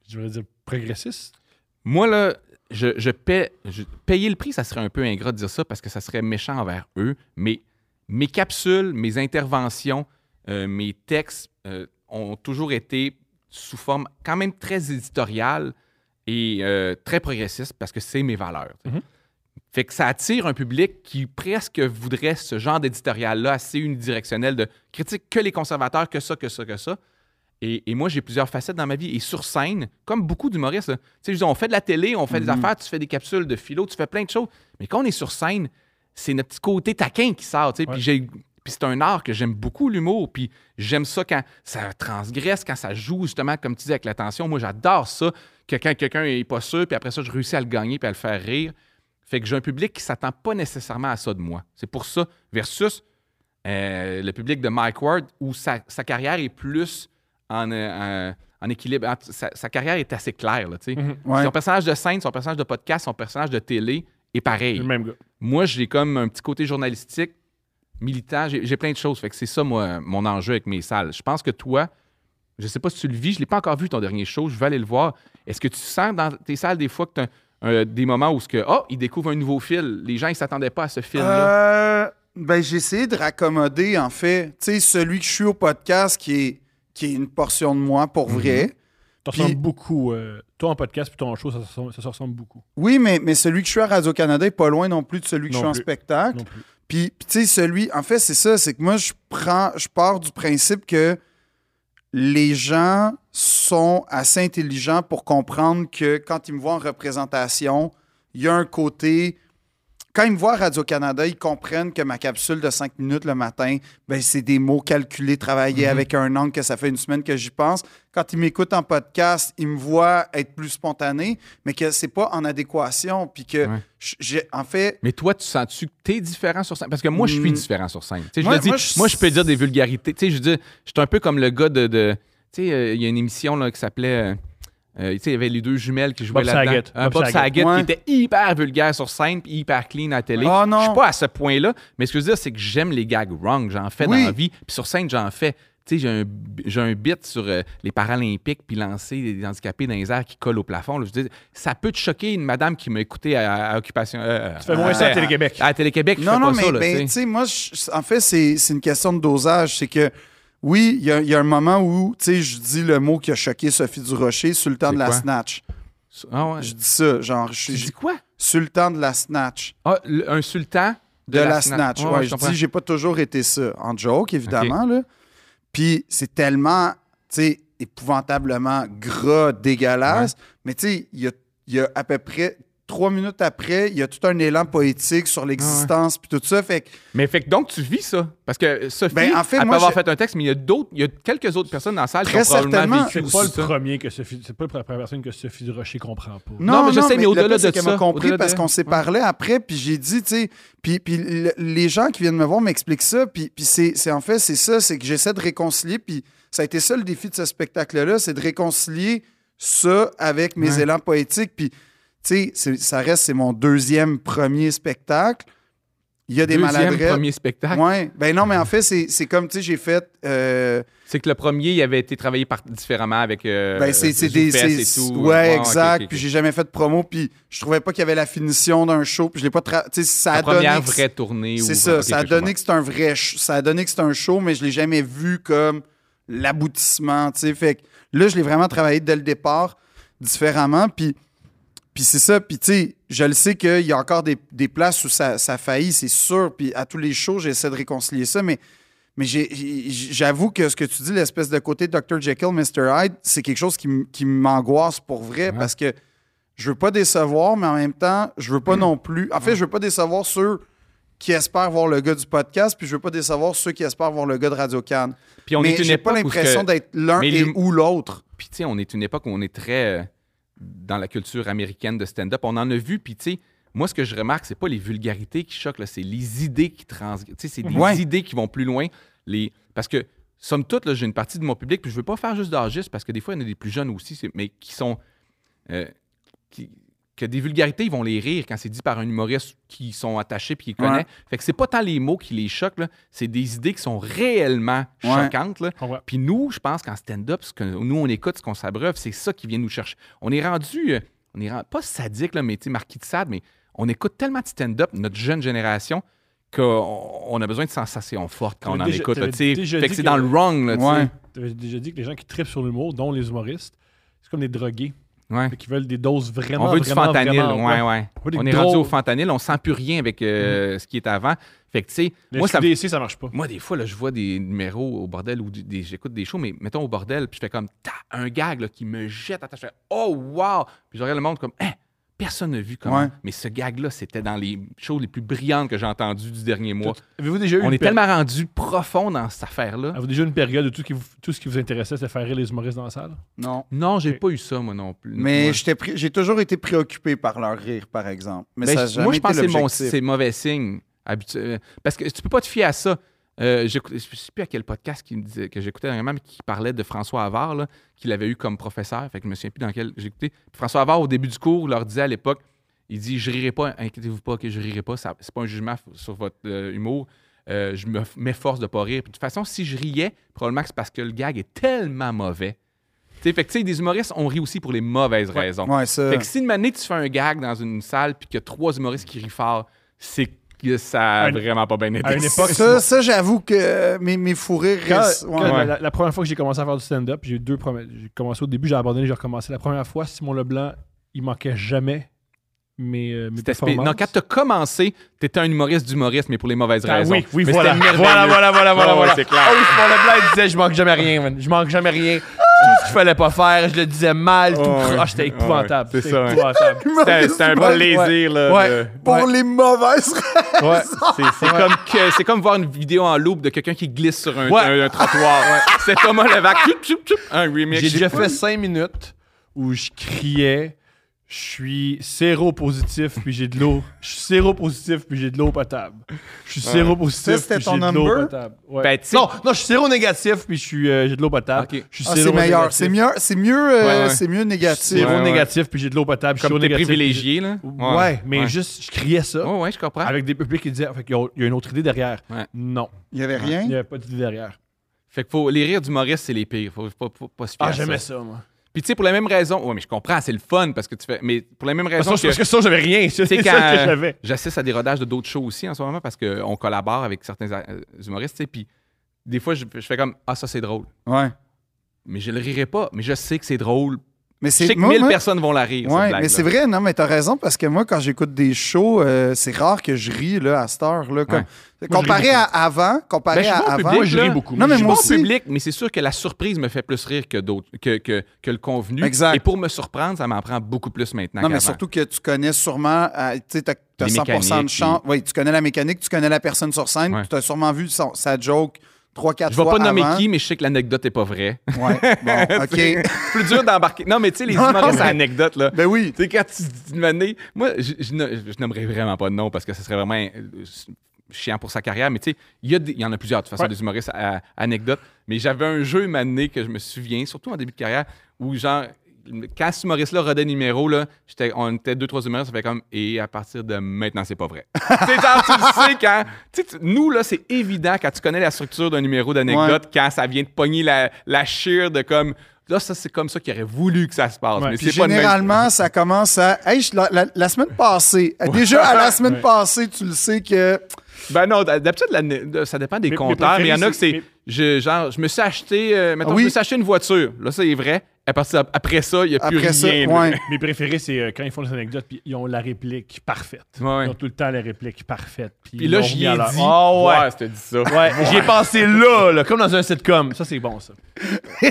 [SPEAKER 1] je voudrais dire, progressiste?
[SPEAKER 3] Moi, là, je, je paie. je- payer le prix, ça serait un peu ingrat de dire ça parce que ça serait méchant envers eux. Mais mes capsules, mes interventions, euh, mes textes euh, ont toujours été sous forme quand même très éditoriale et euh, très progressiste parce que c'est mes valeurs. tu sais.
[SPEAKER 1] Mhm.
[SPEAKER 3] Fait que ça attire un public qui presque voudrait ce genre d'éditorial-là assez unidirectionnel de critique que les conservateurs, que ça, que ça, que ça. Et, et moi, j'ai plusieurs facettes dans ma vie. Et sur scène, comme beaucoup d'humoristes, là, tu sais, je dis, on fait de la télé, on fait des
[SPEAKER 2] Mhm.
[SPEAKER 3] affaires, tu fais des capsules de philo, tu fais plein de choses. Mais quand on est sur scène, c'est notre petit côté taquin qui sort. tu sais.
[SPEAKER 1] Ouais.
[SPEAKER 3] Puis j'ai- puis c'est un art que j'aime beaucoup, l'humour. Puis j'aime ça quand ça transgresse, quand ça joue, justement, comme tu dis, avec l'attention. Moi, j'adore ça, que quand quelqu'un est pas sûr, puis après ça, je réussis à le gagner puis à le faire rire. Fait que j'ai un public qui s'attend pas nécessairement à ça de moi. C'est pour ça, versus euh, le public de Mike Ward, où sa, sa carrière est plus en, euh, en- en équilibre. En- sa, sa carrière est assez claire, là, tu sais.
[SPEAKER 2] Ouais.
[SPEAKER 3] Son personnage de scène, son personnage de podcast, son personnage de télé est pareil.
[SPEAKER 1] Le même gars.
[SPEAKER 3] Moi, j'ai comme un petit côté journalistique, militant, j'ai j'ai plein de choses. Fait que c'est ça, moi, mon enjeu avec mes salles. Je pense que toi, je sais pas si tu le vis, je l'ai pas encore vu ton dernier show, je vais aller le voir. Est-ce que tu sens dans tes salles des fois que tu as des moments où ce que, oh, ils découvrent un nouveau fil, les gens, ils s'attendaient pas à ce film-là.
[SPEAKER 2] Euh, ben, j'ai essayé de raccommoder, en fait, tu sais, celui que je suis au podcast qui est, qui est une portion de moi pour
[SPEAKER 1] Mhm.
[SPEAKER 2] vrai.
[SPEAKER 1] Ça
[SPEAKER 2] Puis-
[SPEAKER 1] ressemble beaucoup. euh, toi en podcast, puis toi en show, ça, se ressemble- ça se ressemble beaucoup.
[SPEAKER 2] Oui, mais, mais celui que je suis à Radio-Canada est pas loin non plus de celui que
[SPEAKER 1] Non
[SPEAKER 2] je suis
[SPEAKER 1] plus.
[SPEAKER 2] en spectacle.
[SPEAKER 1] Non plus.
[SPEAKER 2] Puis, puis tu sais, celui. En fait, c'est ça, c'est que moi, je prends. Je pars du principe que les gens sont assez intelligents pour comprendre que quand ils me voient en représentation, il y a un côté. Quand ils me voient à Radio-Canada, ils comprennent que ma capsule de 5 minutes le matin, ben, c'est des mots calculés, travaillés
[SPEAKER 3] Mhm.
[SPEAKER 2] avec un angle que ça fait une semaine que j'y pense. Quand ils m'écoutent en podcast, ils me voient être plus spontané, mais que c'est pas en adéquation. Puis que,
[SPEAKER 3] Ouais.
[SPEAKER 2] j'ai, en fait,
[SPEAKER 3] Mais toi, tu sens-tu que t'es différent sur scène? Parce que moi, je suis
[SPEAKER 2] Mm.
[SPEAKER 3] différent sur scène. Tu sais, je
[SPEAKER 2] Moi-
[SPEAKER 3] le dis, moi,
[SPEAKER 2] moi,
[SPEAKER 3] je...
[SPEAKER 2] je-
[SPEAKER 3] peux dire des vulgarités. Tu sais, je dis, je suis un peu comme le gars de. de- tu sais, euh, il y a une émission là, qui s'appelait. euh, euh, tu sais, il y avait les deux jumelles qui jouaient
[SPEAKER 1] Bob
[SPEAKER 3] là-dedans.
[SPEAKER 1] Saget.
[SPEAKER 3] Euh,
[SPEAKER 1] Bob
[SPEAKER 3] Bob
[SPEAKER 1] Saget.
[SPEAKER 3] Saget,
[SPEAKER 2] Ouais.
[SPEAKER 3] qui était hyper vulgaire sur scène puis hyper clean à la télé.
[SPEAKER 2] Oh non!
[SPEAKER 3] Je suis pas à ce point-là, mais ce que je veux dire, c'est que j'aime les gags wrong. J'en fais dans
[SPEAKER 2] Oui.
[SPEAKER 3] la vie. Puis sur scène, j'en fais. Tu sais, j'ai un, j'ai un bit sur euh, les Paralympiques puis lancer des handicapés dans les airs qui collent au plafond. là. Je veux dire, ça peut te choquer une madame qui m'a écouté à, à Occupation. euh,
[SPEAKER 1] Tu fais moins
[SPEAKER 2] Ah.
[SPEAKER 1] ça à Télé-Québec.
[SPEAKER 3] à Télé-Québec, je fais
[SPEAKER 2] Non, non,
[SPEAKER 3] pas
[SPEAKER 2] mais, ben,
[SPEAKER 3] ça, là,
[SPEAKER 2] mais,
[SPEAKER 3] tu
[SPEAKER 2] tu
[SPEAKER 3] sais.
[SPEAKER 2] sais, moi, je- en fait, c'est c'est une question de dosage. C'est que, oui, il y a, il y a un moment où, tu sais, je dis le mot qui a choqué Sophie Durocher, sultan
[SPEAKER 3] C'est
[SPEAKER 2] de la
[SPEAKER 3] quoi?
[SPEAKER 2] snatch.
[SPEAKER 3] Ah ouais.
[SPEAKER 2] Je dis ça, genre, je
[SPEAKER 3] Tu
[SPEAKER 2] suis
[SPEAKER 3] dis quoi?
[SPEAKER 2] sultan de la snatch.
[SPEAKER 3] Ah, le- un sultan
[SPEAKER 2] De, la, snatch.
[SPEAKER 3] Ouais,
[SPEAKER 2] Ouais,
[SPEAKER 3] ouais,
[SPEAKER 2] je
[SPEAKER 3] comprends.
[SPEAKER 2] dis, j'ai pas toujours été ça. En joke, évidemment, là. Puis c'est tellement, tu sais, épouvantablement gras, dégueulasse. Mais tu sais, il y a, il y a à peu près trois minutes après, il y a tout un élan poétique sur l'existence, puis tout ça. Fait que
[SPEAKER 3] Mais fait que donc tu vis ça. Parce que Sophie,
[SPEAKER 2] Ben, en fait,
[SPEAKER 3] elle peut
[SPEAKER 2] moi,
[SPEAKER 3] avoir
[SPEAKER 2] je-
[SPEAKER 3] fait un texte, mais il y a d'autres, il y a quelques autres personnes dans la salle qui ont
[SPEAKER 2] Très
[SPEAKER 3] probablement
[SPEAKER 2] certainement,
[SPEAKER 3] vécu
[SPEAKER 1] C'est
[SPEAKER 3] aussi
[SPEAKER 1] pas le
[SPEAKER 3] ça.
[SPEAKER 1] premier que Sophie, c'est pas la première personne que Sophie de Rocher comprend pas.
[SPEAKER 2] Mm.
[SPEAKER 3] Non, mais je sais, mais
[SPEAKER 2] le
[SPEAKER 3] au-delà
[SPEAKER 2] pire,
[SPEAKER 3] de
[SPEAKER 2] c'est qu'elle
[SPEAKER 3] ça,
[SPEAKER 2] m'a compris
[SPEAKER 3] au-delà
[SPEAKER 2] parce
[SPEAKER 3] de-
[SPEAKER 2] qu'on s'est
[SPEAKER 3] ouais.
[SPEAKER 2] parlé après, puis j'ai dit, tu sais, puis, puis le- les gens qui viennent me voir m'expliquent ça, puis, puis c'est, c'est en fait, c'est ça, c'est que j'essaie de réconcilier, puis ça a été ça le défi de ce spectacle-là, c'est de réconcilier ça avec mes
[SPEAKER 1] Ouais.
[SPEAKER 2] élans poétiques. Puis, tu sais, c'est- ça reste, c'est mon deuxième premier spectacle. Il y a des
[SPEAKER 3] Deuxième
[SPEAKER 2] maladresses.
[SPEAKER 3] premier spectacle.
[SPEAKER 2] Ouais. Ben non, mais en fait, c'est c'est comme, tu sais, j'ai fait. euh,
[SPEAKER 3] C'est que le premier, il avait été travaillé par- différemment avec. euh,
[SPEAKER 2] ben, c'est
[SPEAKER 3] euh,
[SPEAKER 2] c'est des.
[SPEAKER 3] Zoufès
[SPEAKER 2] c'est-
[SPEAKER 3] et tout.
[SPEAKER 2] Ouais,
[SPEAKER 3] ok,
[SPEAKER 2] exact.
[SPEAKER 3] ok, ok.
[SPEAKER 2] Puis j'ai jamais fait de promo. Puis je trouvais pas qu'il y avait la finition d'un show. Puis je l'ai pas. tra- Tu sais, ça
[SPEAKER 3] La
[SPEAKER 2] a donné.
[SPEAKER 3] première
[SPEAKER 2] que-
[SPEAKER 3] vraie tournée.
[SPEAKER 2] C'est
[SPEAKER 3] ou-
[SPEAKER 2] ça.
[SPEAKER 3] ok,
[SPEAKER 2] ça a
[SPEAKER 3] je comprends.
[SPEAKER 2] donné que c'est un vrai. sh- Ça a donné que c'est un show, mais je l'ai jamais vu comme l'aboutissement. Tu sais, fait que là, je l'ai vraiment travaillé dès le départ différemment. Puis, puis c'est ça. Puis tu sais, je le sais qu'il y a encore des, des places où ça, ça faillit, c'est sûr. Puis à tous les shows, j'essaie de réconcilier ça, mais mais j'ai- j'ai- j'avoue que ce que tu dis, l'espèce de côté Dr. Jekyll, Mr. Hyde, c'est quelque chose qui, m- qui m'angoisse pour vrai parce que je veux pas décevoir, mais en même temps, je veux pas non plus. En fait, je veux pas décevoir ceux qui espèrent voir le gars du podcast, puis je veux pas décevoir ceux qui espèrent voir le gars de Radio Cannes.
[SPEAKER 3] Puis on
[SPEAKER 2] mais
[SPEAKER 3] est une
[SPEAKER 2] j'ai pas
[SPEAKER 3] époque où ce que-
[SPEAKER 2] l'impression d'être l'un
[SPEAKER 3] Mais
[SPEAKER 2] et
[SPEAKER 3] l'hum-
[SPEAKER 2] ou l'autre.
[SPEAKER 3] Puis, tu sais, on est une époque où on est très euh, dans la culture américaine de stand-up. On en a vu, puis, tu sais, moi, ce que je remarque, c'est pas les vulgarités qui choquent, là, c'est les idées qui trans... Tu sais, c'est des
[SPEAKER 2] Ouais.
[SPEAKER 3] idées qui vont plus loin. Les... Parce que, somme toute, là, j'ai une partie de mon public, puis je veux pas faire juste d'âgistes, parce que des fois, il y en a des plus jeunes aussi, c'est- mais qui sont... euh, qui- Que des vulgarités, ils vont les rire quand c'est dit par un humoriste qui sont attachés puis qui
[SPEAKER 2] Ouais.
[SPEAKER 3] connaît. Fait que c'est pas tant les mots qui les choquent, là, c'est des idées qui sont réellement
[SPEAKER 2] Ouais.
[SPEAKER 3] choquantes. là.
[SPEAKER 1] Comprends.
[SPEAKER 3] Puis nous, je pense qu'en stand-up, ce que nous, on écoute, ce qu'on s'abreuve, c'est ça qui vient nous chercher. On est rendu, euh, on est rendu, pas sadique, là, mais tu sais, marquis de sade, mais on écoute tellement de stand-up, notre jeune génération, qu'on on a besoin de sensations fortes quand on
[SPEAKER 1] T'avais
[SPEAKER 3] en
[SPEAKER 1] déjà-
[SPEAKER 3] écoute. là,
[SPEAKER 1] t'avais
[SPEAKER 3] tu sais.
[SPEAKER 1] déjà
[SPEAKER 3] fait que
[SPEAKER 1] dit
[SPEAKER 3] c'est
[SPEAKER 1] que-
[SPEAKER 3] dans le wrong, là, tu
[SPEAKER 2] Ouais.
[SPEAKER 3] sais.
[SPEAKER 1] T'avais déjà dit que les gens qui tripent sur l'humour, dont les humoristes, c'est comme des drogués
[SPEAKER 3] Ouais.
[SPEAKER 1] qui veulent des doses vraiment.
[SPEAKER 3] On veut du
[SPEAKER 1] vraiment,
[SPEAKER 3] fentanyl,
[SPEAKER 1] vraiment-
[SPEAKER 3] ouais, ouais.
[SPEAKER 1] On veut des
[SPEAKER 3] On est
[SPEAKER 1] drôles.
[SPEAKER 3] rendu au fentanyl, on sent plus rien avec euh, ce qui est avant. Fait que, tu sais,
[SPEAKER 1] Le
[SPEAKER 3] moi, ça, me-
[SPEAKER 1] SQDC, ça marche pas.
[SPEAKER 3] Moi, des fois, là, je vois des numéros au bordel ou du- des- j'écoute des shows, mais mettons au bordel, puis je fais comme ta, un gag là, qui me jette à ta je fais Oh wow! Puis je regarde le monde comme Hein, personne n'a vu comment.
[SPEAKER 2] Ouais.
[SPEAKER 3] Mais ce gag-là, c'était dans les choses les plus brillantes que j'ai entendues du dernier mois.
[SPEAKER 1] Avez-vous déjà eu
[SPEAKER 3] On
[SPEAKER 1] une Ah
[SPEAKER 3] est
[SPEAKER 1] péri-
[SPEAKER 3] tellement rendu profond dans cette affaire-là.
[SPEAKER 1] Avez-vous déjà eu une période où tout ce qui vous, tout ce qui vous intéressait, c'était faire rire les humoristes dans la salle?
[SPEAKER 2] Non.
[SPEAKER 3] Non, j'ai
[SPEAKER 1] Ok.
[SPEAKER 3] pas eu ça, moi non plus.
[SPEAKER 2] Mais
[SPEAKER 3] Moi.
[SPEAKER 2] j'étais pré- j'ai toujours été préoccupé par leur rire, par exemple. Mais
[SPEAKER 3] Ben,
[SPEAKER 2] ça a
[SPEAKER 3] je-
[SPEAKER 2] jamais
[SPEAKER 3] moi, je pense que
[SPEAKER 2] été
[SPEAKER 3] c'est mon-
[SPEAKER 2] l'objectif.
[SPEAKER 3] c'est mauvais signe. habitu- euh, Parce que tu peux pas te fier à ça. Euh, j'écoute- je ne sais plus à quel podcast qui me disait, que j'écoutais dernièrement, mais qui parlait de François Havard, là, qu'il avait eu comme professeur. Fait que je me souviens plus dans quel j'écoutais. François Havard, au début du cours, leur disait à l'époque, il dit, je rirai pas, inquiétez-vous pas, que je rirai pas. Ça- C'est pas un jugement f- sur votre euh, humour. Euh, je me f- m'efforce de pas rire. Puis de toute façon, si je riais, probablement que c'est parce que le gag est tellement mauvais. Tu sais, fait que, tu sais, des humoristes, on rit aussi pour les mauvaises
[SPEAKER 1] Ouais.
[SPEAKER 3] raisons.
[SPEAKER 2] Ouais, ça.
[SPEAKER 3] Fait que si une année tu fais un gag dans une salle puis qu'il y a trois humoristes qui rient fort, c'est que ça a
[SPEAKER 1] À une-
[SPEAKER 3] vraiment pas bien été.
[SPEAKER 1] à une époque-
[SPEAKER 2] Ça, ça, j'avoue que euh, mes, mes fous rires
[SPEAKER 1] Quand-
[SPEAKER 2] restent-
[SPEAKER 1] quand
[SPEAKER 2] ouais.
[SPEAKER 1] la- la, la première fois que j'ai commencé à faire du stand-up, j'ai eu deux premi- J'ai commencé au début, j'ai abandonné, j'ai recommencé. La première fois, Simon Leblanc, il manquait jamais mes, euh, mes
[SPEAKER 3] C'était spé-
[SPEAKER 1] performances.
[SPEAKER 3] Non, quand t'as commencé, t'étais un humoriste d'humoriste, mais pour les mauvaises
[SPEAKER 1] Ah
[SPEAKER 3] raisons.
[SPEAKER 1] oui, oui,
[SPEAKER 3] Mais
[SPEAKER 1] voilà.
[SPEAKER 3] c'était merveilleux.
[SPEAKER 1] Voilà, voilà, voilà, voilà,
[SPEAKER 3] Ouais, ouais,
[SPEAKER 1] voilà.
[SPEAKER 3] c'est clair.
[SPEAKER 1] Ah oui, Simon Leblanc, il disait, je manque jamais rien, man. Je manque jamais rien. Tout ce qu'il fallait pas faire, je le disais mal, tout
[SPEAKER 3] Ouais,
[SPEAKER 1] croche, c'était
[SPEAKER 3] ouais,
[SPEAKER 1] épouvantable.
[SPEAKER 3] c'est
[SPEAKER 1] C'était
[SPEAKER 3] ça, ouais.
[SPEAKER 1] épouvantable.
[SPEAKER 3] C'était c'était un plaisir, là.
[SPEAKER 1] Ouais.
[SPEAKER 3] de-
[SPEAKER 2] Pour
[SPEAKER 1] Ouais.
[SPEAKER 2] les mauvaises raisons.
[SPEAKER 1] Ouais.
[SPEAKER 3] C'est c'est comme, que- c'est comme voir une vidéo en loop de quelqu'un qui glisse sur un,
[SPEAKER 1] Ouais.
[SPEAKER 3] un- un trottoir. C'est Thomas Levac. Choup, choup, choup, un remix.
[SPEAKER 1] J'ai déjà fait cinq minutes où je criais, je suis séropositif puis j'ai de l'eau. Je suis séropositif puis j'ai de l'eau potable. Je suis
[SPEAKER 2] Ça,
[SPEAKER 1] séropositif
[SPEAKER 2] c'était
[SPEAKER 1] puis
[SPEAKER 2] ton
[SPEAKER 1] j'ai de l'eau
[SPEAKER 2] number?
[SPEAKER 1] potable. Ouais.
[SPEAKER 3] Ben, tu sais-
[SPEAKER 1] non, non, je suis séronégatif puis je suis euh, j'ai de l'eau potable.
[SPEAKER 3] Ok.
[SPEAKER 1] Je suis
[SPEAKER 2] Ah, c'est
[SPEAKER 1] séronégatif.
[SPEAKER 2] meilleur. C'est mieux, c'est mieux, euh,
[SPEAKER 3] Ouais, ouais.
[SPEAKER 2] c'est mieux négatif.
[SPEAKER 3] Ouais, ouais.
[SPEAKER 1] Séronégatif puis j'ai de l'eau potable. je suis
[SPEAKER 3] Comme t'es
[SPEAKER 1] séronégatif, puis j'ai-
[SPEAKER 3] privilégié, là.
[SPEAKER 1] Ouais, mais juste je criais ça
[SPEAKER 3] Ouais, ouais, je comprends.
[SPEAKER 1] avec des publics qui disaient fait qu'il y a- il y a une autre idée derrière.
[SPEAKER 3] Ah. Ouais.
[SPEAKER 1] Non,
[SPEAKER 2] Il n'y avait
[SPEAKER 1] il n'y
[SPEAKER 2] rien.
[SPEAKER 1] avait pas d'idée derrière.
[SPEAKER 3] Fait que faut, les rires d'humoristes, c'est les pires. Faut, faut, faut pas se fier
[SPEAKER 1] Ah,
[SPEAKER 3] à
[SPEAKER 1] j'aimais ça, moi.
[SPEAKER 3] Puis tu sais, pour la même raison, ouais, mais je comprends, c'est le fun parce que tu fais. Mais pour la
[SPEAKER 2] Ah,
[SPEAKER 3] même
[SPEAKER 1] Parce
[SPEAKER 3] raison
[SPEAKER 1] que,
[SPEAKER 3] que.
[SPEAKER 1] parce que ça, j'avais rien. C'est
[SPEAKER 3] tu
[SPEAKER 1] ça
[SPEAKER 3] sais,
[SPEAKER 1] que
[SPEAKER 3] quand, euh,
[SPEAKER 1] j'avais.
[SPEAKER 3] J'assiste à des rodages de d'autres shows aussi en ce moment parce qu'on collabore avec certains euh, humoristes, tu sais. Puis des fois, je, je fais comme Ah, ça, c'est drôle.
[SPEAKER 2] Ouais.
[SPEAKER 3] Mais je le rirai pas, mais je sais que c'est drôle.
[SPEAKER 2] Mais
[SPEAKER 3] Je
[SPEAKER 2] c'est
[SPEAKER 3] sais que
[SPEAKER 2] moi,
[SPEAKER 3] mille
[SPEAKER 2] moi-
[SPEAKER 3] personnes vont la rire. cette
[SPEAKER 2] Ouais,
[SPEAKER 3] blague-là.
[SPEAKER 2] mais c'est vrai, non, mais t'as raison, parce que moi, quand j'écoute des shows, euh, c'est rare que je ris là, à cette heure-là. Comme...
[SPEAKER 1] Moi,
[SPEAKER 3] Ouais.
[SPEAKER 1] je
[SPEAKER 2] Comparé
[SPEAKER 1] ris
[SPEAKER 2] à avant, comparé
[SPEAKER 3] Ben, je
[SPEAKER 2] à
[SPEAKER 3] suis pas au
[SPEAKER 2] avant.
[SPEAKER 3] public,
[SPEAKER 1] Moi, je ris
[SPEAKER 3] là-
[SPEAKER 1] beaucoup.
[SPEAKER 2] Non, mais
[SPEAKER 3] Je suis
[SPEAKER 2] moi
[SPEAKER 3] bon
[SPEAKER 2] aussi.
[SPEAKER 3] public, mais c'est sûr que la surprise me fait plus rire que d'autres, que, que, que le convenu.
[SPEAKER 2] Exact.
[SPEAKER 3] Et pour me surprendre, ça m'en prend beaucoup plus maintenant.
[SPEAKER 2] Non, mais
[SPEAKER 3] qu'avant.
[SPEAKER 2] surtout que tu connais sûrement, euh, tu sais, t'as t'as
[SPEAKER 3] Les
[SPEAKER 2] 100 de
[SPEAKER 3] mécaniques,
[SPEAKER 2] chance. Oui, tu connais la mécanique, tu connais la personne sur scène,
[SPEAKER 3] Ouais.
[SPEAKER 2] tu as sûrement vu son- sa joke 3-4 fois.
[SPEAKER 3] Je vais pas nommer
[SPEAKER 2] avant.
[SPEAKER 3] qui, mais je sais que l'anecdote est pas vraie.
[SPEAKER 2] Ouais, bon,
[SPEAKER 3] C'est
[SPEAKER 2] OK.
[SPEAKER 3] plus dur d'embarquer. Non, mais tu sais, les
[SPEAKER 2] Non,
[SPEAKER 3] humoristes
[SPEAKER 2] mais-
[SPEAKER 3] à anecdote, là.
[SPEAKER 2] ben oui.
[SPEAKER 3] Tu sais, quand tu dis une année, moi, je, je no- je nommerais vraiment pas de nom parce que ce serait vraiment euh, chiant pour sa carrière, mais tu sais, il y, a des- il y en a plusieurs, de toute façon,
[SPEAKER 1] Ouais.
[SPEAKER 3] des humoristes à, à anecdote. Mais j'avais un jeu une année que je me souviens, surtout en début de carrière, où genre, Quand ce humoriste-là rodait le numéro, là, j'étais- on était deux, trois humoristes, ça fait comme, et à partir de maintenant, c'est pas vrai. c'est genre, tu le sais quand. tu sais, tu- nous, là, c'est évident quand tu connais la structure d'un numéro d'anecdote, quand ça vient de pogner la, la sheer de comme. Là, ça, c'est comme ça qu'il aurait voulu que ça se passe.
[SPEAKER 1] Ouais.
[SPEAKER 3] Mais
[SPEAKER 1] Puis
[SPEAKER 2] Puis
[SPEAKER 3] c'est pas de même-
[SPEAKER 2] généralement, ça commence à. Hey, je- la, la- la semaine passée. Déjà, à la semaine passée, tu le sais que.
[SPEAKER 3] Ben non, d- d'habitude, la- de- ça dépend des
[SPEAKER 1] Mais-
[SPEAKER 3] compteurs,
[SPEAKER 1] mais
[SPEAKER 3] mais il y en a
[SPEAKER 1] préféré,
[SPEAKER 3] que c'est.
[SPEAKER 1] c'est-
[SPEAKER 3] je- genre, je me suis acheté. euh, mettons,
[SPEAKER 2] Ah oui.
[SPEAKER 3] je me suis acheté une voiture. Là, ça est vrai. À partir d- après ça, il n'y a plus
[SPEAKER 2] Après
[SPEAKER 3] rien.
[SPEAKER 2] ça,
[SPEAKER 3] là.
[SPEAKER 2] ouais.
[SPEAKER 1] Mes préférés, c'est euh, quand ils font des anecdotes, puis ils ont la réplique parfaite.
[SPEAKER 3] Ouais.
[SPEAKER 1] Ils ont tout le temps la réplique parfaite. Puis
[SPEAKER 3] Puis là,
[SPEAKER 1] ils l'ont
[SPEAKER 3] j'y
[SPEAKER 1] mis
[SPEAKER 3] ai
[SPEAKER 1] à
[SPEAKER 3] dit.
[SPEAKER 1] l'heure.
[SPEAKER 3] Ah
[SPEAKER 1] Ah ouais.
[SPEAKER 3] je te dis ça.
[SPEAKER 1] Ouais, j'y ai pensé là, là, comme dans un sitcom. Ça, c'est bon, ça. Ouais.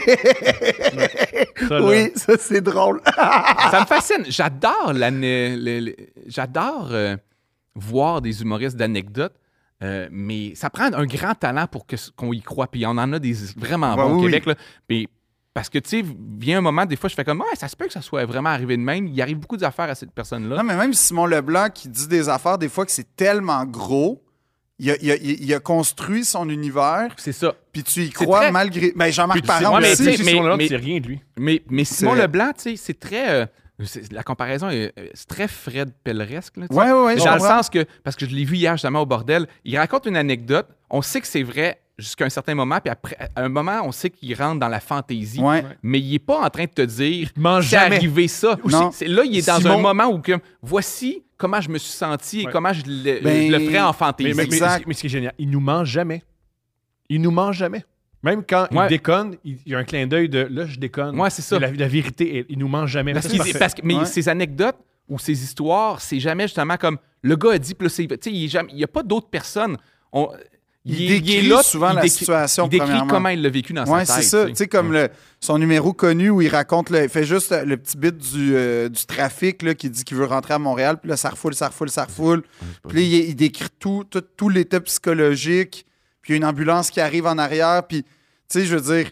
[SPEAKER 1] Ça, là.
[SPEAKER 2] Oui, ça, c'est drôle.
[SPEAKER 3] ça me fascine. J'adore l'ane- le- le- J'adore euh, voir des humoristes d'anecdotes, euh, mais ça prend un grand talent pour que- qu'on y croit. Puis on en a des vraiment
[SPEAKER 2] Ouais,
[SPEAKER 3] bons au
[SPEAKER 2] oui,
[SPEAKER 3] Québec. là. Puis parce que, tu sais, vient un moment, des fois, je fais comme, ouais, ça se peut que ça soit vraiment arrivé de même. Il arrive beaucoup d'affaires à cette personne-là.
[SPEAKER 2] Non, mais même Simon Leblanc qui dit des affaires, des fois que c'est tellement gros, il a, il a- il a construit son univers,
[SPEAKER 3] C'est ça.
[SPEAKER 2] puis tu y crois
[SPEAKER 3] très-
[SPEAKER 2] malgré. Ben, Jean-Marc
[SPEAKER 1] Puis tu sais-
[SPEAKER 2] Parent
[SPEAKER 1] ouais, mais
[SPEAKER 2] aussi.
[SPEAKER 1] tu sais,
[SPEAKER 3] mais-
[SPEAKER 1] Simon Lalonde,
[SPEAKER 3] mais-
[SPEAKER 1] c'est rien de lui.
[SPEAKER 3] Mais, mais Simon
[SPEAKER 2] vrai.
[SPEAKER 3] Leblanc, tu sais, c'est très. euh, c'est- la comparaison est, euh, c'est très Fred Pelleresque. Là, tu sais.
[SPEAKER 2] Ouais, ouais, ouais. je
[SPEAKER 3] Dans le
[SPEAKER 2] comprends.
[SPEAKER 3] sens que, parce que je l'ai vu hier justement au bordel, il raconte une anecdote, on sait que c'est vrai jusqu'à un certain moment, puis après, à un moment, on sait qu'il rentre dans la fantaisie.
[SPEAKER 2] Ouais.
[SPEAKER 3] Mais il n'est pas en train de te dire
[SPEAKER 1] mange
[SPEAKER 3] c'est
[SPEAKER 1] jamais.
[SPEAKER 3] arrivé ça. Ou
[SPEAKER 2] Non.
[SPEAKER 3] c'est- c'est- là, il est dans
[SPEAKER 2] Simon-
[SPEAKER 3] un moment où que, voici comment je me suis senti et
[SPEAKER 1] Ouais.
[SPEAKER 3] comment je le,
[SPEAKER 2] Ben,
[SPEAKER 3] je le ferais en
[SPEAKER 1] Mais,
[SPEAKER 3] fantaisie.
[SPEAKER 1] mais- mais-
[SPEAKER 2] Exact.
[SPEAKER 1] mais ce qui est génial, il nous ment jamais. Il nous ment jamais. Même quand
[SPEAKER 3] Ouais.
[SPEAKER 1] il déconne, il il y a un clin d'œil de là, je déconne.
[SPEAKER 3] Ouais, c'est ça.
[SPEAKER 1] La, la vérité, est- il nous ment jamais.
[SPEAKER 3] Parce
[SPEAKER 1] Ça,
[SPEAKER 3] qu'il-
[SPEAKER 1] c'est parfait.
[SPEAKER 3] parce que, mais
[SPEAKER 2] Ouais.
[SPEAKER 3] ces anecdotes ou ces histoires, c'est jamais justement comme le gars a dit, plus c'est. Tu sais, il est jamais- il n'y a pas d'autre personne. On-
[SPEAKER 2] Il,
[SPEAKER 3] est-
[SPEAKER 2] décrit
[SPEAKER 3] est là,
[SPEAKER 2] souvent
[SPEAKER 3] il
[SPEAKER 2] la
[SPEAKER 3] décrit-
[SPEAKER 2] situation,
[SPEAKER 3] Il décrit
[SPEAKER 2] premièrement.
[SPEAKER 3] comment il l'a vécu dans
[SPEAKER 2] Ouais,
[SPEAKER 3] sa tête.
[SPEAKER 2] c'est ça.
[SPEAKER 3] tu sais.
[SPEAKER 2] Tu sais, comme le, son numéro connu où il raconte, le, il fait juste le petit bit du, euh, du trafic là, qui dit qu'il veut rentrer à Montréal, puis là, ça refoule, ça refoule, ça refoule. Puis là, il, il décrit tout, tout, tout l'état psychologique, puis il y a une ambulance qui arrive en arrière, puis, tu sais, je veux dire,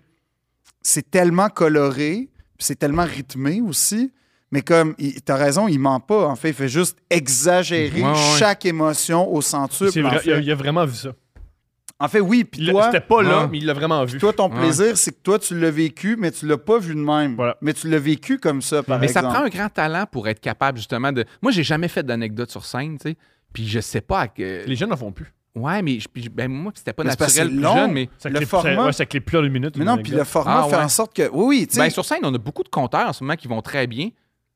[SPEAKER 2] c'est tellement coloré, puis c'est tellement rythmé aussi, mais comme, il- t'as raison, il ment pas, en fait, il fait juste exagérer
[SPEAKER 3] Ouais, ouais.
[SPEAKER 2] chaque émotion au centuple.
[SPEAKER 1] C'est
[SPEAKER 2] en,
[SPEAKER 1] vrai,
[SPEAKER 2] fait.
[SPEAKER 1] il a, il a vraiment vu ça.
[SPEAKER 2] En fait, oui, puis
[SPEAKER 1] Il l'a-
[SPEAKER 2] toi...
[SPEAKER 1] C'était pas là,
[SPEAKER 3] Ouais.
[SPEAKER 1] mais il l'a vraiment vu.
[SPEAKER 2] Toi, ton
[SPEAKER 3] Ouais.
[SPEAKER 2] plaisir, c'est que toi, tu l'as vécu, mais tu l'as pas vu de même.
[SPEAKER 1] Voilà.
[SPEAKER 2] Mais tu l'as vécu comme ça, par
[SPEAKER 3] Mais
[SPEAKER 2] exemple.
[SPEAKER 3] ça prend un grand talent pour être capable justement de. Moi, j'ai jamais fait d'anecdote sur scène, tu sais. Puis je sais pas. à Que...
[SPEAKER 1] Les jeunes n'en font plus.
[SPEAKER 3] Ouais, mais je- puis, ben, moi, c'était pas
[SPEAKER 2] Mais c'est parce que
[SPEAKER 3] naturel
[SPEAKER 2] c'est
[SPEAKER 3] plus
[SPEAKER 2] long.
[SPEAKER 3] jeune, mais.
[SPEAKER 1] Ça
[SPEAKER 2] Le
[SPEAKER 1] clip,
[SPEAKER 2] format-
[SPEAKER 1] Ça, ouais, ça clipe là une minute.
[SPEAKER 2] Mais
[SPEAKER 1] une
[SPEAKER 2] non,
[SPEAKER 1] anecdote.
[SPEAKER 2] puis le format
[SPEAKER 3] Ah,
[SPEAKER 2] fait
[SPEAKER 3] ouais.
[SPEAKER 2] en sorte que... Oui, oui, tu sais...
[SPEAKER 3] Ben, sur scène, on a beaucoup de compteurs en ce moment qui vont très bien.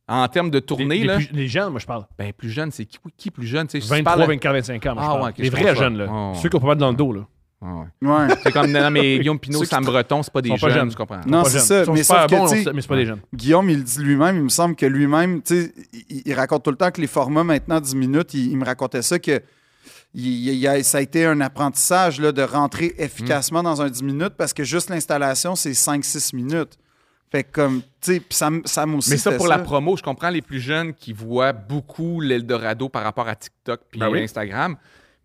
[SPEAKER 3] En termes de
[SPEAKER 1] Les,
[SPEAKER 3] tournée,
[SPEAKER 1] les
[SPEAKER 3] là,
[SPEAKER 1] plus- les jeunes, moi, je parle.
[SPEAKER 3] ben, plus jeune, c'est qui, qui plus jeune? tu sais, si tu
[SPEAKER 1] 23,
[SPEAKER 3] parles à-
[SPEAKER 1] 24, 25 ans, moi, je
[SPEAKER 3] Ah,
[SPEAKER 1] parle.
[SPEAKER 3] ouais, ok, je
[SPEAKER 1] les vrais
[SPEAKER 3] comprends.
[SPEAKER 1] jeunes, là.
[SPEAKER 3] Oh.
[SPEAKER 1] Ceux qui ont pas mal dans le dos, là.
[SPEAKER 3] Ah ouais.
[SPEAKER 2] Ouais.
[SPEAKER 3] C'est comme, non, non, mais Guillaume Pinot,
[SPEAKER 2] Ceux qui
[SPEAKER 3] Sam Breton, c'est pas des
[SPEAKER 1] sont pas
[SPEAKER 3] jeunes,
[SPEAKER 1] jeunes.
[SPEAKER 3] tu comprends?
[SPEAKER 2] Non,
[SPEAKER 1] Pas
[SPEAKER 2] c'est
[SPEAKER 1] jeunes.
[SPEAKER 2] ça,
[SPEAKER 1] Ils sont
[SPEAKER 2] mais
[SPEAKER 1] super
[SPEAKER 2] sauf que,
[SPEAKER 1] bons,
[SPEAKER 2] tu sais-
[SPEAKER 1] on sait- mais c'est pas des jeunes.
[SPEAKER 2] Guillaume, il le dit lui-même. Il me semble que lui-même, tu sais, il, il raconte tout le temps que les formats maintenant 10 minutes, il, il me racontait ça que il- il a- ça a été un apprentissage là, de rentrer efficacement dans un 10 minutes parce que juste l'installation, c'est 5-6 minutes. Fait que comme, tu sais, puis Sam, Sam aussi.
[SPEAKER 3] Mais ça,
[SPEAKER 2] fait Ah,
[SPEAKER 3] pour la promo, je comprends les plus jeunes qui voient beaucoup l'Eldorado par rapport à TikTok puis
[SPEAKER 1] Ben oui.
[SPEAKER 3] Instagram.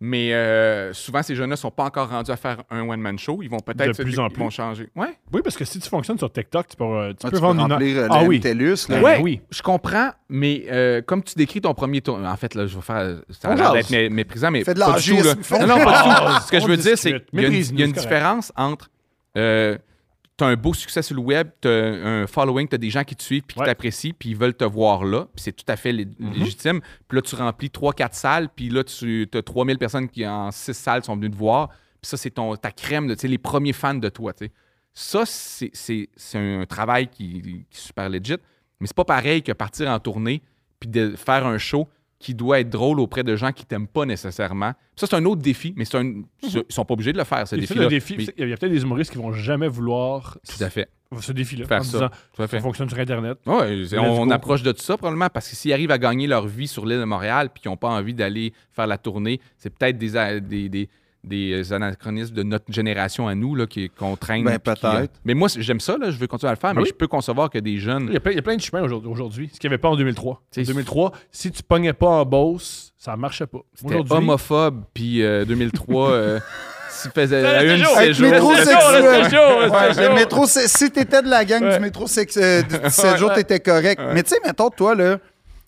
[SPEAKER 3] Mais euh, souvent, ces jeunes-là ne sont pas encore rendus à faire un one-man show. Ils vont peut-être.
[SPEAKER 1] De plus en
[SPEAKER 3] ils vont changer. Ouais.
[SPEAKER 1] Oui, parce que si tu fonctionnes sur TikTok, tu peux, euh, tu
[SPEAKER 2] Ah,
[SPEAKER 1] peux
[SPEAKER 2] tu peux
[SPEAKER 1] vendre une.
[SPEAKER 2] remplir euh,
[SPEAKER 1] Ah
[SPEAKER 2] le
[SPEAKER 1] oui.
[SPEAKER 2] MTELUS, là.
[SPEAKER 1] Ben
[SPEAKER 3] Ouais,
[SPEAKER 1] oui.
[SPEAKER 3] je comprends, mais euh, comme tu décris ton premier tour, en fait, là, je vais faire. Ça a
[SPEAKER 1] On
[SPEAKER 3] l'air
[SPEAKER 1] jase.
[SPEAKER 3] d'être mé- méprisant, mais.
[SPEAKER 2] Fais de
[SPEAKER 3] pas du tout,
[SPEAKER 2] l'argisme,
[SPEAKER 3] là.
[SPEAKER 2] fais-
[SPEAKER 3] Non, non, pas du tout.
[SPEAKER 1] Ah,
[SPEAKER 3] Ce que je
[SPEAKER 1] on
[SPEAKER 3] veux dire, c'est
[SPEAKER 1] discute.
[SPEAKER 3] qu'il y a une,
[SPEAKER 1] Méprise-nous,
[SPEAKER 3] il y a une
[SPEAKER 1] c'est correct.
[SPEAKER 3] différence entre. Euh, T'as un beau succès sur le web, t'as un following, t'as des gens qui te suivent, puis qui
[SPEAKER 1] Ouais. Mm-hmm.
[SPEAKER 3] t'apprécient, puis ils veulent te voir là, puis c'est tout à fait lé- légitime. Puis là, tu remplis 3-4 salles, puis là, tu as 3000 personnes qui, en 6 salles, sont venues te voir. Puis ça, c'est ton- ta crème, de, tu sais, les premiers fans de toi. tu sais. Ça, c'est c'est- c'est un travail qui, qui est super legit, mais c'est pas pareil que partir en tournée, puis de faire un show qui doit être drôle auprès de gens qui t'aiment pas nécessairement. Ça, c'est un autre défi, mais c'est un, ils sont pas obligés de le faire, ce
[SPEAKER 1] Et ça,
[SPEAKER 3] défi-là.
[SPEAKER 1] le défi,
[SPEAKER 3] Mais-
[SPEAKER 1] Mhm. c'est- il y a peut-être des humoristes qui vont jamais vouloir
[SPEAKER 3] tout à fait.
[SPEAKER 1] ce défi-là.
[SPEAKER 3] Faire
[SPEAKER 1] en
[SPEAKER 3] ça.
[SPEAKER 1] disant,
[SPEAKER 3] Tout à
[SPEAKER 1] ça
[SPEAKER 3] fait.
[SPEAKER 1] fonctionne sur Internet.
[SPEAKER 3] Ouais, c'est-
[SPEAKER 1] Let's
[SPEAKER 3] on, on
[SPEAKER 1] go.
[SPEAKER 3] approche de tout ça probablement parce que s'ils arrivent à gagner leur vie sur l'île de Montréal puis qu'ils n'ont pas envie d'aller faire la tournée, c'est peut-être des, a- des, des, des euh, anachronismes de notre génération à nous là, qui, qu'on traîne.
[SPEAKER 2] Ben,
[SPEAKER 3] puis qui- euh,
[SPEAKER 2] peut-être.
[SPEAKER 3] mais moi, j'aime ça, là, je veux continuer à le faire, mais
[SPEAKER 1] oui.
[SPEAKER 3] je peux concevoir que des jeunes.
[SPEAKER 1] Il y a plein, il y a plein de chemins aujourd'hui, aujourd'hui, ce qu'il n'y avait pas en 2003. En
[SPEAKER 3] Mm. C'est-
[SPEAKER 1] 2003, si tu pognais pas en boss, ça marchait pas.
[SPEAKER 3] C'était homophobe, puis euh, 2003, euh, s'il faisait
[SPEAKER 1] Ça,
[SPEAKER 3] à
[SPEAKER 1] c'est
[SPEAKER 3] une
[SPEAKER 1] chaud.
[SPEAKER 2] Avec
[SPEAKER 3] séjour.
[SPEAKER 2] métrosexuel.
[SPEAKER 1] C'était chaud, c'était
[SPEAKER 2] Ouais,
[SPEAKER 1] chaud.
[SPEAKER 2] le métro, c'est- si t'étais de la gang
[SPEAKER 1] Ouais.
[SPEAKER 2] du métro sex- euh, du 17 jours, t'étais correct. Mais tu sais, mettons, toi, là,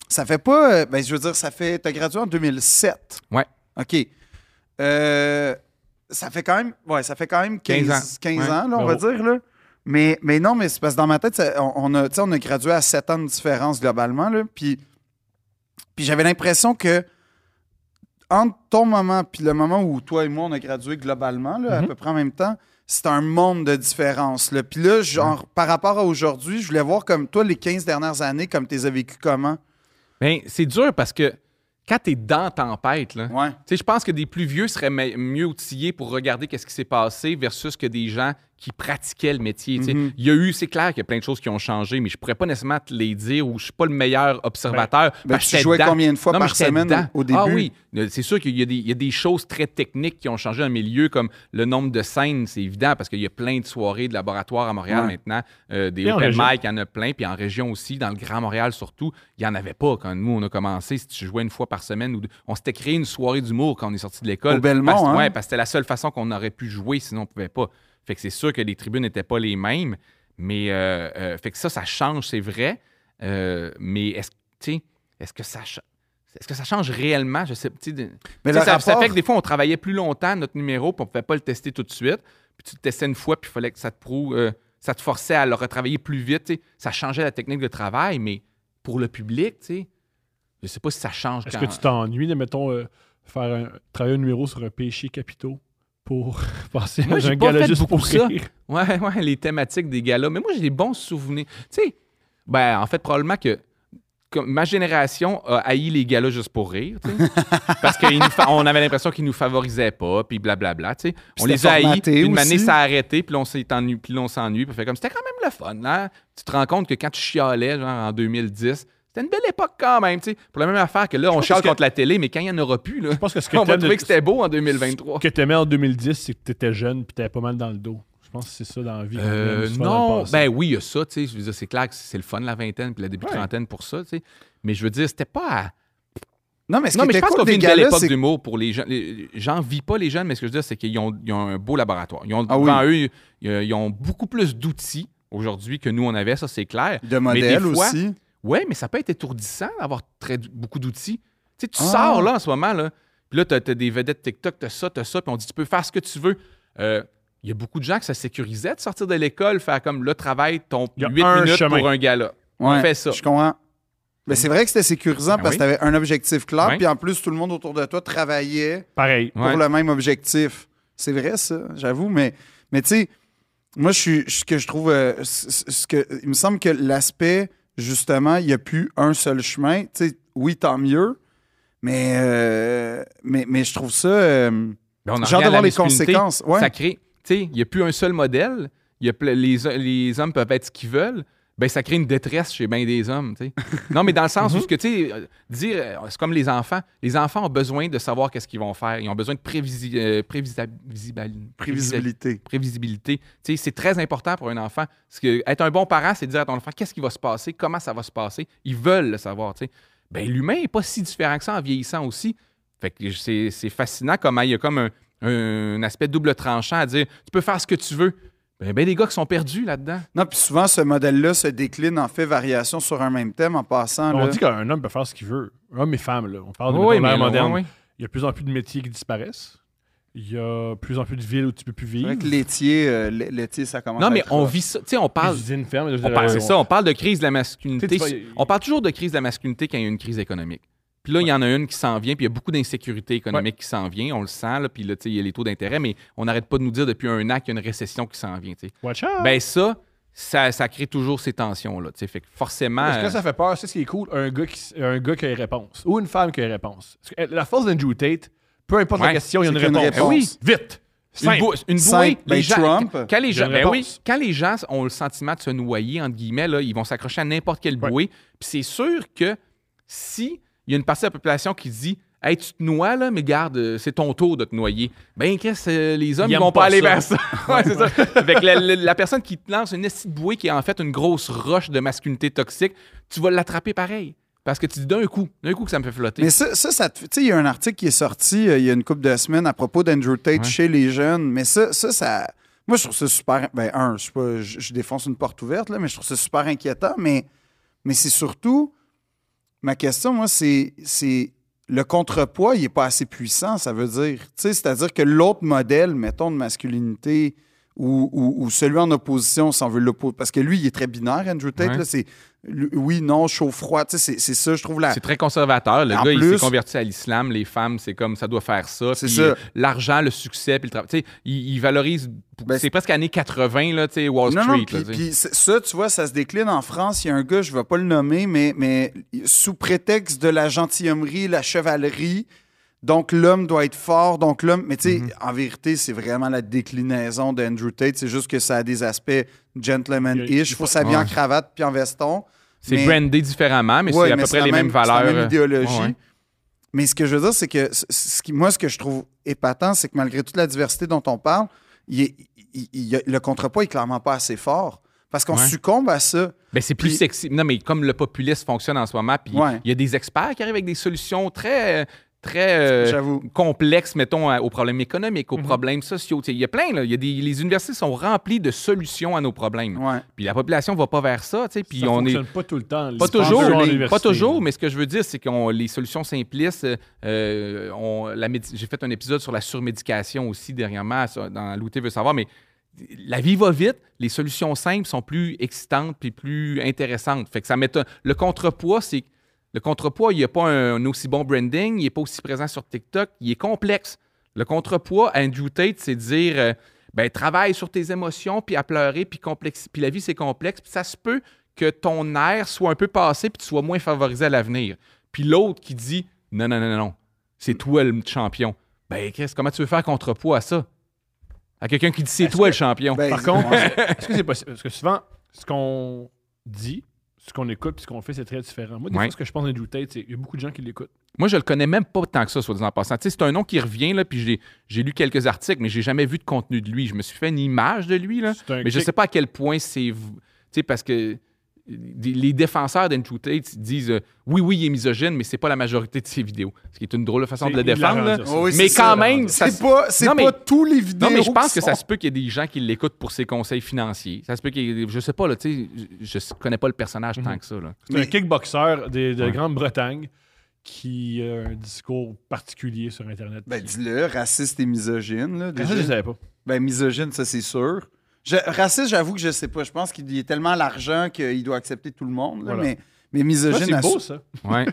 [SPEAKER 2] ça fait pas. euh, Ben, je veux dire, ça fait. T'as gradué en 2007.
[SPEAKER 3] Ouais.
[SPEAKER 2] OK. Euh, ça fait quand même. Ouais, ça fait quand même 15,
[SPEAKER 3] 15 ans.
[SPEAKER 2] 15
[SPEAKER 3] Ouais.
[SPEAKER 2] ans, là, on va
[SPEAKER 3] Ben oh.
[SPEAKER 1] Bravo.
[SPEAKER 2] dire, là. Mais, mais non, mais c'est parce que dans ma tête, ça- on, on a, tu sais, on a gradué à 7 ans de différence globalement. Là, puis puis j'avais l'impression que entre ton moment puis le moment où toi et moi, on a gradué globalement, là,
[SPEAKER 3] Mm-hmm.
[SPEAKER 2] à
[SPEAKER 1] Mhm.
[SPEAKER 2] peu près en même temps, c'est un monde de différence. Là. Puis là, genre, par rapport à aujourd'hui, je voulais voir comme toi, les 15 dernières années, comme tu les as vécues comment.
[SPEAKER 3] Ben, c'est dur parce que quand t'es dans tempête, là,
[SPEAKER 2] Ouais.
[SPEAKER 3] Tu sais, je pense que des plus vieux seraient me- mieux outillés pour regarder qu'est-ce qui s'est passé versus que des gens qui pratiquaient le métier. tu sais.
[SPEAKER 2] Mhm.
[SPEAKER 3] Il y a eu, c'est clair qu'il y a plein de choses qui ont changé, mais je pourrais pas nécessairement te les dire ou je suis pas le meilleur
[SPEAKER 2] Ben,
[SPEAKER 3] observateur. parce que
[SPEAKER 2] tu
[SPEAKER 3] Ah, j'étais
[SPEAKER 2] jouais
[SPEAKER 3] dedans.
[SPEAKER 2] combien de fois
[SPEAKER 3] Non, mais
[SPEAKER 2] par
[SPEAKER 3] j'étais
[SPEAKER 2] semaine
[SPEAKER 3] dedans.
[SPEAKER 2] au début?
[SPEAKER 3] Ah oui, Euh, c'est sûr qu'il y, a des- il y a des choses très techniques qui ont changé dans le milieu, comme le nombre de scènes, c'est évident, parce qu'il y a plein de soirées de laboratoire à Montréal
[SPEAKER 2] Ouais.
[SPEAKER 3] maintenant, euh, des
[SPEAKER 1] Et en
[SPEAKER 3] open
[SPEAKER 1] région.
[SPEAKER 3] mic, il y en a plein, puis en région aussi, dans le Grand Montréal surtout, il n'y en avait pas quand nous, on a commencé, si tu jouais une fois par semaine, ou deux. on s'était créé une soirée d'humour quand on est sorti de l'école.
[SPEAKER 2] Au Belmont,
[SPEAKER 3] parce,
[SPEAKER 2] hein?
[SPEAKER 3] ouais, parce que c'était la seule façon qu'on aurait pu jouer, sinon on ne pouvait pas. Fait que c'est sûr que les tribunes n'étaient pas les mêmes, mais euh, euh, fait que ça, ça change, c'est vrai, euh, mais est-ce tu sais, est-ce que ça change? Est-ce que ça change réellement? Je sais, tu sais, de-
[SPEAKER 2] Mais le
[SPEAKER 3] tu sais, ça, ça
[SPEAKER 2] rapport-
[SPEAKER 3] fait que des fois, on travaillait plus longtemps notre numéro, puis on ne pouvait pas le tester tout de suite. Puis tu le testais une fois, puis il fallait que ça te prouve, euh, ça te forçait à le retravailler plus vite. tu sais. Ça changeait la technique de travail, mais pour le public, tu sais, je sais pas si ça change
[SPEAKER 1] Est-ce
[SPEAKER 3] quand-
[SPEAKER 1] que tu t'ennuies de, mettons, euh, faire un, travailler un numéro sur un péché capitaux pour passer
[SPEAKER 3] Moi,
[SPEAKER 1] à
[SPEAKER 3] j'ai
[SPEAKER 1] un
[SPEAKER 3] pas
[SPEAKER 1] gala
[SPEAKER 3] fait
[SPEAKER 1] juste
[SPEAKER 3] beaucoup
[SPEAKER 1] pour
[SPEAKER 3] ça.
[SPEAKER 1] rire?
[SPEAKER 3] Ouais, ouais, les thématiques des galas. Mais moi, j'ai des bons souvenirs. Tu sais, ben, en fait, probablement que comme ma génération a haï les galas juste pour rire. tu sais. parce qu'on avait l'impression qu'ils nous favorisaient pas, puis blablabla. tu sais. on
[SPEAKER 2] c'était
[SPEAKER 3] les a haïs,
[SPEAKER 2] formaté
[SPEAKER 3] puis une année,
[SPEAKER 2] aussi.
[SPEAKER 3] ça a arrêté, puis là, on s'est ennu- puis là, on s'ennuie, puis on fait comme c'était quand même le fun. Là. Tu te rends compte que quand tu chialais, genre en 2010, c'était une belle époque quand même. tu sais. Pour la même affaire que là, on
[SPEAKER 1] pense
[SPEAKER 3] chiale
[SPEAKER 1] que-
[SPEAKER 3] contre la télé, mais quand il n'y en aura plus, là,
[SPEAKER 1] Je pense que ce que
[SPEAKER 3] on va
[SPEAKER 1] t'aimes de-
[SPEAKER 3] trouver que c'était beau en 2023.
[SPEAKER 1] Ce que t'aimais en 2010, c'est que t'étais jeune puis t'avais pas mal dans le dos. Je pense que c'est ça dans la vie. qu'on aime
[SPEAKER 3] Euh,
[SPEAKER 1] se faire dans le
[SPEAKER 3] non,
[SPEAKER 1] passé.
[SPEAKER 3] ben oui, il y a ça, tu sais. Je veux dire, c'est clair que c'est le fun la vingtaine puis la début de
[SPEAKER 1] Ouais.
[SPEAKER 3] trentaine pour ça, tu sais. Mais je veux dire, c'était pas. à-
[SPEAKER 2] Non, mais ce
[SPEAKER 3] Non,
[SPEAKER 2] qui
[SPEAKER 3] mais je
[SPEAKER 2] était
[SPEAKER 3] pense
[SPEAKER 2] cool
[SPEAKER 3] qu'on vit
[SPEAKER 2] des
[SPEAKER 3] une belle
[SPEAKER 2] galas,
[SPEAKER 3] époque
[SPEAKER 2] c'est
[SPEAKER 3] d'humour pour les jeunes. Les- J'en vis pas les jeunes, mais ce que je veux dire, c'est qu'ils ont, ils ont un beau laboratoire. Ils ont,
[SPEAKER 2] Ah oui.
[SPEAKER 3] devant eux, ils, ils ont beaucoup plus d'outils aujourd'hui que nous on avait, ça c'est clair.
[SPEAKER 2] de
[SPEAKER 3] mais des
[SPEAKER 2] modèles
[SPEAKER 3] fois,
[SPEAKER 2] aussi.
[SPEAKER 3] Ouais, mais ça peut être étourdissant d'avoir très, beaucoup d'outils. Tu sais, tu
[SPEAKER 2] Ah.
[SPEAKER 3] sors là en ce moment, là, puis là, t'as as des vedettes TikTok, t'as ça, t'as ça, puis on dit tu peux faire ce que tu veux. Euh, Il y a beaucoup de gens que ça sécurisait de sortir de l'école, faire comme le travail, ton
[SPEAKER 1] Il y a
[SPEAKER 3] 8
[SPEAKER 1] un
[SPEAKER 3] minutes
[SPEAKER 1] chemin.
[SPEAKER 3] pour un gala.
[SPEAKER 2] Ouais,
[SPEAKER 3] on fait ça.
[SPEAKER 2] Je comprends. Mais c'est vrai que c'était sécurisant
[SPEAKER 3] Ben
[SPEAKER 2] parce que tu avais un objectif clair,
[SPEAKER 3] Ouais.
[SPEAKER 2] puis en plus, tout le monde autour de toi travaillait
[SPEAKER 1] Pareil.
[SPEAKER 3] Ouais.
[SPEAKER 2] pour le même objectif. C'est vrai, ça, j'avoue, mais, mais tu sais, moi, je suis, ce que je trouve, euh, c- c- ce que, il me semble que l'aspect, justement, il n'y a plus un seul chemin. Tu sais, oui, tant mieux, mais, euh, mais, mais je trouve ça. euh,
[SPEAKER 3] Ben, on
[SPEAKER 2] Genre
[SPEAKER 3] en revient à
[SPEAKER 2] d'avoir les
[SPEAKER 3] la masculinité.
[SPEAKER 2] conséquences. Ouais.
[SPEAKER 3] Ça crée, tu sais, il n'y a plus un seul modèle. Il Y a ple- les, les hommes peuvent être ce qu'ils veulent. Ben, ça crée une détresse chez bien des hommes. tu sais. non, mais dans le sens où, ce que, tu sais, euh, dire, euh, c'est comme les enfants. Les enfants ont besoin de savoir qu'est-ce qu'ils vont faire. Ils ont besoin de prévisi- euh, prévisab- visibal- prévisibilité.
[SPEAKER 2] prévisibilité.
[SPEAKER 3] prévisibilité. Tu sais, C'est très important pour un enfant. Parce que être un bon parent, c'est de dire à ton enfant qu'est-ce qui va se passer, comment ça va se passer. Ils veulent le savoir. tu sais. Ben, L'humain n'est pas si différent que ça en vieillissant aussi. Fait que c'est c'est fascinant comment il y a comme un, un aspect double tranchant à dire tu peux faire ce que tu veux. Ben, ben des gars qui sont perdus là-dedans.
[SPEAKER 2] Non, puis souvent, ce modèle-là se décline en fait variation sur un même thème en passant.
[SPEAKER 3] Ah,
[SPEAKER 1] On
[SPEAKER 2] là.
[SPEAKER 1] dit qu'un homme peut faire ce qu'il veut. Homme et femme, là. On parle Ah, de
[SPEAKER 3] Oui,
[SPEAKER 1] mettons, l'ère
[SPEAKER 3] mais là,
[SPEAKER 1] moderne.
[SPEAKER 3] ouais, ouais.
[SPEAKER 1] Il y a de plus en plus de métiers qui disparaissent. Il y a de plus en plus de villes où tu peux plus
[SPEAKER 2] C'est
[SPEAKER 1] vivre.
[SPEAKER 2] vrai que laitier, euh, lait- laitier, ça commence
[SPEAKER 3] Non,
[SPEAKER 2] à
[SPEAKER 3] mais
[SPEAKER 2] être
[SPEAKER 3] on
[SPEAKER 2] rough.
[SPEAKER 3] vit ça. Tu sais, on parle.
[SPEAKER 1] Les usines ferment.
[SPEAKER 3] on parle- C'est ça, on parle de crise de la masculinité.
[SPEAKER 1] Tu sais, tu vas-
[SPEAKER 3] On parle toujours de crise de la masculinité quand il y a une crise économique. Puis là, il y en a une qui s'en vient, puis il y a beaucoup d'insécurité économique qui s'en vient, on le sent, là, puis là, tu sais, il y a les taux d'intérêt, mais on n'arrête pas de nous dire depuis un an qu'il y a une récession qui s'en vient. tu sais.
[SPEAKER 1] Watch out!
[SPEAKER 3] Ben ça, ça, ça crée toujours ces tensions-là. tu sais. Fait que forcément.
[SPEAKER 1] Parce que ça fait peur, c'est ce qui est cool, un gars qui, s- un gars qui a une réponse ou une femme qui a une réponse. Parce que, euh, La force d'Andrew Tate, peu importe
[SPEAKER 3] Ouais,
[SPEAKER 1] la question, il y a une
[SPEAKER 2] c'est qu'il y a
[SPEAKER 1] réponse.
[SPEAKER 2] une réponse.
[SPEAKER 1] Eh oui, vite!
[SPEAKER 3] Une,
[SPEAKER 1] Simple.
[SPEAKER 3] bou- une
[SPEAKER 2] Simple.
[SPEAKER 3] bouée,
[SPEAKER 2] Ben,
[SPEAKER 3] les gens,
[SPEAKER 2] Trump,
[SPEAKER 3] quand- quand les
[SPEAKER 1] j'ai
[SPEAKER 3] gens,
[SPEAKER 1] une
[SPEAKER 3] ben oui,
[SPEAKER 1] réponse.
[SPEAKER 3] quand les gens ont le sentiment de se noyer entre guillemets là, ils vont s'accrocher à n'importe quelle
[SPEAKER 1] Ouais.
[SPEAKER 3] bouée. Puis c'est sûr que si il y a une partie de la population qui dit Hey, tu te noies là, mais garde, euh, c'est ton tour de te noyer. Ben qu'est-ce euh, les hommes
[SPEAKER 1] Ils
[SPEAKER 3] ils vont
[SPEAKER 1] aiment
[SPEAKER 3] pas,
[SPEAKER 1] pas
[SPEAKER 3] aller
[SPEAKER 1] ça.
[SPEAKER 3] vers ça. Ouais, c'est ça. Fait que la, la- la personne qui te lance une petite bouée qui est en fait une grosse roche de masculinité toxique, tu vas l'attraper pareil parce que tu dis d'un coup, d'un coup que ça me fait flotter.
[SPEAKER 2] Mais ça, ça, ça te fait- tu sais, il y a un article qui est sorti euh, il y a une couple de semaines à propos d'Andrew Tate
[SPEAKER 3] Ouais.
[SPEAKER 2] chez les jeunes, mais ça, ça, ça. Moi, je trouve ça super. Ben, un, je, sais pas, je, je défonce une porte ouverte, là, mais je trouve ça super inquiétant. Mais, mais c'est surtout. Ma question, moi, c'est. c'est le contrepoids, il n'est pas assez puissant, ça veut dire. Tu sais, C'est-à-dire que l'autre modèle, mettons, de masculinité ou, ou- ou celui en opposition, si on veut l'opposition. Parce que lui, il est très binaire, Andrew Tate.
[SPEAKER 3] Ouais.
[SPEAKER 2] là, c'est lui- oui, non, chaud, froid. tu sais, C'est c'est ça, je trouve. La...
[SPEAKER 3] C'est très conservateur. Le
[SPEAKER 2] Ah. En
[SPEAKER 3] gars, il
[SPEAKER 2] plus-
[SPEAKER 3] s'est converti à l'islam. Les femmes, c'est comme ça doit faire ça.
[SPEAKER 2] C'est
[SPEAKER 3] Puis,
[SPEAKER 2] ça.
[SPEAKER 3] euh, L'argent, le succès, puis le travail. Tu sais, il, il valorise.
[SPEAKER 2] Ben,
[SPEAKER 3] c'est presque années 80, là, tu sais, Wall
[SPEAKER 2] Non,
[SPEAKER 3] Street.
[SPEAKER 2] non, puis,
[SPEAKER 3] là, tu sais.
[SPEAKER 2] puis c- ça, tu vois, ça se décline en France. Il y a un gars, je ne vais pas le nommer, mais, mais sous prétexte de la gentilhommerie, la chevalerie, donc l'homme doit être fort, donc l'homme... Mais tu sais,
[SPEAKER 3] Mm-hmm.
[SPEAKER 2] en vérité, c'est vraiment la déclinaison d'Andrew Tate. C'est juste que ça a des aspects gentleman-ish. Il faut s'habiller en
[SPEAKER 3] Ouais.
[SPEAKER 2] cravate puis en veston.
[SPEAKER 3] c'est
[SPEAKER 2] mais-
[SPEAKER 3] brandé différemment, mais
[SPEAKER 2] Ouais,
[SPEAKER 3] c'est à peu
[SPEAKER 2] c'est
[SPEAKER 3] près
[SPEAKER 2] la
[SPEAKER 3] les
[SPEAKER 2] même-
[SPEAKER 3] mêmes
[SPEAKER 2] c'est la
[SPEAKER 3] valeurs.
[SPEAKER 2] même
[SPEAKER 3] euh,
[SPEAKER 2] idéologie.
[SPEAKER 3] ouais, ouais.
[SPEAKER 2] Mais ce que je veux dire, c'est que ce- ce qui- moi, ce que je trouve épatant, c'est que malgré toute la diversité dont on parle, il est- il- il y a- le contrepoids est clairement pas assez fort. Parce qu'on
[SPEAKER 3] Ouais.
[SPEAKER 2] succombe à ça.
[SPEAKER 3] Ben, c'est plus
[SPEAKER 2] Puis-
[SPEAKER 3] sexy. Non, mais comme le populisme fonctionne en ce moment, puis
[SPEAKER 2] Ouais.
[SPEAKER 3] il y a des experts qui arrivent avec des solutions très, euh, très euh,
[SPEAKER 2] J'avoue.
[SPEAKER 3] complexes, mettons, à- aux problèmes économiques, aux
[SPEAKER 1] Mhm.
[SPEAKER 3] problèmes sociaux. Tu sais, Il y a plein, là. Il y a des, les universités sont remplies de solutions à nos problèmes.
[SPEAKER 2] Ouais.
[SPEAKER 3] Puis la population va pas vers ça, tu sais. Puis
[SPEAKER 1] ça
[SPEAKER 3] on est
[SPEAKER 1] fonctionne pas tout le temps.
[SPEAKER 3] pas
[SPEAKER 1] les
[SPEAKER 3] toujours,
[SPEAKER 1] sponsors à
[SPEAKER 2] les-
[SPEAKER 1] l'université.
[SPEAKER 3] pas toujours, mais ce que je veux dire, c'est que les solutions simplistes, euh, euh, on- la médi- j'ai fait un épisode sur la surmédication aussi dernièrement ça, dans L'Outé veut savoir, mais la vie va vite, les solutions simples sont plus excitantes puis plus intéressantes. Fait que ça m'étonne. Le contrepoids, c'est le contrepoids, il n'y a pas un, un aussi bon branding, il n'est pas aussi présent sur TikTok, il est complexe. Le contrepoids, Andrew Tate, c'est de dire euh, ben, travaille sur tes émotions, puis à pleurer, puis complexe, puis la vie, c'est complexe, puis ça se peut que ton air soit un peu passé, puis tu sois moins favorisé à l'avenir. Puis l'autre qui dit non, non, non, non, non, c'est toi le champion. Ben, Chris, comment tu veux faire contrepoids à ça? À quelqu'un qui dit c'est
[SPEAKER 1] Est-ce
[SPEAKER 3] toi
[SPEAKER 1] que-
[SPEAKER 3] le champion.
[SPEAKER 2] Ben,
[SPEAKER 1] Par contre,
[SPEAKER 2] ouais.
[SPEAKER 1] est-ce que c'est possible? Parce que souvent, ce qu'on dit, ce qu'on écoute, puis ce qu'on fait, c'est très différent. Moi, des
[SPEAKER 3] Ouais.
[SPEAKER 1] fois, ce que je pense d'Andrew Tate, c'est qu'il y a beaucoup de gens qui l'écoutent.
[SPEAKER 3] Moi, je le connais même pas tant que ça, soit disant en passant. Tu sais, c'est un nom qui revient, là, puis j'ai, j'ai lu quelques articles, mais j'ai jamais vu de contenu de lui. Je me suis fait une image de lui, là.
[SPEAKER 1] C'est un
[SPEAKER 3] Mais je
[SPEAKER 1] kick-
[SPEAKER 3] sais pas à quel point c'est. v- Tu sais, parce que euh, des- les défenseurs d'Andrew Tate disent euh, oui, oui, il est misogyne, mais c'est pas la majorité de ses vidéos. Ce qui est une drôle de façon de
[SPEAKER 1] C'est
[SPEAKER 3] le défendre.
[SPEAKER 1] hilarant de
[SPEAKER 3] là.
[SPEAKER 1] dire ça.
[SPEAKER 2] Oh oui,
[SPEAKER 3] mais
[SPEAKER 2] c'est
[SPEAKER 3] quand
[SPEAKER 2] ça.
[SPEAKER 3] même,
[SPEAKER 2] c'est pas, c'est
[SPEAKER 3] Non, mais-
[SPEAKER 2] pas tous les vidéos.
[SPEAKER 3] non, mais je pense que
[SPEAKER 2] qui
[SPEAKER 3] ça
[SPEAKER 2] sont-
[SPEAKER 3] se peut qu'il y ait des gens qui l'écoutent pour ses conseils financiers. Ça se peut qu'il y ait- Je sais pas, là, tu sais, je, je connais pas le personnage
[SPEAKER 2] Mhm.
[SPEAKER 3] tant que ça, là.
[SPEAKER 1] C'est un
[SPEAKER 2] Mais-
[SPEAKER 1] kickboxer de, de
[SPEAKER 3] Ouais.
[SPEAKER 1] Grande-Bretagne qui a un discours particulier sur Internet.
[SPEAKER 2] Ben,
[SPEAKER 1] Qui-
[SPEAKER 2] dis-le, raciste et misogyne. Là,
[SPEAKER 1] Ah,
[SPEAKER 2] déjà.
[SPEAKER 1] ça, je savais pas.
[SPEAKER 2] Ben, misogyne, ça, c'est sûr. Je- raciste, j'avoue que je sais pas. Je pense qu'il est tellement à l'argent qu'il doit accepter tout le monde. là,
[SPEAKER 1] Voilà.
[SPEAKER 2] mais, mais
[SPEAKER 1] Ça,
[SPEAKER 2] misogyne,
[SPEAKER 1] C'est beau,
[SPEAKER 2] assu-
[SPEAKER 1] ça.
[SPEAKER 3] Ouais.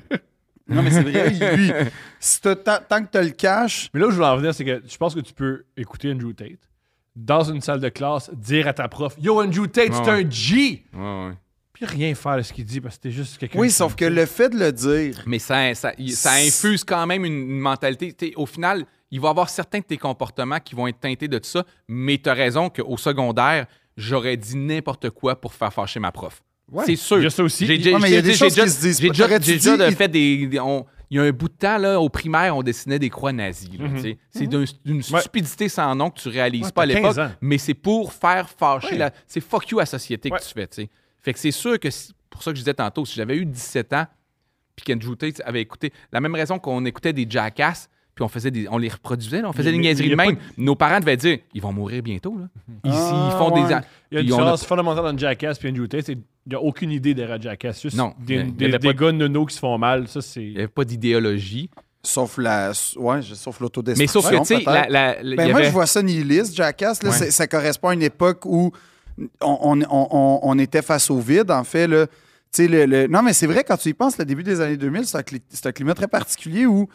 [SPEAKER 2] Non, mais c'est vrai, il- lui, si t'as- tant, tant que tu le caches,
[SPEAKER 1] Mais là où je voulais en venir, c'est que je pense que tu peux écouter Andrew Tate dans une salle de classe, dire à ta prof Yo, Andrew Tate, c'est
[SPEAKER 3] Ouais.
[SPEAKER 1] un G!
[SPEAKER 3] Ouais, ouais.
[SPEAKER 1] Puis rien faire de ce qu'il dit parce que t'es juste quelqu'un.
[SPEAKER 2] oui,
[SPEAKER 1] qui-
[SPEAKER 2] sauf que le fait de le dire,
[SPEAKER 3] Mais ça, ça, il- ça infuse quand même une, une mentalité. Tu sais, au final, il va y avoir certains de tes comportements qui vont être teintés de tout ça, mais tu as raison qu'au secondaire, j'aurais dit n'importe quoi pour faire fâcher ma prof.
[SPEAKER 1] Ouais.
[SPEAKER 3] C'est sûr.
[SPEAKER 1] Il y a ça aussi.
[SPEAKER 3] J'ai-
[SPEAKER 1] Il-
[SPEAKER 3] j'ai-
[SPEAKER 2] Ouais, mais il y a
[SPEAKER 3] j'ai-
[SPEAKER 2] des
[SPEAKER 3] j'ai
[SPEAKER 2] choses
[SPEAKER 3] déjà-
[SPEAKER 2] qui se disent
[SPEAKER 3] J'ai
[SPEAKER 2] pas.
[SPEAKER 3] déjà,
[SPEAKER 2] T'aurais-tu
[SPEAKER 3] j'ai déjà
[SPEAKER 2] dit-
[SPEAKER 3] de
[SPEAKER 2] il-
[SPEAKER 3] fait des. des- on- il y a un bout de temps, là, au primaire, on dessinait des croix nazies. là, tu sais. C'est d'un- d'une
[SPEAKER 1] Mhm. Ouais.
[SPEAKER 3] stupidité sans nom que tu réalises
[SPEAKER 1] Ouais,
[SPEAKER 3] pas à
[SPEAKER 1] t'as 15
[SPEAKER 3] l'époque,
[SPEAKER 1] ans.
[SPEAKER 3] mais c'est pour faire fâcher
[SPEAKER 1] Ouais.
[SPEAKER 3] la. C'est fuck you à la société
[SPEAKER 1] Ouais.
[SPEAKER 3] que tu fais, tu sais. Fait que c'est sûr que, si- pour ça que je disais tantôt, si j'avais eu 17 ans, puis qu'Andrew Tate avait écouté. La même raison qu'on écoutait des jackass, puis on faisait des, on les reproduisait, là, on faisait
[SPEAKER 1] Mais-
[SPEAKER 3] des
[SPEAKER 1] mais-
[SPEAKER 3] niaiseries
[SPEAKER 1] mais
[SPEAKER 3] de
[SPEAKER 1] y a
[SPEAKER 3] même. Nos parents devaient dire ils vont mourir bientôt. Là. Ils,
[SPEAKER 2] Ah,
[SPEAKER 3] ils font
[SPEAKER 2] ouais.
[SPEAKER 3] des.
[SPEAKER 1] Il y a une
[SPEAKER 3] Puis on a-
[SPEAKER 1] différence fondamentale entre Jackass et Andrew Tate, c'est qu'il n'y a aucune idée derrière Jackass. Juste
[SPEAKER 3] Non, il y
[SPEAKER 1] des,
[SPEAKER 3] a- il y
[SPEAKER 1] des,
[SPEAKER 3] avait
[SPEAKER 1] des
[SPEAKER 3] pas de-
[SPEAKER 1] gars nonos qui se font mal, ça
[SPEAKER 3] Il
[SPEAKER 1] c'est.
[SPEAKER 3] n'y avait pas d'idéologie.
[SPEAKER 2] sauf la, ouais, je- sauf
[SPEAKER 3] Mais sauf
[SPEAKER 2] l'autodestruction.
[SPEAKER 3] que, tu sais,
[SPEAKER 2] peut-être.
[SPEAKER 3] la- la- la- il
[SPEAKER 2] Ben
[SPEAKER 3] y
[SPEAKER 2] moi,
[SPEAKER 3] avait-
[SPEAKER 2] je vois ça nihiliste, Jackass. Là,
[SPEAKER 3] Ouais.
[SPEAKER 2] c'est- Ça correspond à une époque où on, on- on- on- on était face au vide, en fait. Là. Tu sais, Le, le- Non, mais c'est vrai, quand tu y penses, le début des années 2000, c'est un, cli- c'est un climat très particulier où,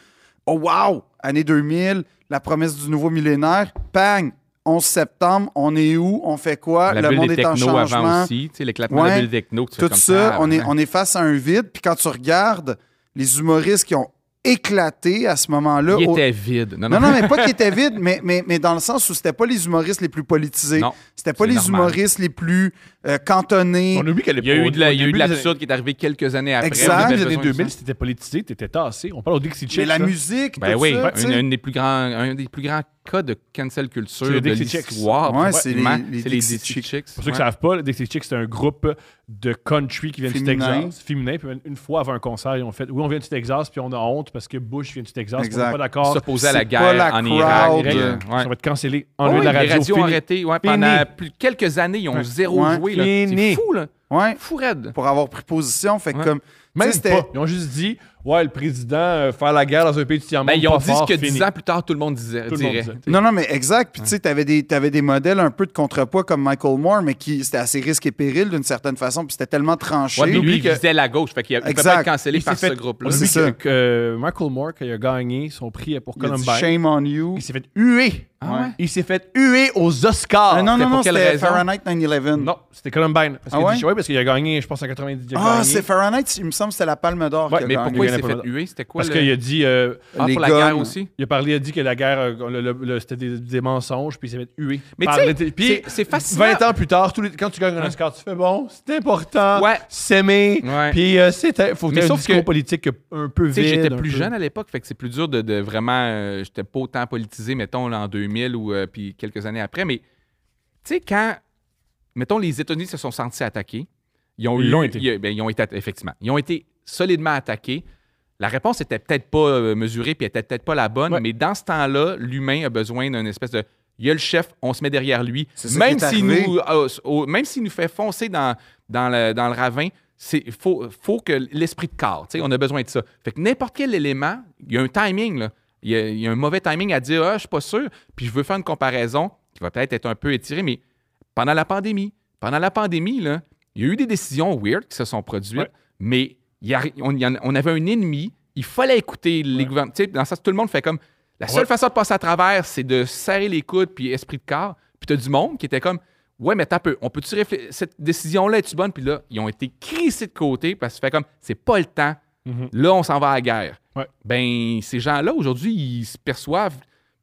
[SPEAKER 2] oh wow, année 2000, la promesse du nouveau millénaire, bang, 11 septembre, on est où, on fait quoi,
[SPEAKER 3] la
[SPEAKER 2] le
[SPEAKER 3] bulle
[SPEAKER 2] monde
[SPEAKER 3] des
[SPEAKER 2] est en
[SPEAKER 3] technos avant
[SPEAKER 2] changement.
[SPEAKER 3] aussi, tu sais, l'éclatement de la
[SPEAKER 2] Ouais.
[SPEAKER 3] bulle techno. que tu fais
[SPEAKER 2] Tout
[SPEAKER 3] comme
[SPEAKER 2] ça,
[SPEAKER 3] ah,
[SPEAKER 2] on, est,
[SPEAKER 3] ouais.
[SPEAKER 2] on est face à un vide. Puis quand tu regardes les humoristes qui ont éclaté à ce moment-là,
[SPEAKER 3] Il
[SPEAKER 2] au-
[SPEAKER 3] était vide. Non, non,
[SPEAKER 2] non, non, mais pas qui était vide, mais, mais, mais dans le sens où c'était pas les humoristes les plus politisés.
[SPEAKER 3] Non,
[SPEAKER 2] C'était pas
[SPEAKER 3] c'est
[SPEAKER 2] les
[SPEAKER 3] normal.
[SPEAKER 2] humoristes les plus euh, cantonnés.
[SPEAKER 1] On oublie qu'elle
[SPEAKER 3] Il y a eu de la- il y a eu de l'absurde qui est arrivé quelques années après.
[SPEAKER 2] Exact.
[SPEAKER 3] on
[SPEAKER 1] Dans
[SPEAKER 3] avait
[SPEAKER 1] les années
[SPEAKER 3] besoin de ça.
[SPEAKER 1] 2000, si t'étais politisé, t'étais tassé. On parle au Dixie Chicks.
[SPEAKER 2] Mais la
[SPEAKER 1] là.
[SPEAKER 2] musique,
[SPEAKER 3] Ben
[SPEAKER 2] tout
[SPEAKER 3] oui,
[SPEAKER 2] ça,
[SPEAKER 3] un-
[SPEAKER 2] tu sais.
[SPEAKER 3] un, des plus grands, un des plus grands cas de cancel culture
[SPEAKER 1] C'est les
[SPEAKER 3] de
[SPEAKER 1] Dixie Chicks.
[SPEAKER 3] l'histoire.
[SPEAKER 2] Ouais,
[SPEAKER 3] probablement.
[SPEAKER 2] c'est les- les
[SPEAKER 3] C'est les
[SPEAKER 2] Dixie
[SPEAKER 3] Dixie
[SPEAKER 2] Chicks.
[SPEAKER 3] Chicks.
[SPEAKER 1] Pour ceux qui
[SPEAKER 3] ouais.
[SPEAKER 1] ne savent pas, le Dixie Chicks, c'est un groupe de country qui vient du
[SPEAKER 2] Féminin.
[SPEAKER 1] Texas, féminin. Puis une fois avant un concert, ils ont fait Oui, on vient du Texas, puis on a honte parce que Bush vient du Texas, puis on
[SPEAKER 2] Exact.
[SPEAKER 1] n'est pas d'accord.
[SPEAKER 3] s'opposaient à
[SPEAKER 2] c'est
[SPEAKER 3] la
[SPEAKER 2] pas
[SPEAKER 3] guerre
[SPEAKER 2] la
[SPEAKER 3] en Irak.
[SPEAKER 2] crowd,
[SPEAKER 3] Irak,
[SPEAKER 2] euh,
[SPEAKER 3] euh, ouais.
[SPEAKER 1] Ça va être cancellé,
[SPEAKER 3] Ah
[SPEAKER 1] enlevé
[SPEAKER 3] oui,
[SPEAKER 1] de la
[SPEAKER 3] les
[SPEAKER 1] radio.
[SPEAKER 3] radios ont
[SPEAKER 1] fini.
[SPEAKER 3] arrêté. ouais,
[SPEAKER 1] Fini.
[SPEAKER 3] pendant plus de quelques années, ils ont
[SPEAKER 1] Ouais.
[SPEAKER 3] zéro
[SPEAKER 2] Ouais.
[SPEAKER 3] joué. là.
[SPEAKER 1] Fini.
[SPEAKER 3] C'est fou, là.
[SPEAKER 2] Ouais,
[SPEAKER 3] Fou Ben, raide.
[SPEAKER 2] pour avoir pris position. Fait que
[SPEAKER 3] Ouais.
[SPEAKER 2] comme. tu sais,
[SPEAKER 1] Même
[SPEAKER 2] c'était-
[SPEAKER 1] pas. Ils ont juste dit ouais, le président, euh, faire la guerre dans un pays du tiers-monde.
[SPEAKER 3] Ben, ils ont
[SPEAKER 1] pas
[SPEAKER 3] dit
[SPEAKER 1] fort,
[SPEAKER 3] ce que
[SPEAKER 1] fini.
[SPEAKER 3] 10 ans plus tard, tout le monde disait.
[SPEAKER 1] Tout le monde
[SPEAKER 3] dirait.
[SPEAKER 1] disait, tu sais.
[SPEAKER 2] Non, non, mais exact. Puis, tu sais, t'avais des, t'avais des modèles un peu de contrepoids comme Michael Moore, mais qui c'était assez risque et péril d'une certaine façon. Puis, c'était tellement tranché.
[SPEAKER 3] Ouais, mais lui,
[SPEAKER 1] Oublie
[SPEAKER 3] il
[SPEAKER 1] que-
[SPEAKER 3] visait la gauche. Fait qu'il a- il peut
[SPEAKER 2] Exact.
[SPEAKER 3] pas être cancellé
[SPEAKER 1] Il
[SPEAKER 3] par
[SPEAKER 1] s'est
[SPEAKER 3] ce
[SPEAKER 1] fait-
[SPEAKER 3] groupe-là.
[SPEAKER 1] on
[SPEAKER 2] C'est
[SPEAKER 1] oublie
[SPEAKER 2] ça.
[SPEAKER 1] que, que Michael Moore, quand il a gagné son prix pour
[SPEAKER 2] il a dit
[SPEAKER 1] Columbine,
[SPEAKER 2] shame on you.
[SPEAKER 1] il s'est fait huer.
[SPEAKER 3] Ah ouais?
[SPEAKER 1] Il s'est fait huer aux Oscars.
[SPEAKER 2] Ah, non,
[SPEAKER 3] c'était
[SPEAKER 2] non,
[SPEAKER 3] pour
[SPEAKER 2] non,
[SPEAKER 3] quelle
[SPEAKER 2] c'était
[SPEAKER 3] raison?
[SPEAKER 2] Fahrenheit 9-11.
[SPEAKER 1] Non, c'était Columbine. Parce
[SPEAKER 2] Ah
[SPEAKER 1] qu'il a dit-
[SPEAKER 2] ouais?
[SPEAKER 1] ouais, parce qu'il a gagné, je pense, en 90. il a
[SPEAKER 2] Ah,
[SPEAKER 1] gagné.
[SPEAKER 2] c'est Fahrenheit, il me semble que c'était la Palme d'Or.
[SPEAKER 1] Ouais,
[SPEAKER 2] qui a
[SPEAKER 3] Mais
[SPEAKER 2] gagné.
[SPEAKER 3] pourquoi il s'est
[SPEAKER 1] Gagnait pas
[SPEAKER 3] fait huer? C'était quoi
[SPEAKER 1] Parce
[SPEAKER 3] le-
[SPEAKER 1] qu'il a dit. euh,
[SPEAKER 3] Ah,
[SPEAKER 2] Les
[SPEAKER 3] pour la
[SPEAKER 2] guns.
[SPEAKER 3] guerre aussi?
[SPEAKER 1] Il a parlé, il a dit que la guerre, euh, le- le- le- c'était des, des mensonges, puis il s'est fait huer.
[SPEAKER 3] Mais
[SPEAKER 1] Par
[SPEAKER 3] tu sais,
[SPEAKER 1] l'été- puis
[SPEAKER 3] c'est- c'est fascinant.
[SPEAKER 1] 20 ans plus tard, tous les- quand tu gagnes un Oscar, tu fais bon, c'est important,
[SPEAKER 3] Ouais.
[SPEAKER 1] s'aimer,
[SPEAKER 3] Ouais.
[SPEAKER 1] puis euh, c'était, faut que
[SPEAKER 3] Mais
[SPEAKER 1] t'aies un
[SPEAKER 3] sauf
[SPEAKER 1] discours
[SPEAKER 3] que-
[SPEAKER 1] politique un peu
[SPEAKER 3] Tu sais,
[SPEAKER 1] vide.
[SPEAKER 3] j'étais
[SPEAKER 1] un
[SPEAKER 3] plus
[SPEAKER 1] peu-
[SPEAKER 3] jeune à l'époque, fait que c'est plus dur de, de vraiment. euh, j'étais pas autant politisé, mettons, là, en 2000 ou euh, puis quelques années après. Mais tu sais, quand, mettons, les États-Unis se sont sentis attaqués, ils ont
[SPEAKER 1] Ils
[SPEAKER 3] eu-
[SPEAKER 1] l'ont été.
[SPEAKER 3] ils- ben, ils ont été, atta- effectivement. Ils ont été solidement attaqués. La réponse était peut-être pas euh, mesurée, puis était peut-être pas la bonne,
[SPEAKER 1] Ouais.
[SPEAKER 3] mais dans ce temps-là, l'humain a besoin d'une espèce de. Il y a le chef, on se met derrière lui.
[SPEAKER 2] C'est ça
[SPEAKER 3] Même
[SPEAKER 2] qui est
[SPEAKER 3] s'il
[SPEAKER 2] arrivé.
[SPEAKER 3] nous, euh, au- même s'il nous fait foncer dans, dans, le, dans le ravin, il faut, faut que l'esprit de corps, tu sais, on a besoin de ça. Fait que n'importe quel élément, il y a un timing, là. Il y a, il y a un mauvais timing à dire, ah, je suis pas sûr, puis je veux faire une comparaison qui va peut-être être un peu étirée, mais pendant la pandémie, pendant la pandémie, là, il y a eu des décisions weird qui se sont produites,
[SPEAKER 1] Ouais.
[SPEAKER 3] mais il y a- on, il y en- on avait un ennemi, il fallait écouter les
[SPEAKER 1] Ouais.
[SPEAKER 3] gouvernements. Tu sais, dans ça, tout le monde fait comme, la seule
[SPEAKER 1] Ouais.
[SPEAKER 3] façon de passer à travers, c'est de serrer les coudes, puis esprit de corps, puis t'as du monde qui était comme, Ouais, mais t'as peu. On peut-tu réfléchir? Cette décision-là, est-tu bonne? Puis là, ils ont été crissés de côté parce que fait comme, c'est pas le temps.
[SPEAKER 1] Mhm.
[SPEAKER 3] Là, on s'en va à la guerre.
[SPEAKER 1] Ouais.
[SPEAKER 3] Ben, ces gens-là, aujourd'hui, ils se perçoivent.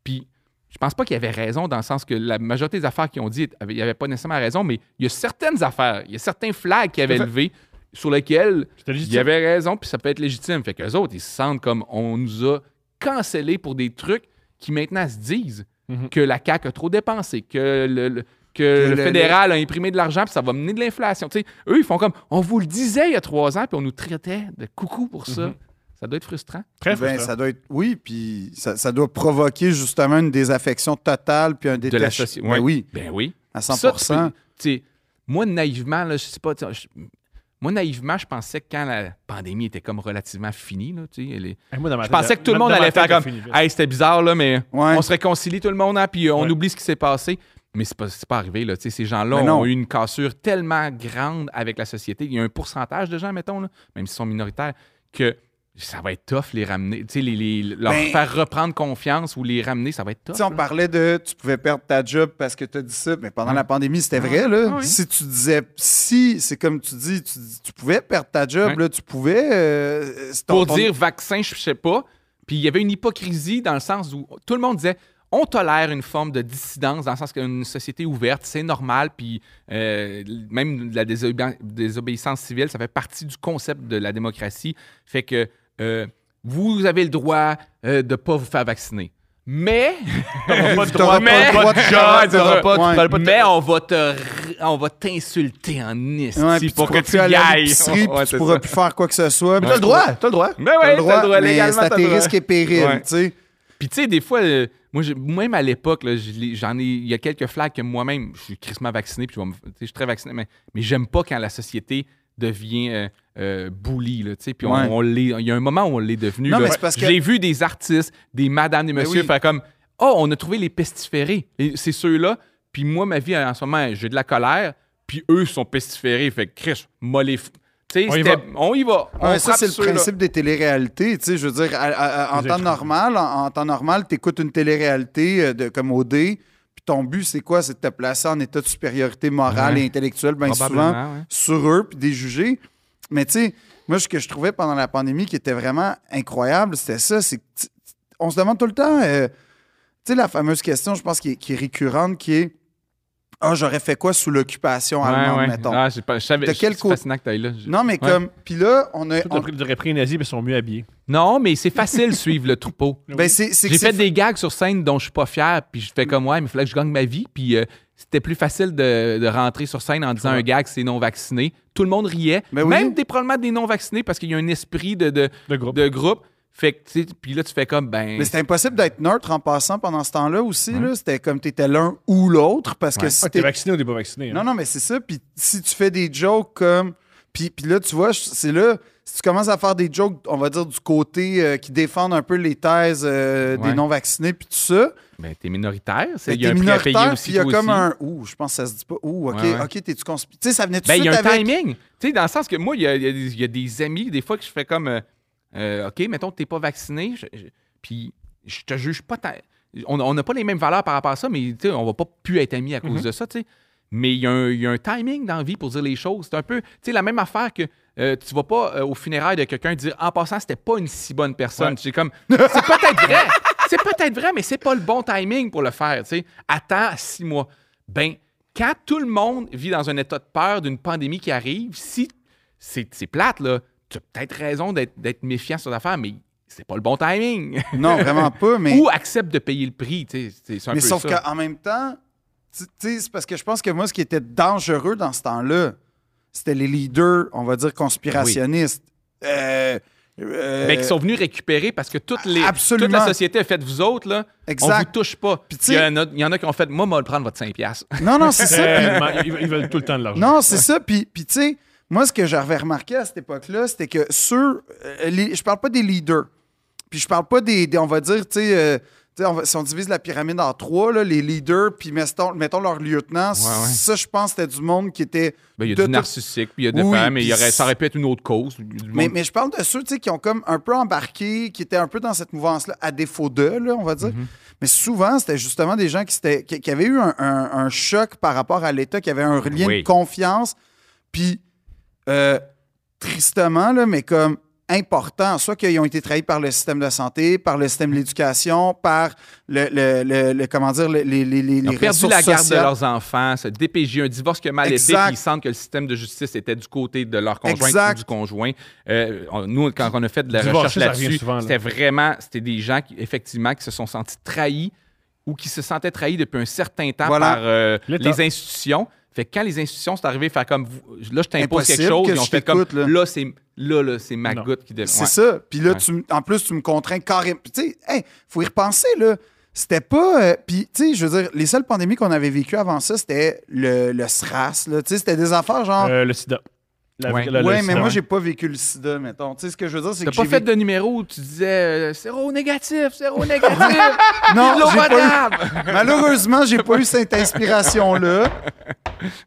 [SPEAKER 3] Puis, je pense pas qu'ils avaient raison dans le sens que la majorité des affaires qu'ils ont dit, ils n'avaient pas nécessairement raison, mais il y a certaines affaires, il y a certains flags qu'ils avaient
[SPEAKER 1] Tout à
[SPEAKER 3] levés sur lesquels
[SPEAKER 1] C'était
[SPEAKER 3] il
[SPEAKER 1] légitime.
[SPEAKER 3] y avait raison, puis ça peut être légitime. Fait qu'eux autres, ils se sentent comme on nous a cancellés pour des trucs qui maintenant se disent
[SPEAKER 1] Mhm.
[SPEAKER 3] que la CAQ a trop dépensé, que le, le- que le
[SPEAKER 2] le-
[SPEAKER 3] fédéral a imprimé de l'argent, puis ça va mener de l'inflation. Tu sais, eux, ils font comme on vous le disait il y a trois ans, puis on nous traitait de coucou pour ça.
[SPEAKER 1] Mhm.
[SPEAKER 3] Ça doit être frustrant.
[SPEAKER 1] Très
[SPEAKER 2] Ben,
[SPEAKER 1] frustrant.
[SPEAKER 2] ça doit être. Oui, puis ça, ça doit provoquer justement une désaffection totale puis un détachement.
[SPEAKER 3] la soci-
[SPEAKER 2] Ben oui,
[SPEAKER 3] Ben oui.
[SPEAKER 2] à 100
[SPEAKER 3] Ça, tu peux- tu sais, moi, naïvement, là, je sais pas. tu sais, je- moi, naïvement, je pensais que quand la pandémie était comme relativement finie, là, tu sais, elle est-
[SPEAKER 1] Et Eh, moi, dans ma
[SPEAKER 3] je
[SPEAKER 1] tête,
[SPEAKER 3] pensais que tout le
[SPEAKER 1] dans-
[SPEAKER 3] monde
[SPEAKER 1] dans ma
[SPEAKER 3] allait
[SPEAKER 1] tête,
[SPEAKER 3] faire comme
[SPEAKER 1] t'as fini, vite.
[SPEAKER 3] Hey, c'était bizarre, là, mais
[SPEAKER 2] Ouais.
[SPEAKER 3] on se réconcilie tout le monde, hein, puis euh, on
[SPEAKER 1] Ouais.
[SPEAKER 3] oublie ce qui s'est passé. Mais c'est pas, c'est pas arrivé, là. Tu sais, ces gens-là
[SPEAKER 2] Mais
[SPEAKER 3] ont
[SPEAKER 2] non.
[SPEAKER 3] eu une cassure tellement grande avec la société. Il y a un pourcentage de gens, mettons, là, même s'ils sont minoritaires, que ça va être tough les ramener. Tu sais, les, les- leur
[SPEAKER 2] Ben-
[SPEAKER 3] faire reprendre confiance ou les ramener, ça va être tough.
[SPEAKER 2] Tu sais, on
[SPEAKER 3] là.
[SPEAKER 2] parlait de tu pouvais perdre ta job parce que tu as dit ça, mais pendant
[SPEAKER 3] Ouais.
[SPEAKER 2] la pandémie, c'était
[SPEAKER 3] Ouais.
[SPEAKER 2] vrai. Là.
[SPEAKER 3] Ah oui.
[SPEAKER 2] Si tu disais si, c'est comme tu dis, tu, dis- tu pouvais perdre ta job,
[SPEAKER 3] Ouais.
[SPEAKER 2] là, tu pouvais. euh, c'est ton-
[SPEAKER 3] pour
[SPEAKER 2] ton-
[SPEAKER 3] dire vaccin, je sais pas. Puis il y avait une hypocrisie dans le sens où tout le monde disait on tolère une forme de dissidence dans le sens qu'une société ouverte, c'est normal, puis euh, même la désobé- désobéissance civile, ça fait partie du concept de la démocratie. Fait que euh, vous avez le droit euh, de ne pas vous faire vacciner. Mais,
[SPEAKER 1] T'auras pas de
[SPEAKER 2] T'auras
[SPEAKER 1] droit,
[SPEAKER 3] mais-
[SPEAKER 1] t'auras pas de job,
[SPEAKER 3] Ouais,
[SPEAKER 1] t'auras pas-
[SPEAKER 2] ouais.
[SPEAKER 1] tu parles pas de-
[SPEAKER 3] mais on va te r- on va t'insulter en esti
[SPEAKER 2] Ouais, puis
[SPEAKER 3] pour que
[SPEAKER 2] pourras
[SPEAKER 3] tu
[SPEAKER 2] plus
[SPEAKER 3] y
[SPEAKER 2] aller à
[SPEAKER 3] ailles.
[SPEAKER 2] l'épicerie, puis
[SPEAKER 3] Ouais,
[SPEAKER 2] tu
[SPEAKER 3] c'est
[SPEAKER 2] pourras
[SPEAKER 3] ça.
[SPEAKER 2] plus faire quoi que ce
[SPEAKER 1] Mais
[SPEAKER 2] soit. puis
[SPEAKER 1] t'as le droit, t'as le droit.
[SPEAKER 3] Mais ouais,
[SPEAKER 2] T'as le droit,
[SPEAKER 3] droit,
[SPEAKER 2] mais
[SPEAKER 3] légalement,
[SPEAKER 2] c'est à
[SPEAKER 3] t'as
[SPEAKER 2] tes
[SPEAKER 3] le droit.
[SPEAKER 2] risques et périls.
[SPEAKER 3] Ouais.
[SPEAKER 2] tu sais.
[SPEAKER 3] Puis tu sais, des fois, euh, moi, j'ai- même à l'époque, là, je l'ai- j'en ai, il y a quelques flags que moi-même, je suis crissement vacciné, puis je vais me- tu sais, je suis très vacciné, mais, mais j'aime pas quand la société devient euh, euh, bully, là, tu sais, puis on,
[SPEAKER 2] Ouais.
[SPEAKER 3] on l'est, il y a un moment où on l'est devenu.
[SPEAKER 2] Non,
[SPEAKER 3] là.
[SPEAKER 2] mais c'est parce que-
[SPEAKER 3] J'ai vu des artistes, des madames, des
[SPEAKER 2] Mais
[SPEAKER 3] messieurs
[SPEAKER 2] oui.
[SPEAKER 3] faire comme, oh, on a trouvé les pestiférés, Et c'est ceux-là, puis moi, ma vie, en ce moment, j'ai de la colère, puis eux sont pestiférés, fait que, Chris, moi, les... f- Tu sais,
[SPEAKER 1] On y
[SPEAKER 3] c'était-
[SPEAKER 1] va.
[SPEAKER 3] on y va. On
[SPEAKER 2] Ouais, ça,
[SPEAKER 3] frappe
[SPEAKER 2] c'est le
[SPEAKER 3] ceux-là.
[SPEAKER 2] principe des téléréalités. Tu sais, je veux dire, à- à- à- en,
[SPEAKER 1] Les
[SPEAKER 2] temps
[SPEAKER 1] écrans.
[SPEAKER 2] normal, en, en temps normal, tu écoutes une téléréalité euh, de, comme OD, puis ton but, c'est quoi? C'est de te placer en état de supériorité morale
[SPEAKER 3] Ouais.
[SPEAKER 2] et intellectuelle, bien souvent,
[SPEAKER 3] Probablement, ouais.
[SPEAKER 2] sur eux, puis des juger. Mais tu sais, moi, ce que je trouvais pendant la pandémie qui était vraiment incroyable, c'était ça. C'est que tu- on se demande tout le temps, euh, tu sais, la fameuse question, je pense, qui est, qui est récurrente, qui est Ah, j'aurais fait quoi sous l'occupation
[SPEAKER 3] Ouais,
[SPEAKER 2] allemande,
[SPEAKER 3] ouais.
[SPEAKER 2] mettons?
[SPEAKER 3] Ah, j'ai pas- je savais,
[SPEAKER 2] De
[SPEAKER 3] je-
[SPEAKER 2] quel
[SPEAKER 3] c'est
[SPEAKER 2] côté-
[SPEAKER 3] fascinant que t'ailles là. Je-
[SPEAKER 2] Non, mais comme. Puis là, on a.
[SPEAKER 1] Tout
[SPEAKER 2] on-
[SPEAKER 1] le prix du repris nazi, mais ils sont mieux habillés.
[SPEAKER 3] Non, mais c'est facile de suivre le troupeau.
[SPEAKER 2] ben, c'est c'est que
[SPEAKER 3] J'ai
[SPEAKER 2] c'est
[SPEAKER 3] fait des gags sur scène dont je suis pas fier, puis je fais comme ouais, mais il fallait que je gagne ma vie, puis euh, c'était plus facile de, de rentrer sur scène en disant
[SPEAKER 1] Ouais.
[SPEAKER 3] un gag c'est non vacciné. Tout le monde riait,
[SPEAKER 2] Ben oui.
[SPEAKER 3] même des probablement des non vaccinés parce qu'il y a un esprit de, de,
[SPEAKER 1] De groupe.
[SPEAKER 3] de groupe. Fait que tu sais, puis là tu fais comme ben
[SPEAKER 2] Mais c'était impossible d'être neutre en passant pendant ce temps-là aussi. là. C'était comme tu étais l'un ou l'autre parce que
[SPEAKER 3] Ouais.
[SPEAKER 2] si
[SPEAKER 1] Ah, t'es
[SPEAKER 2] t'es-
[SPEAKER 1] vacciné ou t'es pas vacciné. hein?
[SPEAKER 2] Non, non, mais c'est ça. Puis si tu fais des jokes comme. Puis, puis là, tu vois, je- c'est là. si tu commences à faire des jokes, on va dire, du côté euh, qui défendent un peu les thèses euh,
[SPEAKER 3] Ouais.
[SPEAKER 2] des non-vaccinés, puis tout ça,
[SPEAKER 3] Ben, t'es minoritaire. c'est-
[SPEAKER 2] mais
[SPEAKER 3] Il y a
[SPEAKER 2] t'es
[SPEAKER 3] un prix à payer
[SPEAKER 2] minoritaire,
[SPEAKER 3] aussi.
[SPEAKER 2] puis il y a
[SPEAKER 3] toi
[SPEAKER 2] comme
[SPEAKER 3] aussi.
[SPEAKER 2] un. Ouh, je pense que ça se dit pas. Ouh, ok,
[SPEAKER 3] Ouais, ouais.
[SPEAKER 2] ok, t'es-tu conspiré. Tu sais, ça venait tout de
[SPEAKER 3] Ben, il y
[SPEAKER 2] suite
[SPEAKER 3] a un
[SPEAKER 2] avec.
[SPEAKER 3] timing. Tu sais, dans le sens que moi, il y a, il y a des- il y a des amis, des fois, que je fais comme euh, euh, OK, mettons, t'es pas vacciné, je- je- puis je te juge pas. tant- On on n'a pas les mêmes valeurs par rapport à ça, mais tu sais, on va pas plus être amis à cause de ça, tu sais. Mais il y, a un- il y a un timing dans la vie pour dire les choses. C'est un peu, tu sais, la même affaire que euh, tu vas pas euh, au funérail de quelqu'un dire en passant, c'était pas une si bonne personne.
[SPEAKER 1] Ouais.
[SPEAKER 3] C'est comme, c'est peut-être vrai. C'est peut-être vrai, mais c'est pas le bon timing pour le faire, tu sais. Attends six mois. Ben, quand tout le monde vit dans un état de peur d'une pandémie qui arrive, si c'est c'est plate, là, tu as peut-être raison d'être d'être méfiant sur l'affaire, mais c'est pas le bon timing.
[SPEAKER 2] Non, vraiment pas, mais.
[SPEAKER 3] Ou accepte de payer le prix, tu sais. c'est- C'est un
[SPEAKER 2] Mais
[SPEAKER 3] peu
[SPEAKER 2] sauf
[SPEAKER 3] ça.
[SPEAKER 2] qu'en même temps, tu tu sais, c'est parce que je pense que moi, ce qui était dangereux dans ce temps-là, c'était les leaders, on va dire, conspirationnistes. Euh, euh,
[SPEAKER 3] Mais qui sont venus récupérer parce que toutes les,
[SPEAKER 2] Absolument.
[SPEAKER 3] toute la société a fait vous autres, là, on vous
[SPEAKER 2] Exact.
[SPEAKER 3] touche pas.
[SPEAKER 2] Puis tu sais-
[SPEAKER 3] Il y, en a, il y en a qui ont fait, moi, moi, le prendre votre 5$.
[SPEAKER 2] Non, non, c'est ça. puis-
[SPEAKER 3] Euh.
[SPEAKER 1] Tellement, Euh, ils, ils veulent tout le temps de l'argent.
[SPEAKER 2] Non, c'est ça. Puis, puis tu sais, moi, ce que j'avais remarqué à cette époque-là, c'était que ceux. euh, les- je parle pas des leaders. Puis je parle pas des. des- on va dire, tu sais. euh, tu sais, on va- si on divise la pyramide en trois, là, les leaders, puis mettons, mettons leur lieutenant,
[SPEAKER 3] ouais.
[SPEAKER 2] ça, je pense, c'était du monde qui était.
[SPEAKER 3] Ben, il y a
[SPEAKER 2] de
[SPEAKER 3] du
[SPEAKER 2] tout-
[SPEAKER 3] narcissique, puis il y a des
[SPEAKER 2] Oui,
[SPEAKER 3] femmes, et il y
[SPEAKER 2] puis
[SPEAKER 3] aurait, ça aurait pu être une autre cause. du
[SPEAKER 2] Mais,
[SPEAKER 3] monde-
[SPEAKER 2] mais je parle de ceux tu sais, qui ont comme un peu embarqué, qui étaient un peu dans cette mouvance-là, à défaut d'eux, là, on va dire.
[SPEAKER 3] Mhm.
[SPEAKER 2] Mais souvent, c'était justement des gens qui, s'étaient- qui, qui avaient eu un, un- un choc par rapport à l'État, qui avaient un lien
[SPEAKER 3] Oui.
[SPEAKER 2] de confiance. Puis, euh, tristement, là, mais comme important, soit qu'ils ont été trahis par le système de santé, par le système de l'éducation, par le, le- le- le- comment dire, le- les, les, les,
[SPEAKER 3] ils ont
[SPEAKER 2] les
[SPEAKER 3] perdu
[SPEAKER 2] ressources
[SPEAKER 3] la garde
[SPEAKER 2] sociales.
[SPEAKER 3] de leurs enfants, se DPJ, un divorce qui a mal été,
[SPEAKER 2] Exact.
[SPEAKER 3] puis ils sentent que le système de justice était du côté de leur conjoint ou
[SPEAKER 2] Exact.
[SPEAKER 3] du conjoint. Euh, on- nous, quand on a fait de la
[SPEAKER 1] Divorcer,
[SPEAKER 3] recherche
[SPEAKER 1] ça revient
[SPEAKER 3] là-dessus,
[SPEAKER 1] souvent, là.
[SPEAKER 3] c'était vraiment, c'était des gens qui, effectivement, qui se sont sentis trahis ou qui se sentaient trahis depuis un certain temps
[SPEAKER 2] Voilà.
[SPEAKER 3] par euh,
[SPEAKER 1] L'État.
[SPEAKER 3] les institutions. Fait que quand les institutions sont arrivées à faire comme, vous- là, je t'impose quelque
[SPEAKER 2] Impossible
[SPEAKER 3] chose,
[SPEAKER 2] que
[SPEAKER 3] ils ont
[SPEAKER 2] je
[SPEAKER 3] fait comme,
[SPEAKER 2] t'écoute,
[SPEAKER 3] là,
[SPEAKER 2] là.
[SPEAKER 3] c'est là, là, c'est ma
[SPEAKER 1] Non.
[SPEAKER 3] goutte qui devient.
[SPEAKER 2] C'est ça. Puis là,
[SPEAKER 3] Ouais.
[SPEAKER 2] tu, m- en plus, tu me contrains carrément. Puis, Tu sais, hey, faut y repenser, là. C'était pas. euh, puis, tu sais, je veux dire, les seules pandémies qu'on avait vécues avant ça, c'était le, le SRAS, là. Tu sais, c'était des affaires genre.
[SPEAKER 1] Euh, le sida. La-
[SPEAKER 3] Ouais.
[SPEAKER 1] la- le
[SPEAKER 2] ouais, mais
[SPEAKER 1] sida.
[SPEAKER 2] moi, j'ai pas vécu le sida, mettons. Tu sais, ce que je veux dire, c'est
[SPEAKER 3] T'as
[SPEAKER 2] que.
[SPEAKER 3] pas
[SPEAKER 2] j'ai
[SPEAKER 3] fait
[SPEAKER 2] vécu-
[SPEAKER 3] de numéro où tu disais euh, séro négatif, séro négatif,
[SPEAKER 2] Non,
[SPEAKER 3] l'eau
[SPEAKER 2] j'ai pas eu-
[SPEAKER 3] potable.
[SPEAKER 2] Malheureusement, j'ai pas eu cette inspiration-là.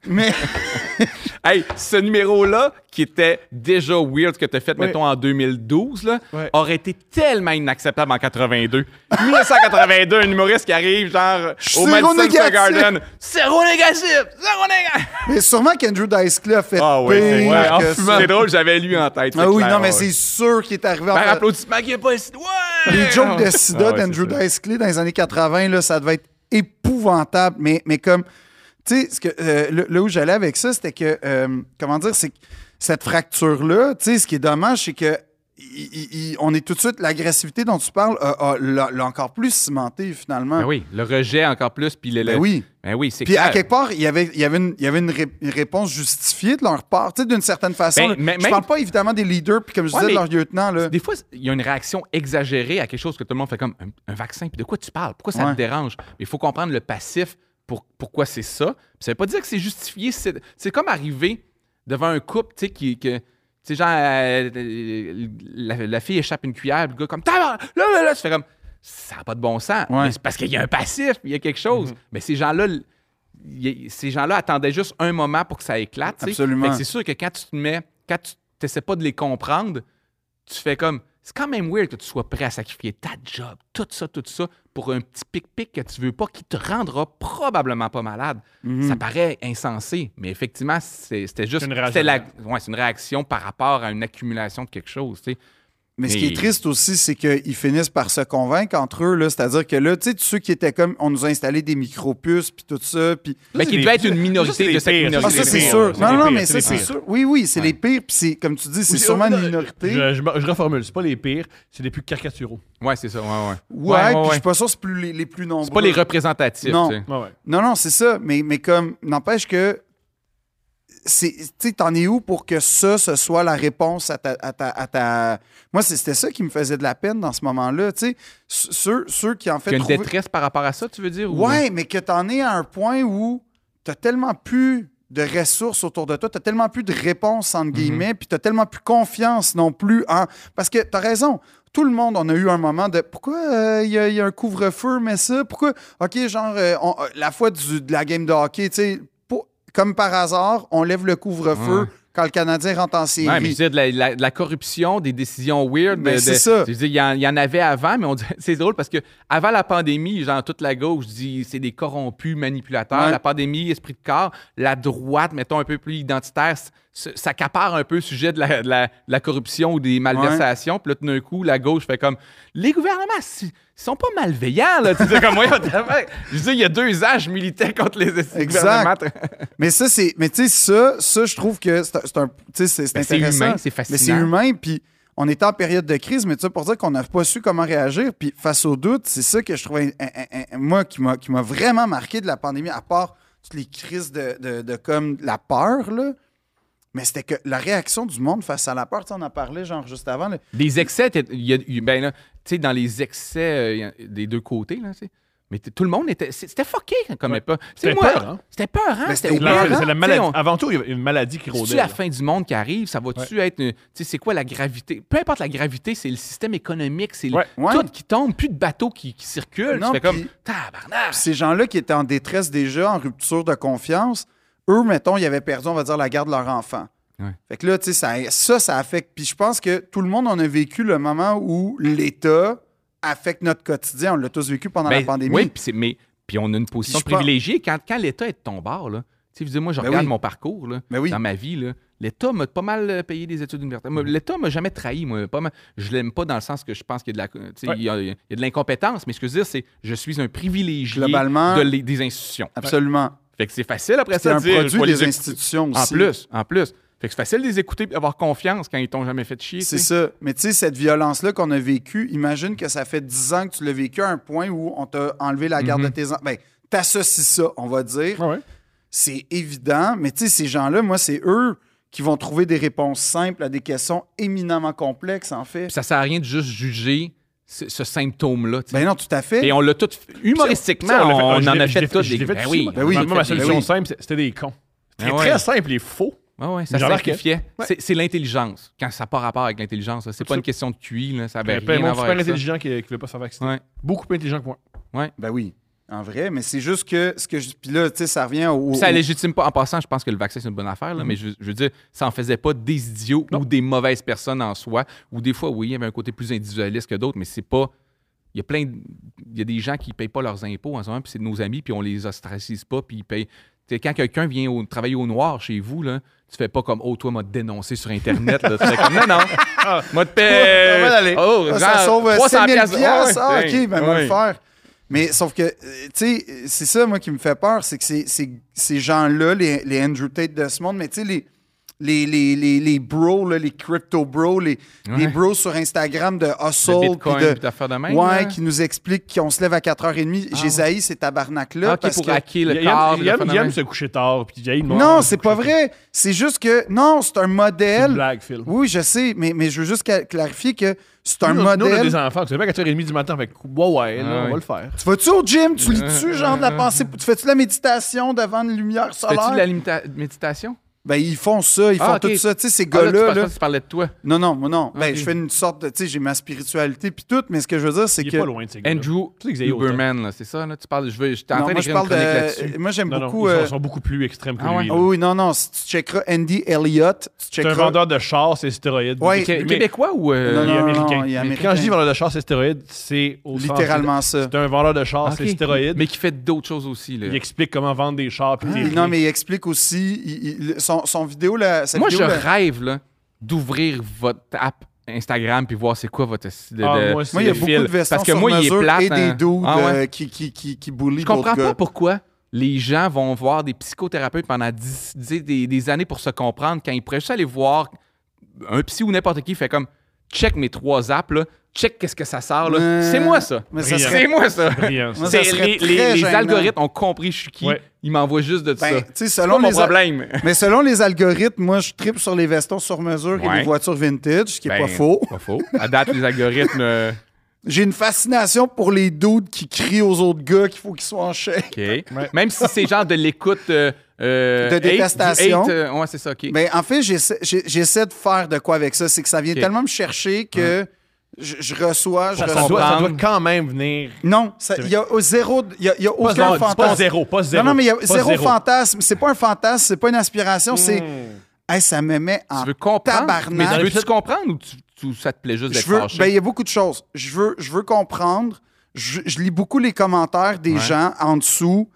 [SPEAKER 2] Mais.
[SPEAKER 3] Hey, ce numéro-là, qui était déjà weird ce que t'as fait,
[SPEAKER 1] Ouais.
[SPEAKER 3] mettons, en 2012, là,
[SPEAKER 1] Ouais.
[SPEAKER 3] aurait été tellement inacceptable en 82. 1982, un humoriste qui arrive, genre, au
[SPEAKER 2] Zéro
[SPEAKER 3] Madison Square
[SPEAKER 2] négatif.
[SPEAKER 3] Garden. Zéro négatif! Zéro négatif!
[SPEAKER 2] Mais sûrement qu'Andrew Dice Clay a fait.
[SPEAKER 3] Ah ouais, c'est
[SPEAKER 2] pire
[SPEAKER 3] ouais, en
[SPEAKER 2] que
[SPEAKER 3] fumant.
[SPEAKER 2] ça.
[SPEAKER 3] C'est drôle, j'avais lu en tête.
[SPEAKER 2] Ah oui,
[SPEAKER 3] clair,
[SPEAKER 2] non, mais
[SPEAKER 3] ouais.
[SPEAKER 2] c'est sûr qu'il est arrivé en
[SPEAKER 3] Par
[SPEAKER 2] fait-
[SPEAKER 3] applaudissement qu'il n'y a pas ici. Ouais!
[SPEAKER 2] Les jokes de
[SPEAKER 3] Ah
[SPEAKER 2] sida
[SPEAKER 3] ouais,
[SPEAKER 2] d'Andrew
[SPEAKER 3] c'est ça.
[SPEAKER 2] Dice Clay dans les années 80, là, ça devait être épouvantable. Mais, mais comme, tu sais, ce que, euh, le- là où j'allais avec ça, c'était que, euh, comment dire, c'est que cette fracture-là, tu sais, ce qui est dommage, c'est que il- il- il- on est tout de suite, l'agressivité dont tu parles a- a- l'a l'a encore plus cimenté finalement.
[SPEAKER 3] Ben oui, le rejet encore plus, puis le. le-
[SPEAKER 2] Ben oui.
[SPEAKER 3] Ben oui, c'est
[SPEAKER 2] Puis
[SPEAKER 3] clair.
[SPEAKER 2] à quelque part, il y avait, il y avait, une, il y avait une, ré- une réponse justifiée de leur part, tu sais, d'une certaine façon.
[SPEAKER 3] Ben,
[SPEAKER 2] là.
[SPEAKER 3] mais-
[SPEAKER 2] je
[SPEAKER 3] même-
[SPEAKER 2] parle pas évidemment des leaders, puis comme je
[SPEAKER 3] Ouais,
[SPEAKER 2] disais, de
[SPEAKER 3] mais-
[SPEAKER 2] leur lieutenant, là.
[SPEAKER 3] Des fois, il y a une réaction exagérée à quelque chose que tout le monde fait comme un, un vaccin. Puis de quoi tu parles? Pourquoi ça
[SPEAKER 2] Ouais.
[SPEAKER 3] te dérange? Mais Il faut comprendre le passif, pour, pourquoi c'est ça. Puis ça veut pas dire que c'est justifié. C'est c'est comme arriver devant un couple, tu sais, qui. que- tu sais, genre, euh, euh, la, la fille échappe une cuillère, puis le gars, comme, Tabar- là, là, là, tu fais comme, ça n'a pas de bon sens.
[SPEAKER 2] Ouais. Mhm.
[SPEAKER 3] Mais c'est parce qu'il y a un passif, il y a quelque chose. Mais ces gens-là, l- y- ces gens-là attendaient juste un moment pour que ça éclate. tu sais.
[SPEAKER 2] Absolument.
[SPEAKER 3] Fait que C'est sûr que quand tu te mets, quand tu n'essaies pas de les comprendre, tu fais comme. C'est quand même weird que tu sois prêt à sacrifier ta job, tout ça, tout ça, pour un petit pic-pic que tu veux pas, qui te rendra probablement pas malade.
[SPEAKER 1] Mhm.
[SPEAKER 3] Ça paraît insensé, mais effectivement, c'est- c'était juste.
[SPEAKER 1] C'est une réaction.
[SPEAKER 3] c'était la- ouais, c'est une réaction par rapport à une accumulation de quelque chose. tu sais.
[SPEAKER 2] Mais ce qui
[SPEAKER 3] Mais-
[SPEAKER 2] est triste aussi, c'est qu'ils finissent par se convaincre entre eux. là. C'est-à-dire que là, tu sais, tous ceux qui étaient comme, on nous a installé des micro-puces, puis tout ça, puis...
[SPEAKER 3] Mais
[SPEAKER 1] c'est
[SPEAKER 3] qui
[SPEAKER 1] des-
[SPEAKER 3] devait être une
[SPEAKER 1] ça, c'est
[SPEAKER 3] minorité
[SPEAKER 1] des
[SPEAKER 3] de cette
[SPEAKER 1] pires,
[SPEAKER 3] minorité.
[SPEAKER 1] c'est
[SPEAKER 2] Ah, ça,
[SPEAKER 1] les
[SPEAKER 2] c'est
[SPEAKER 1] pires,
[SPEAKER 2] sûr.
[SPEAKER 1] c'est
[SPEAKER 2] Non,
[SPEAKER 1] les
[SPEAKER 2] non,
[SPEAKER 1] pires,
[SPEAKER 2] mais
[SPEAKER 1] c'est
[SPEAKER 2] ça,
[SPEAKER 1] les
[SPEAKER 2] c'est
[SPEAKER 1] pires.
[SPEAKER 2] sûr. Oui, oui, c'est
[SPEAKER 3] Ouais.
[SPEAKER 2] les pires, puis c'est, comme tu dis, c'est
[SPEAKER 1] c'est-
[SPEAKER 2] sûrement
[SPEAKER 1] euh,
[SPEAKER 2] une
[SPEAKER 1] Je,
[SPEAKER 2] minorité.
[SPEAKER 1] je- je reformule, c'est pas les pires, c'est les plus caricaturaux.
[SPEAKER 3] Ouais, c'est ça. Ouais, ouais.
[SPEAKER 2] Ouais,
[SPEAKER 3] Ouais, ouais,
[SPEAKER 2] puis je
[SPEAKER 3] ouais.
[SPEAKER 2] suis pas sûr que c'est plus les, les plus nombreux.
[SPEAKER 3] C'est pas les représentatifs.
[SPEAKER 2] Non.
[SPEAKER 3] tu sais.
[SPEAKER 1] Ouais, ouais.
[SPEAKER 2] Non, non, c'est ça. Mais, mais comme, n'empêche que. c'est- Tu sais, t'en es où pour que ça, ce soit la réponse à ta. à ta- à ta- Moi, c'est- c'était ça qui me faisait de la peine dans ce moment-là. Tu sais, ceux, ceux qui en fait.
[SPEAKER 3] Qu'il y a une
[SPEAKER 2] trouvaient-
[SPEAKER 3] détresse par rapport à ça, tu veux dire? ou-
[SPEAKER 2] Ouais, mais que t'en es à un point où t'as tellement plus de ressources autour de toi. Tu as tellement plus de réponses,
[SPEAKER 3] Mhm.
[SPEAKER 2] entre guillemets, puis tu as tellement plus confiance non plus en. Parce que tu as raison. Tout le monde, on a eu un moment de pourquoi euh, il y a- il y, a un couvre-feu, mais ça, pourquoi. OK, genre, euh, on- euh, la fois du- de la game de hockey, tu sais, pour- comme par hasard, on lève le couvre-feu
[SPEAKER 3] Ouais.
[SPEAKER 2] quand le Canadien rentre en série.
[SPEAKER 3] Ouais, mais je veux dire, de la, la- de la corruption, des décisions weird.
[SPEAKER 2] Ben,
[SPEAKER 3] de-
[SPEAKER 2] c'est
[SPEAKER 3] de-
[SPEAKER 2] ça.
[SPEAKER 3] Je veux dire, il y en- il y, en avait avant, mais on dit- c'est drôle parce que avant la pandémie, genre toute la gauche dit c'est des corrompus, manipulateurs.
[SPEAKER 2] Ouais.
[SPEAKER 3] La pandémie, esprit de corps. La droite, mettons un peu plus identitaire, s- s- s'accapare un peu le sujet de la, de la- de la corruption ou des malversations. Puis là, tout d'un coup, la gauche fait comme les gouvernements, si- ils sont pas malveillants. Là. Tu sais, comme, voyons, t'as fait- je veux dire, il y a deux ans, je militais contre les les
[SPEAKER 2] Exact.
[SPEAKER 3] gouvernements.
[SPEAKER 2] Mais ça, c'est. Mais tu sais, ça, ça, je trouve que c'est un- c'est un. Tu sais, c'est c'est
[SPEAKER 3] Mais Ben, c'est
[SPEAKER 2] intéressant.
[SPEAKER 3] humain, c'est
[SPEAKER 2] Mais c'est
[SPEAKER 3] fascinant.
[SPEAKER 2] humain, puis on était en période de crise, mais tu sais, pour dire qu'on n'a pas su comment réagir, puis face au doute, c'est ça que je trouvais, hein, hein, hein, moi, qui m'a qui m'a vraiment marqué de la pandémie, à part toutes les crises de, de, de comme la peur, là. Mais c'était que la réaction du monde face à la peur, tu sais, on en parlait, genre, juste avant, là.
[SPEAKER 3] Les excès, t'es- il y a- il- ben là, tu sais, dans les excès euh, il y a- des deux côtés, là, tu sais. Mais t- tout le monde était. c'est- C'était fucké comme
[SPEAKER 1] Ouais.
[SPEAKER 3] époque.
[SPEAKER 1] C'était
[SPEAKER 3] Tu sais, moi,
[SPEAKER 1] peur, hein?
[SPEAKER 3] C'était peur, hein?
[SPEAKER 2] Mais
[SPEAKER 3] C'était
[SPEAKER 2] c'était
[SPEAKER 1] La-
[SPEAKER 2] peur,
[SPEAKER 3] épeurant.
[SPEAKER 1] C'est la
[SPEAKER 3] Tu sais,
[SPEAKER 1] maladie.
[SPEAKER 3] on-
[SPEAKER 1] Avant tout, il y avait une maladie qui
[SPEAKER 3] C'est-tu
[SPEAKER 1] rôdait.
[SPEAKER 3] la
[SPEAKER 1] là.
[SPEAKER 3] fin du monde qui arrive? Ça va-tu être. une- Tu sais, c'est quoi la gravité? Peu importe la gravité, c'est le système économique, c'est le-
[SPEAKER 1] Ouais.
[SPEAKER 2] Ouais.
[SPEAKER 3] tout qui tombe, plus de bateaux qui, qui circulent.
[SPEAKER 2] Non,
[SPEAKER 3] tu fais comme.
[SPEAKER 2] puis-
[SPEAKER 3] Tabarnak!
[SPEAKER 2] Puis ces gens-là qui étaient en détresse déjà, en rupture de confiance, eux, mettons, ils avaient perdu, on va dire, la garde de leur enfant.
[SPEAKER 3] Ouais.
[SPEAKER 2] Fait que là, tu sais, ça, ça, ça affecte. Puis je pense que tout le monde en a vécu le moment où l'État affecte notre quotidien. On l'a tous vécu pendant
[SPEAKER 3] Ben,
[SPEAKER 2] la pandémie.
[SPEAKER 3] Oui, puis c'est- mais puis on a une position
[SPEAKER 2] je pense-
[SPEAKER 3] privilégiée quand, quand l'État est de ton bord, là. Tu sais, je veux dire, moi, je
[SPEAKER 2] Ben
[SPEAKER 3] regarde
[SPEAKER 2] oui.
[SPEAKER 3] mon parcours là,
[SPEAKER 2] Ben oui.
[SPEAKER 3] dans ma vie. là. L'État m'a pas mal euh, payé des études universitaires. Moi, L'État m'a jamais trahi, moi. Pas mal. Je l'aime pas dans le sens que je pense qu'il y a de la- tu sais,
[SPEAKER 1] Ouais.
[SPEAKER 3] il y a- il y a de l'incompétence, mais ce que je veux dire, c'est je suis un privilégié
[SPEAKER 2] Globalement-
[SPEAKER 3] de les- des institutions.
[SPEAKER 2] Absolument.
[SPEAKER 3] Fait que c'est facile après
[SPEAKER 2] C'est
[SPEAKER 3] ça
[SPEAKER 2] un
[SPEAKER 3] de dire. je
[SPEAKER 2] produit
[SPEAKER 3] vais
[SPEAKER 2] des
[SPEAKER 3] les écouter.
[SPEAKER 2] institutions aussi.
[SPEAKER 3] En plus, en plus. Fait que c'est facile de les écouter et d'avoir confiance quand ils t'ont jamais fait chier.
[SPEAKER 2] C'est
[SPEAKER 3] tu sais.
[SPEAKER 2] ça. Mais tu sais, cette violence-là qu'on a vécue, imagine que ça fait 10 ans que tu l'as vécue à un point où on t'a enlevé la
[SPEAKER 3] Mhm.
[SPEAKER 2] garde de tes enfants. Ben, t'associes ça, on va dire.
[SPEAKER 1] Ah ouais.
[SPEAKER 2] c'est évident, mais tu sais, ces gens-là, moi, c'est eux qui vont trouver des réponses simples à des questions éminemment complexes, en
[SPEAKER 3] Puis
[SPEAKER 2] fait.
[SPEAKER 3] ça sert à rien de juste juger ce, ce symptôme-là. tu sais.
[SPEAKER 2] Ben non, tout à fait.
[SPEAKER 3] Et on l'a tout. fait- Humoristiquement,
[SPEAKER 1] Ça,
[SPEAKER 3] on,
[SPEAKER 1] je
[SPEAKER 3] en
[SPEAKER 1] l'ai-
[SPEAKER 3] a
[SPEAKER 1] je
[SPEAKER 3] fait
[SPEAKER 1] l'ai
[SPEAKER 3] tout
[SPEAKER 1] je l'ai
[SPEAKER 3] des.
[SPEAKER 1] fait
[SPEAKER 3] Ben
[SPEAKER 1] dessus,
[SPEAKER 3] oui,
[SPEAKER 1] moi.
[SPEAKER 2] Ben oui.
[SPEAKER 1] Moi, ma
[SPEAKER 2] Ben
[SPEAKER 1] solution
[SPEAKER 2] oui.
[SPEAKER 1] simple, c'est- c'était des cons. C'était
[SPEAKER 3] Ah ouais.
[SPEAKER 1] très simple et faux.
[SPEAKER 3] Ouais, ouais, ça
[SPEAKER 1] J'en remarquais.
[SPEAKER 3] simplifiait.
[SPEAKER 1] Ouais.
[SPEAKER 3] C'est, c'est l'intelligence. Quand ça n'a pas rapport avec l'intelligence, là. c'est pas
[SPEAKER 1] Absolument.
[SPEAKER 3] une question de QI. Là. Ça avait
[SPEAKER 1] Ben,
[SPEAKER 3] rien à
[SPEAKER 1] mon
[SPEAKER 3] voir
[SPEAKER 1] super
[SPEAKER 3] avec ça.
[SPEAKER 1] intelligent qui ne veut pas se faire vacciner.
[SPEAKER 3] Ouais.
[SPEAKER 1] Beaucoup plus intelligent que moi.
[SPEAKER 2] Ben oui, en vrai, mais c'est juste que ce que je... Puis là, tu sais, ça revient au...
[SPEAKER 3] Puis Ça
[SPEAKER 2] au-
[SPEAKER 3] légitime pas. En passant, je pense que le vaccin, c'est une bonne affaire, là,
[SPEAKER 2] Mhm.
[SPEAKER 3] mais je, je veux dire, ça en faisait pas des idiots
[SPEAKER 1] Non.
[SPEAKER 3] ou des mauvaises personnes en soi. Ou des fois, oui, il y avait un côté plus individualiste que d'autres, mais c'est pas. Il y a plein. de- Il y a des gens qui payent pas leurs impôts en ce moment, puis c'est de nos amis, puis on les ostracise pas, puis ils payent. Tu sais, quand quelqu'un vient au- travailler au noir chez vous, là, tu fais pas comme Oh, toi, m'a dénoncé sur Internet. là. Tu fais comme, non, non. Moi, te paye.
[SPEAKER 2] va aller.
[SPEAKER 3] Oh,
[SPEAKER 2] Ah, ça
[SPEAKER 3] genre,
[SPEAKER 2] sauve
[SPEAKER 3] 300
[SPEAKER 2] 5 000
[SPEAKER 3] piastres.
[SPEAKER 2] piastres. Ah,
[SPEAKER 3] Ouais,
[SPEAKER 2] OK,
[SPEAKER 3] ouais.
[SPEAKER 2] ben, on va le
[SPEAKER 3] Ouais.
[SPEAKER 2] faire. Mais sauf que, euh, tu sais, c'est ça, moi, qui me fait peur, c'est que c'est- c'est- ces gens-là, les, les Andrew Tate de ce monde, mais tu sais, les, les, les, les, les bros, là, les crypto bros, les, les bros sur Instagram de Hustle,
[SPEAKER 3] Le
[SPEAKER 2] puis
[SPEAKER 3] Bitcoin,
[SPEAKER 2] de,
[SPEAKER 3] puis d'affaires de même,
[SPEAKER 2] ouais,
[SPEAKER 3] là.
[SPEAKER 2] qui nous expliquent qu'on se lève à 4h30. J'ai zaï ces tabarnak-là.
[SPEAKER 3] Ah, OK,
[SPEAKER 2] parce
[SPEAKER 3] pour
[SPEAKER 2] que-
[SPEAKER 3] hacker le
[SPEAKER 1] il aime,
[SPEAKER 3] corps.
[SPEAKER 1] il
[SPEAKER 3] le
[SPEAKER 1] aime- il
[SPEAKER 3] phénomène.
[SPEAKER 1] aime se coucher tard. Puis il aime-
[SPEAKER 2] Non, c'est pas vrai. C'est juste que, non, c'est un
[SPEAKER 1] C'est une
[SPEAKER 2] modèle.
[SPEAKER 1] blague, Phil.
[SPEAKER 2] Oui, je sais, mais, mais je veux juste ca- clarifier que c'est un
[SPEAKER 1] Nous, on- nous, on a
[SPEAKER 2] modèle.
[SPEAKER 1] des enfants. Tu sais pas à 4h30 du matin avec Ouais, ouais, là,
[SPEAKER 3] Ah
[SPEAKER 1] on
[SPEAKER 3] ouais.
[SPEAKER 1] va le faire.
[SPEAKER 2] Tu vas-tu au gym? Tu lis-tu, genre, de la pensée? Tu fais-tu de la méditation devant une lumière
[SPEAKER 3] Fais-tu de la
[SPEAKER 2] solaire?
[SPEAKER 3] limita- méditation?
[SPEAKER 2] Ben, ils font ça, ils
[SPEAKER 3] Ah,
[SPEAKER 2] font
[SPEAKER 3] ok.
[SPEAKER 2] tout ça. Tu sais, ces
[SPEAKER 3] Ah, là, tu
[SPEAKER 2] gars-là,
[SPEAKER 3] pensais
[SPEAKER 2] là-
[SPEAKER 3] que tu parlais de toi.
[SPEAKER 2] Non, non, moi, non. Ben,
[SPEAKER 3] Ok.
[SPEAKER 2] je fais une sorte de... Tu sais, j'ai ma spiritualité puis tout, mais ce que je veux dire, c'est
[SPEAKER 1] Il est
[SPEAKER 2] que...
[SPEAKER 1] pas loin de ces gars
[SPEAKER 3] Andrew
[SPEAKER 1] Tu sais que Xavier
[SPEAKER 3] Uberman, là, c'est ça, là? Tu parles, je veux, j'étais en
[SPEAKER 2] Non,
[SPEAKER 3] train
[SPEAKER 2] moi, je
[SPEAKER 3] d'écrire une
[SPEAKER 2] parle
[SPEAKER 3] chronique là-dessus.
[SPEAKER 2] de... Moi, j'aime
[SPEAKER 1] Non, non,
[SPEAKER 2] beaucoup...
[SPEAKER 1] ils sont-
[SPEAKER 2] euh,
[SPEAKER 1] sont, beaucoup plus extrêmes que
[SPEAKER 3] Ah ouais.
[SPEAKER 1] lui. là.
[SPEAKER 2] Ah oui, non, non. Si tu checkeras Andy Elliott, tu
[SPEAKER 1] C'est un
[SPEAKER 2] checkeras...
[SPEAKER 1] vendeur de chars, c'est stéroïdes.
[SPEAKER 2] Ouais.
[SPEAKER 1] Mais-
[SPEAKER 3] Qué-
[SPEAKER 1] mais-
[SPEAKER 3] Québécois ou. euh,
[SPEAKER 2] Non,
[SPEAKER 1] il est
[SPEAKER 2] non,
[SPEAKER 1] américain.
[SPEAKER 2] non, il est
[SPEAKER 1] Mais
[SPEAKER 2] américain.
[SPEAKER 1] Quand je dis vendeur de chars, c'est stéroïdes, c'est au sens-
[SPEAKER 2] Littéralement ça.
[SPEAKER 1] C'est un vendeur de chars,
[SPEAKER 3] ok.
[SPEAKER 1] c'est stéroïdes.
[SPEAKER 3] Mais qui fait d'autres choses aussi, là.
[SPEAKER 1] Il explique comment vendre des chars. puis des-
[SPEAKER 2] Ah, Non, mais il explique aussi... il- il- son, son vidéo, là... Cette
[SPEAKER 3] Moi, je
[SPEAKER 1] ben
[SPEAKER 2] vidéo, là-
[SPEAKER 3] rêve, là, d'ouvrir votre app Instagram puis voir c'est quoi votre. De,
[SPEAKER 1] Ah,
[SPEAKER 3] de-
[SPEAKER 1] moi aussi.
[SPEAKER 2] Moi, il y a
[SPEAKER 1] Le
[SPEAKER 2] beaucoup
[SPEAKER 3] fil.
[SPEAKER 2] de versions
[SPEAKER 3] Parce que
[SPEAKER 2] sur
[SPEAKER 3] moi, il est
[SPEAKER 2] mesure
[SPEAKER 3] plate,
[SPEAKER 2] et des
[SPEAKER 3] hein.
[SPEAKER 2] dudes
[SPEAKER 3] Ah ouais.
[SPEAKER 2] euh, qui, qui, qui, qui bully
[SPEAKER 3] Je comprends
[SPEAKER 2] d'autres
[SPEAKER 3] pas
[SPEAKER 2] gars.
[SPEAKER 3] pourquoi les gens vont voir des psychothérapeutes pendant dix- dix- des, des années pour se comprendre quand ils pourraient juste aller voir un psy ou n'importe qui fait comme check mes trois apps, là, check qu'est-ce que ça sort, là.
[SPEAKER 2] Euh,
[SPEAKER 3] C'est moi ça.
[SPEAKER 2] Mais ça
[SPEAKER 1] Rien.
[SPEAKER 2] serait
[SPEAKER 3] C'est moi ça.
[SPEAKER 1] Brillant, ça.
[SPEAKER 2] Moi, ça
[SPEAKER 3] C'est
[SPEAKER 2] serait
[SPEAKER 3] les,
[SPEAKER 2] très
[SPEAKER 3] les- les
[SPEAKER 2] gênant.
[SPEAKER 3] algorithmes ont compris je suis qui.
[SPEAKER 1] Ouais.
[SPEAKER 3] Ils m'envoient juste de
[SPEAKER 2] Ben,
[SPEAKER 3] ça.
[SPEAKER 2] tu sais,
[SPEAKER 3] C'est
[SPEAKER 2] selon
[SPEAKER 3] pas mon
[SPEAKER 2] les-
[SPEAKER 3] problème.
[SPEAKER 2] Mais selon les algorithmes, moi, je tripe sur les vestons sur mesure et
[SPEAKER 3] Ouais.
[SPEAKER 2] les voitures vintage, ce qui est
[SPEAKER 3] Ben,
[SPEAKER 2] pas faux.
[SPEAKER 3] Pas faux. À date, les algorithmes. euh,
[SPEAKER 2] J'ai une fascination pour les dudes qui crient aux autres gars qu'il faut qu'ils soient en chèque.
[SPEAKER 3] OK. Même si c'est genre de l'écoute. euh, euh,
[SPEAKER 2] De
[SPEAKER 3] hate- du
[SPEAKER 2] détestation. Ben,
[SPEAKER 3] hate, euh, ouais, c'est ça, OK.
[SPEAKER 2] Mais en fait, j'essaie j'ai- j'essaie de faire de quoi avec ça. C'est que ça vient
[SPEAKER 3] Ok. Hein?
[SPEAKER 2] tellement me chercher que je, je reçois, je
[SPEAKER 1] Ça,
[SPEAKER 2] reçois.
[SPEAKER 1] doit, ça
[SPEAKER 3] comprendre.
[SPEAKER 1] doit quand même venir.
[SPEAKER 2] Non, ça- il y a au zéro, il y a, il y a
[SPEAKER 1] Pas,
[SPEAKER 2] aucun
[SPEAKER 1] zéro,
[SPEAKER 2] fantasme.
[SPEAKER 1] pas zéro, pas zéro.
[SPEAKER 2] non, non, mais il y a
[SPEAKER 1] pas
[SPEAKER 2] zéro, fantasme. C'est pas un fantasme, c'est pas une aspiration, c'est Hey, ça me met en
[SPEAKER 3] Hmm. Tu veux comprendre?
[SPEAKER 2] tabarnak.
[SPEAKER 3] Mais tu
[SPEAKER 1] Dans
[SPEAKER 3] veux-tu
[SPEAKER 1] l'épisode-
[SPEAKER 3] comprendre ou tu, tu- ça te plaît juste d'être
[SPEAKER 2] je veux,
[SPEAKER 3] fâché?
[SPEAKER 2] ben, il y a beaucoup de choses. Je veux, je veux comprendre. Je, je lis beaucoup les commentaires des gens en dessous.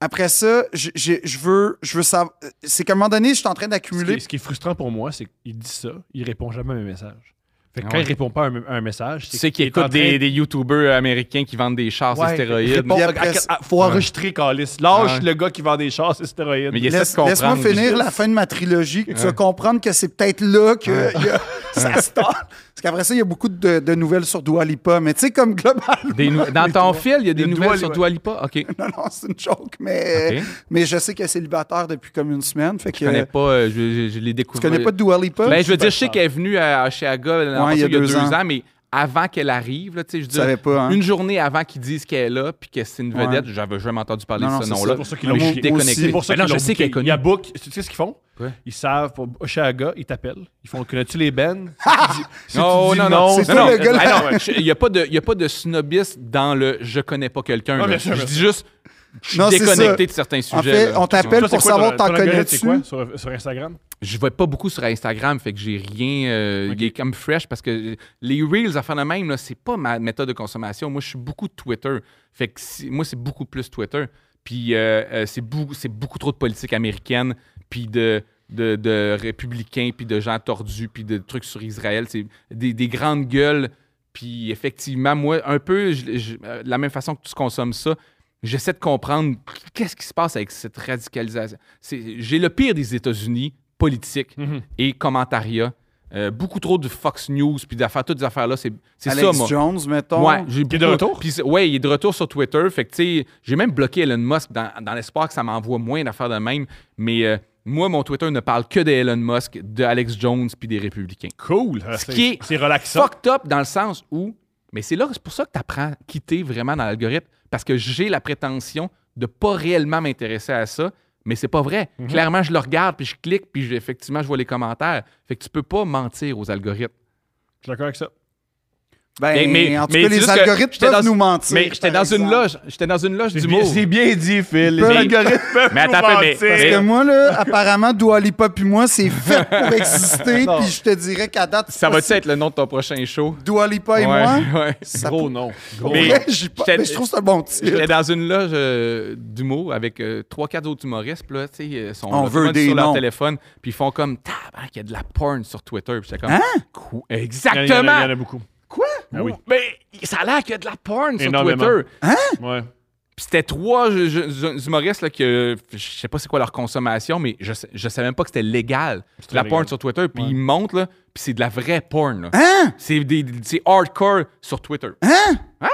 [SPEAKER 2] Après ça, je, j'ai- je veux, je veux savoir. C'est qu'à un moment donné, je suis en train
[SPEAKER 1] Ce qui,
[SPEAKER 2] d'accumuler.
[SPEAKER 1] est- ce qui est frustrant pour moi, c'est qu'il dit ça, il répond jamais à mes messages. Fait que
[SPEAKER 3] Ah
[SPEAKER 1] quand
[SPEAKER 3] ouais.
[SPEAKER 1] il répond pas à un, à un message,
[SPEAKER 3] tu sais qu'ils
[SPEAKER 1] qu'il est en
[SPEAKER 3] écoutent des,
[SPEAKER 1] train-
[SPEAKER 3] des YouTubers américains qui vendent des chars
[SPEAKER 1] Ouais,
[SPEAKER 3] et
[SPEAKER 1] il
[SPEAKER 3] stéroïdes.
[SPEAKER 1] répond-
[SPEAKER 2] Puis après,
[SPEAKER 1] à- à- faut enregistrer Calis. Lâche
[SPEAKER 3] Ouais.
[SPEAKER 1] le gars qui vend des chars, c'est stéroïde.
[SPEAKER 3] Mais il essaie
[SPEAKER 2] Laisse-
[SPEAKER 3] de comprendre.
[SPEAKER 2] Laisse-moi finir
[SPEAKER 3] Juste-
[SPEAKER 2] la fin de ma trilogie. Tu vas comprendre que c'est peut-être là que il y a- ça se tord. Parce qu'après ça, il y a beaucoup de, de nouvelles sur Dua Lipa. Mais tu sais, comme globalement.
[SPEAKER 3] Des nou- Dans ton fil, il y a des
[SPEAKER 1] Le
[SPEAKER 3] nouvelles
[SPEAKER 1] Dua
[SPEAKER 3] sur
[SPEAKER 1] Lipa.
[SPEAKER 3] Dua Lipa. OK. Je
[SPEAKER 2] Non, non, c'est une joke. Mais,
[SPEAKER 3] Ok.
[SPEAKER 2] mais je sais qu'elle est célibataire depuis comme une semaine. Fait que,
[SPEAKER 3] connais pas, euh, je, je- je l'ai
[SPEAKER 2] tu
[SPEAKER 3] découvert.
[SPEAKER 2] connais pas Dua Lipa?
[SPEAKER 3] Ben, je veux dire, je sais
[SPEAKER 1] superstar.
[SPEAKER 3] qu'elle est venue à Chicago l'an
[SPEAKER 2] Ouais,
[SPEAKER 3] passé,
[SPEAKER 2] il y a deux
[SPEAKER 3] deux
[SPEAKER 2] ans.
[SPEAKER 3] ans, mais avant qu'elle arrive, là, tu sais, je veux
[SPEAKER 2] Tu savais
[SPEAKER 3] dire,
[SPEAKER 2] pas, hein?
[SPEAKER 3] une journée avant qu'ils disent qu'elle est là puis que c'est une
[SPEAKER 2] Ouais.
[SPEAKER 3] vedette, j'avais jamais entendu parler
[SPEAKER 2] Non,
[SPEAKER 3] de ce
[SPEAKER 2] non, c'est
[SPEAKER 3] nom-là.
[SPEAKER 2] ça,
[SPEAKER 1] pour ça qu'ils
[SPEAKER 3] Mais
[SPEAKER 1] l'ont
[SPEAKER 3] je suis
[SPEAKER 1] bouqué.
[SPEAKER 3] déconnecté.
[SPEAKER 1] C'est pour ça
[SPEAKER 3] Mais non,
[SPEAKER 1] qu'ils
[SPEAKER 3] je
[SPEAKER 1] l'ont
[SPEAKER 3] sais qu'elle est
[SPEAKER 1] booké. Il
[SPEAKER 3] connue.
[SPEAKER 1] y a Book. Tu sais ce qu'ils font?
[SPEAKER 3] Quoi?
[SPEAKER 1] Ils savent, pour Oshaga, ils t'appellent. Ils font Connais-tu les Ben
[SPEAKER 3] Non, non, non,
[SPEAKER 2] c'est toi
[SPEAKER 3] non, non.
[SPEAKER 2] le gars-là.
[SPEAKER 3] Ah, non, je- Il n'y a, pas de- il y a pas de snobisme dans le je connais pas quelqu'un.
[SPEAKER 1] Ah,
[SPEAKER 3] là.
[SPEAKER 1] bien
[SPEAKER 3] Je
[SPEAKER 1] sûr, bien
[SPEAKER 3] dis juste, je suis
[SPEAKER 2] Non, c'est
[SPEAKER 3] déconnecté
[SPEAKER 2] ça.
[SPEAKER 3] de certains
[SPEAKER 2] En
[SPEAKER 3] sujets.
[SPEAKER 2] fait,
[SPEAKER 3] là.
[SPEAKER 2] on t'appelle
[SPEAKER 1] Toi, c'est
[SPEAKER 2] pour
[SPEAKER 1] quoi
[SPEAKER 2] savoir
[SPEAKER 1] ton-
[SPEAKER 2] t'en
[SPEAKER 1] ton algorithme,
[SPEAKER 2] connais-tu.
[SPEAKER 1] c'est quoi sur, sur Instagram?
[SPEAKER 3] Je vais pas beaucoup sur Instagram, fait que j'ai rien. euh,
[SPEAKER 1] Ok.
[SPEAKER 3] Il est comme fresh parce que euh, les Reels, à faire de même, là, c'est pas ma méthode de consommation. Moi, je suis beaucoup Twitter. Fait que si- moi, c'est beaucoup plus Twitter. Puis euh, euh, c'est beaucoup, c'est beaucoup trop de politique américaine, puis de, de, de républicains, puis de gens tordus, puis de trucs sur Israël. C'est des, des grandes gueules. Puis effectivement, moi, un peu, je- je- euh, de la même façon que tu consommes ça, j'essaie de comprendre qu'est-ce qui se passe avec cette radicalisation. C'est- J'ai le pire des États-Unis politique
[SPEAKER 1] Mhm.
[SPEAKER 3] et commentariat. Euh, beaucoup trop de Fox News puis d'affaires, toutes ces affaires-là, c'est c'est ça,
[SPEAKER 2] Alex
[SPEAKER 3] moi.
[SPEAKER 2] Jones, mettons.
[SPEAKER 3] Ouais, j'ai
[SPEAKER 1] Qui est de
[SPEAKER 3] beaucoup-
[SPEAKER 1] retour?
[SPEAKER 3] puis c'est- ouais, il est de retour sur Twitter. Fait que, tu sais, j'ai même bloqué Elon Musk dans, dans l'espoir que ça m'envoie moins d'affaires de même. Mais euh, moi, mon Twitter ne parle que d'Elon Musk, de Alex Jones puis des Républicains.
[SPEAKER 1] Cool.
[SPEAKER 3] Ce
[SPEAKER 1] C'est-
[SPEAKER 3] qui est
[SPEAKER 1] C'est relaxant.
[SPEAKER 3] Fucked up dans le sens où. Mais c'est là, c'est pour ça que tu apprends à quitter vraiment dans l'algorithme parce que j'ai la prétention de pas réellement m'intéresser à ça. Mais c'est pas vrai. Clairement, je le regarde, puis je clique, puis je- effectivement, je vois les commentaires. Fait que tu peux pas mentir aux algorithmes.
[SPEAKER 1] Je suis d'accord avec ça.
[SPEAKER 2] Ben,
[SPEAKER 3] Mais- mais-
[SPEAKER 2] en tout
[SPEAKER 3] mais
[SPEAKER 2] cas,
[SPEAKER 3] c'est
[SPEAKER 2] les
[SPEAKER 3] juste que
[SPEAKER 2] algorithmes
[SPEAKER 3] j'étais
[SPEAKER 2] peuvent
[SPEAKER 3] dans-
[SPEAKER 2] nous mentir.
[SPEAKER 3] Mais j'étais
[SPEAKER 2] par
[SPEAKER 3] dans une
[SPEAKER 2] exemple.
[SPEAKER 3] loge, j'étais dans une loge
[SPEAKER 1] C'est
[SPEAKER 3] d'humour.
[SPEAKER 1] bien, c'est bien dit, Phil.
[SPEAKER 2] Peu
[SPEAKER 1] Les
[SPEAKER 2] algorithme.
[SPEAKER 1] peuvent
[SPEAKER 3] Mais attends un peu,
[SPEAKER 1] nous
[SPEAKER 3] mais-
[SPEAKER 1] mentir.
[SPEAKER 2] Parce
[SPEAKER 3] mais-
[SPEAKER 2] que moi, là, apparemment, Dua Lipa puis moi, c'est fait pour exister.
[SPEAKER 1] Non.
[SPEAKER 2] puis je te dirais qu'à date,
[SPEAKER 3] Ça va-tu
[SPEAKER 2] c'est
[SPEAKER 3] être le nom de ton prochain show?
[SPEAKER 2] Dua Lipa et
[SPEAKER 3] Ouais,
[SPEAKER 2] moi.
[SPEAKER 3] ouais.
[SPEAKER 2] Ça
[SPEAKER 1] Gros
[SPEAKER 2] peut-
[SPEAKER 1] non. Gros
[SPEAKER 2] pour
[SPEAKER 1] non.
[SPEAKER 3] Mais-
[SPEAKER 2] vrai, j'y pas-
[SPEAKER 3] j'étais-
[SPEAKER 2] mais je trouve que c'est un bon titre.
[SPEAKER 3] J'étais dans une loge euh, d'humour avec euh, trois, quatre autres humoristes. Puis là, tu sais, ils sont
[SPEAKER 2] On
[SPEAKER 3] là, tout
[SPEAKER 2] veut
[SPEAKER 3] le monde
[SPEAKER 2] des
[SPEAKER 3] sur leur
[SPEAKER 2] noms.
[SPEAKER 3] téléphone. Puis ils font comme, tabarnak, il y a de la porn sur Twitter. Puis j'étais comme,
[SPEAKER 2] Hein?
[SPEAKER 3] Quoi?
[SPEAKER 1] Il y en a- il y en a-
[SPEAKER 3] Exactement!
[SPEAKER 1] Il y en a beaucoup.
[SPEAKER 2] Quoi?
[SPEAKER 1] Ah oui.
[SPEAKER 3] Mais ça a l'air qu'il y a de la porn sur
[SPEAKER 1] Énormément.
[SPEAKER 3] Twitter.
[SPEAKER 2] Hein?
[SPEAKER 1] Ouais.
[SPEAKER 3] Puis c'était trois je- je- je- humoristes là, que je sais pas c'est quoi leur consommation, mais je, sais- je savais même pas que c'était légal.
[SPEAKER 1] très
[SPEAKER 3] La porn
[SPEAKER 1] légal.
[SPEAKER 3] sur Twitter. Puis
[SPEAKER 1] Ouais.
[SPEAKER 3] ils montent, là, puis c'est de la vraie porn. là.
[SPEAKER 2] Hein?
[SPEAKER 3] C'est des- c'est hardcore sur Twitter.
[SPEAKER 2] Hein?
[SPEAKER 3] Ouais!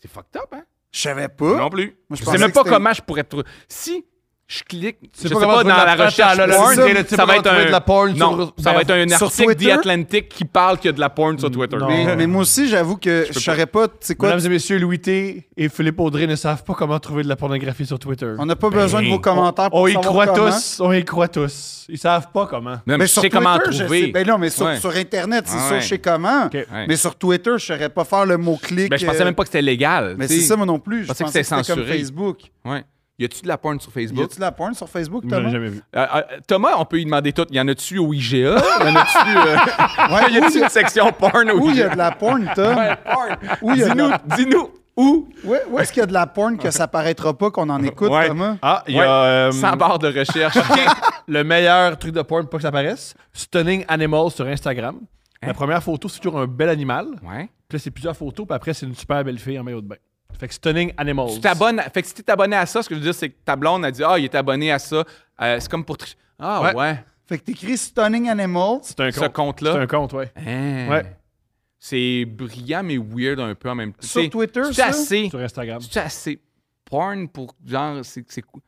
[SPEAKER 3] C'est fucked up, hein?
[SPEAKER 2] Je savais pas.
[SPEAKER 3] Non plus.
[SPEAKER 2] Moi, je
[SPEAKER 3] je
[SPEAKER 2] pensais
[SPEAKER 3] sais même
[SPEAKER 2] que
[SPEAKER 3] pas
[SPEAKER 2] c'était-
[SPEAKER 3] comment je pourrais trouver. Si je clique, je
[SPEAKER 1] sais
[SPEAKER 3] sais
[SPEAKER 1] pas
[SPEAKER 3] pas,
[SPEAKER 1] comment
[SPEAKER 3] dans
[SPEAKER 1] trouver de
[SPEAKER 3] la
[SPEAKER 1] la
[SPEAKER 3] recherche
[SPEAKER 1] porn,
[SPEAKER 3] porn,
[SPEAKER 1] tu sais, là, tu sais
[SPEAKER 3] ça
[SPEAKER 1] pas
[SPEAKER 3] va être
[SPEAKER 1] comment
[SPEAKER 3] un
[SPEAKER 1] trouver de la porn
[SPEAKER 3] non,
[SPEAKER 1] sur-
[SPEAKER 3] ça va être un
[SPEAKER 2] sur
[SPEAKER 3] article
[SPEAKER 2] Twitter?
[SPEAKER 3] The Atlantic qui parle qu'il y a de la porn sur Twitter.
[SPEAKER 1] Non.
[SPEAKER 2] Mais,
[SPEAKER 1] Ouais.
[SPEAKER 2] mais moi aussi, j'avoue que je
[SPEAKER 3] peux
[SPEAKER 2] saurais pas, tu sais quoi.
[SPEAKER 1] Mesdames et messieurs, Louis T et Philippe Audrey ne savent pas comment trouver de la pornographie sur Twitter.
[SPEAKER 2] On n'a pas besoin
[SPEAKER 3] Ben,
[SPEAKER 2] de vos commentaires pour
[SPEAKER 1] On y
[SPEAKER 2] savoir
[SPEAKER 1] croit
[SPEAKER 2] comment.
[SPEAKER 1] tous, on y croit tous. Ils savent pas comment.
[SPEAKER 3] Non, mais
[SPEAKER 2] Mais
[SPEAKER 3] je
[SPEAKER 2] sur
[SPEAKER 3] sais
[SPEAKER 2] Twitter,
[SPEAKER 3] comment
[SPEAKER 2] je
[SPEAKER 3] trouver.
[SPEAKER 2] sais- Ben non, mais sur,
[SPEAKER 3] Ouais.
[SPEAKER 2] sur Internet, c'est
[SPEAKER 3] Ah
[SPEAKER 2] sûr,
[SPEAKER 3] ouais.
[SPEAKER 2] je sais comment.
[SPEAKER 3] Ouais.
[SPEAKER 2] Mais sur Twitter, je saurais pas faire le mot-clic.
[SPEAKER 3] Ben, je pensais
[SPEAKER 2] euh,
[SPEAKER 3] même pas que c'était légal.
[SPEAKER 2] Mais
[SPEAKER 3] tu sais.
[SPEAKER 2] c'est ça, moi non plus. Je
[SPEAKER 3] pensais
[SPEAKER 2] pensais
[SPEAKER 3] que
[SPEAKER 2] que
[SPEAKER 3] c'était
[SPEAKER 2] c'était comme
[SPEAKER 3] censuré.
[SPEAKER 2] Facebook.
[SPEAKER 3] Ouais. Y a-tu de la porn sur
[SPEAKER 2] Y
[SPEAKER 3] Facebook?
[SPEAKER 2] a-tu de la porn sur Facebook,
[SPEAKER 1] Je l'ai
[SPEAKER 2] Thomas?
[SPEAKER 1] jamais vu.
[SPEAKER 3] Euh, euh, Thomas, on peut y demander tout. Y en a-tu au IGA? y en a-tu euh,
[SPEAKER 2] Ouais,
[SPEAKER 3] y
[SPEAKER 2] où
[SPEAKER 3] a-tu
[SPEAKER 2] y
[SPEAKER 3] une section porn au
[SPEAKER 2] Où il y
[SPEAKER 3] IGA?
[SPEAKER 2] a de la porn, Tom? Où il y a de
[SPEAKER 3] Dis-nous,
[SPEAKER 2] la...
[SPEAKER 3] dis-nous, où?
[SPEAKER 2] Où, où est-ce qu'il y a de la porn que ça paraîtra pas qu'on en écoute,
[SPEAKER 3] Ouais.
[SPEAKER 2] Thomas?
[SPEAKER 1] Ah, il y
[SPEAKER 3] Ouais,
[SPEAKER 1] a
[SPEAKER 2] Hum.
[SPEAKER 1] euh,
[SPEAKER 3] Sans barre de recherche.
[SPEAKER 1] le meilleur truc de porn pour que ça apparaisse. Stunning Animal sur Instagram.
[SPEAKER 3] Hein?
[SPEAKER 1] La première photo, c'est toujours un bel animal.
[SPEAKER 3] ouais.
[SPEAKER 1] Puis là, c'est plusieurs photos, puis après, c'est une super belle fille en maillot de bain. Fait que Stunning Animals.
[SPEAKER 3] Tu t'abonnes. à- Fait que si t'es abonné à ça, ce que je veux dire, c'est que ta blonde a dit Ah, il est abonné à ça. Euh, c'est comme pour tricher. Ah,
[SPEAKER 1] Ouais.
[SPEAKER 3] ouais.
[SPEAKER 2] Fait que t'écris Stunning Animals.
[SPEAKER 1] C'est un
[SPEAKER 3] Ce
[SPEAKER 1] compte.
[SPEAKER 3] compte-là.
[SPEAKER 1] C'est un compte, ouais.
[SPEAKER 3] Hein.
[SPEAKER 1] Ouais.
[SPEAKER 3] C'est brillant, mais weird un peu en même temps.
[SPEAKER 2] Sur
[SPEAKER 3] T'sais,
[SPEAKER 2] Twitter,
[SPEAKER 3] c'est
[SPEAKER 2] ça?
[SPEAKER 3] assez.
[SPEAKER 1] Sur Instagram.
[SPEAKER 3] C'est assez porn pour genre. C'est c'est quoi?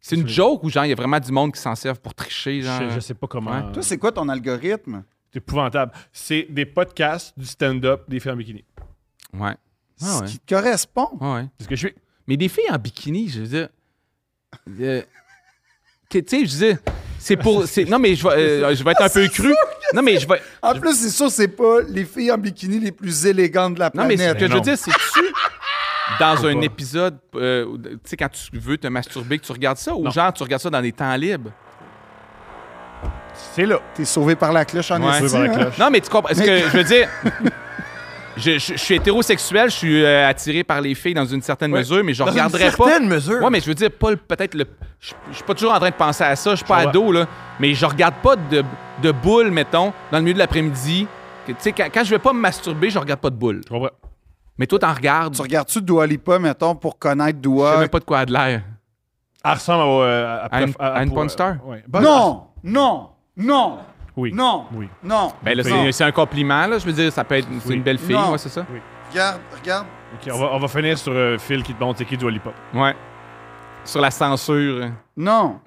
[SPEAKER 3] C'est une joke ou genre, il y a vraiment du monde qui s'en servent pour tricher, genre.
[SPEAKER 1] Je, je sais pas comment.
[SPEAKER 3] Ouais.
[SPEAKER 2] Toi, c'est quoi ton algorithme?
[SPEAKER 1] C'est épouvantable. C'est des podcasts, du stand-up, des filles en bikini.
[SPEAKER 3] Ouais. Ah
[SPEAKER 2] Ce
[SPEAKER 3] ouais. Ah
[SPEAKER 2] qui te correspond.
[SPEAKER 3] Ouais, ouais.
[SPEAKER 1] C'est ce que je fais.
[SPEAKER 3] Mais des filles en bikini, je veux dire. euh, que- tu sais, je disais. C'est pour. c'est- Non, mais je vais, euh, je vais être un peu cru. Non, mais je vais.
[SPEAKER 2] En plus, c'est sûr, c'est pas les filles en bikini les plus élégantes de la
[SPEAKER 3] Non, mais
[SPEAKER 2] planète.
[SPEAKER 3] ce que je veux
[SPEAKER 1] non.
[SPEAKER 3] dire, c'est que tu. Dans un
[SPEAKER 1] pas.
[SPEAKER 3] épisode, euh, tu sais, quand tu veux te masturber, que tu regardes ça, ou
[SPEAKER 1] Non.
[SPEAKER 3] genre tu regardes ça dans des temps libres.
[SPEAKER 1] C'est là.
[SPEAKER 2] T'es sauvé par la cloche en
[SPEAKER 3] Ouais.
[SPEAKER 2] esti,
[SPEAKER 1] Sauvé par la
[SPEAKER 2] hein?
[SPEAKER 1] cloche.
[SPEAKER 3] Non, mais tu comprends. Est-ce
[SPEAKER 2] Mais-
[SPEAKER 3] que je veux dire. Je, je- je suis hétérosexuel, je suis euh, attiré par les filles dans une certaine mesure, mais je regarderai
[SPEAKER 4] Dans une
[SPEAKER 3] pas.
[SPEAKER 4] certaine mesure.
[SPEAKER 3] Ouais, mais je veux dire, pas le- peut-être le. Je je suis pas toujours en train de penser à ça, je suis pas
[SPEAKER 1] Je
[SPEAKER 3] ado, là. Mais je regarde pas de, de boules, mettons, dans le milieu de l'après-midi. Que, Tu sais, quand, quand je vais pas me masturber, je regarde pas de boules.
[SPEAKER 1] Je comprends.
[SPEAKER 3] Mais toi, t'en regardes.
[SPEAKER 2] Tu regardes-tu Dua Lipa, mettons, pour connaître
[SPEAKER 3] Je sais
[SPEAKER 2] Dua?
[SPEAKER 3] même pas de quoi elle a de l'air.
[SPEAKER 1] Elle ressemble à, euh, à,
[SPEAKER 3] À une-
[SPEAKER 1] à- à-
[SPEAKER 3] à une
[SPEAKER 1] pour-
[SPEAKER 3] porn star?
[SPEAKER 1] euh, ouais. ah,
[SPEAKER 2] Non! Non! Non!
[SPEAKER 1] Oui.
[SPEAKER 2] Non!
[SPEAKER 1] Oui.
[SPEAKER 2] Non!
[SPEAKER 3] Ben là,
[SPEAKER 1] Oui.
[SPEAKER 3] c'est- c'est un compliment, là. Je veux dire, ça peut être c'est
[SPEAKER 1] Oui.
[SPEAKER 3] une belle fille,
[SPEAKER 2] Non.
[SPEAKER 3] ouais, c'est ça?
[SPEAKER 2] Regarde, regarde.
[SPEAKER 1] Ok, on, va, on va finir sur euh, Phil qui te montre c'est qui Dua Lipa.
[SPEAKER 3] Ouais. Sur la censure.
[SPEAKER 2] Non!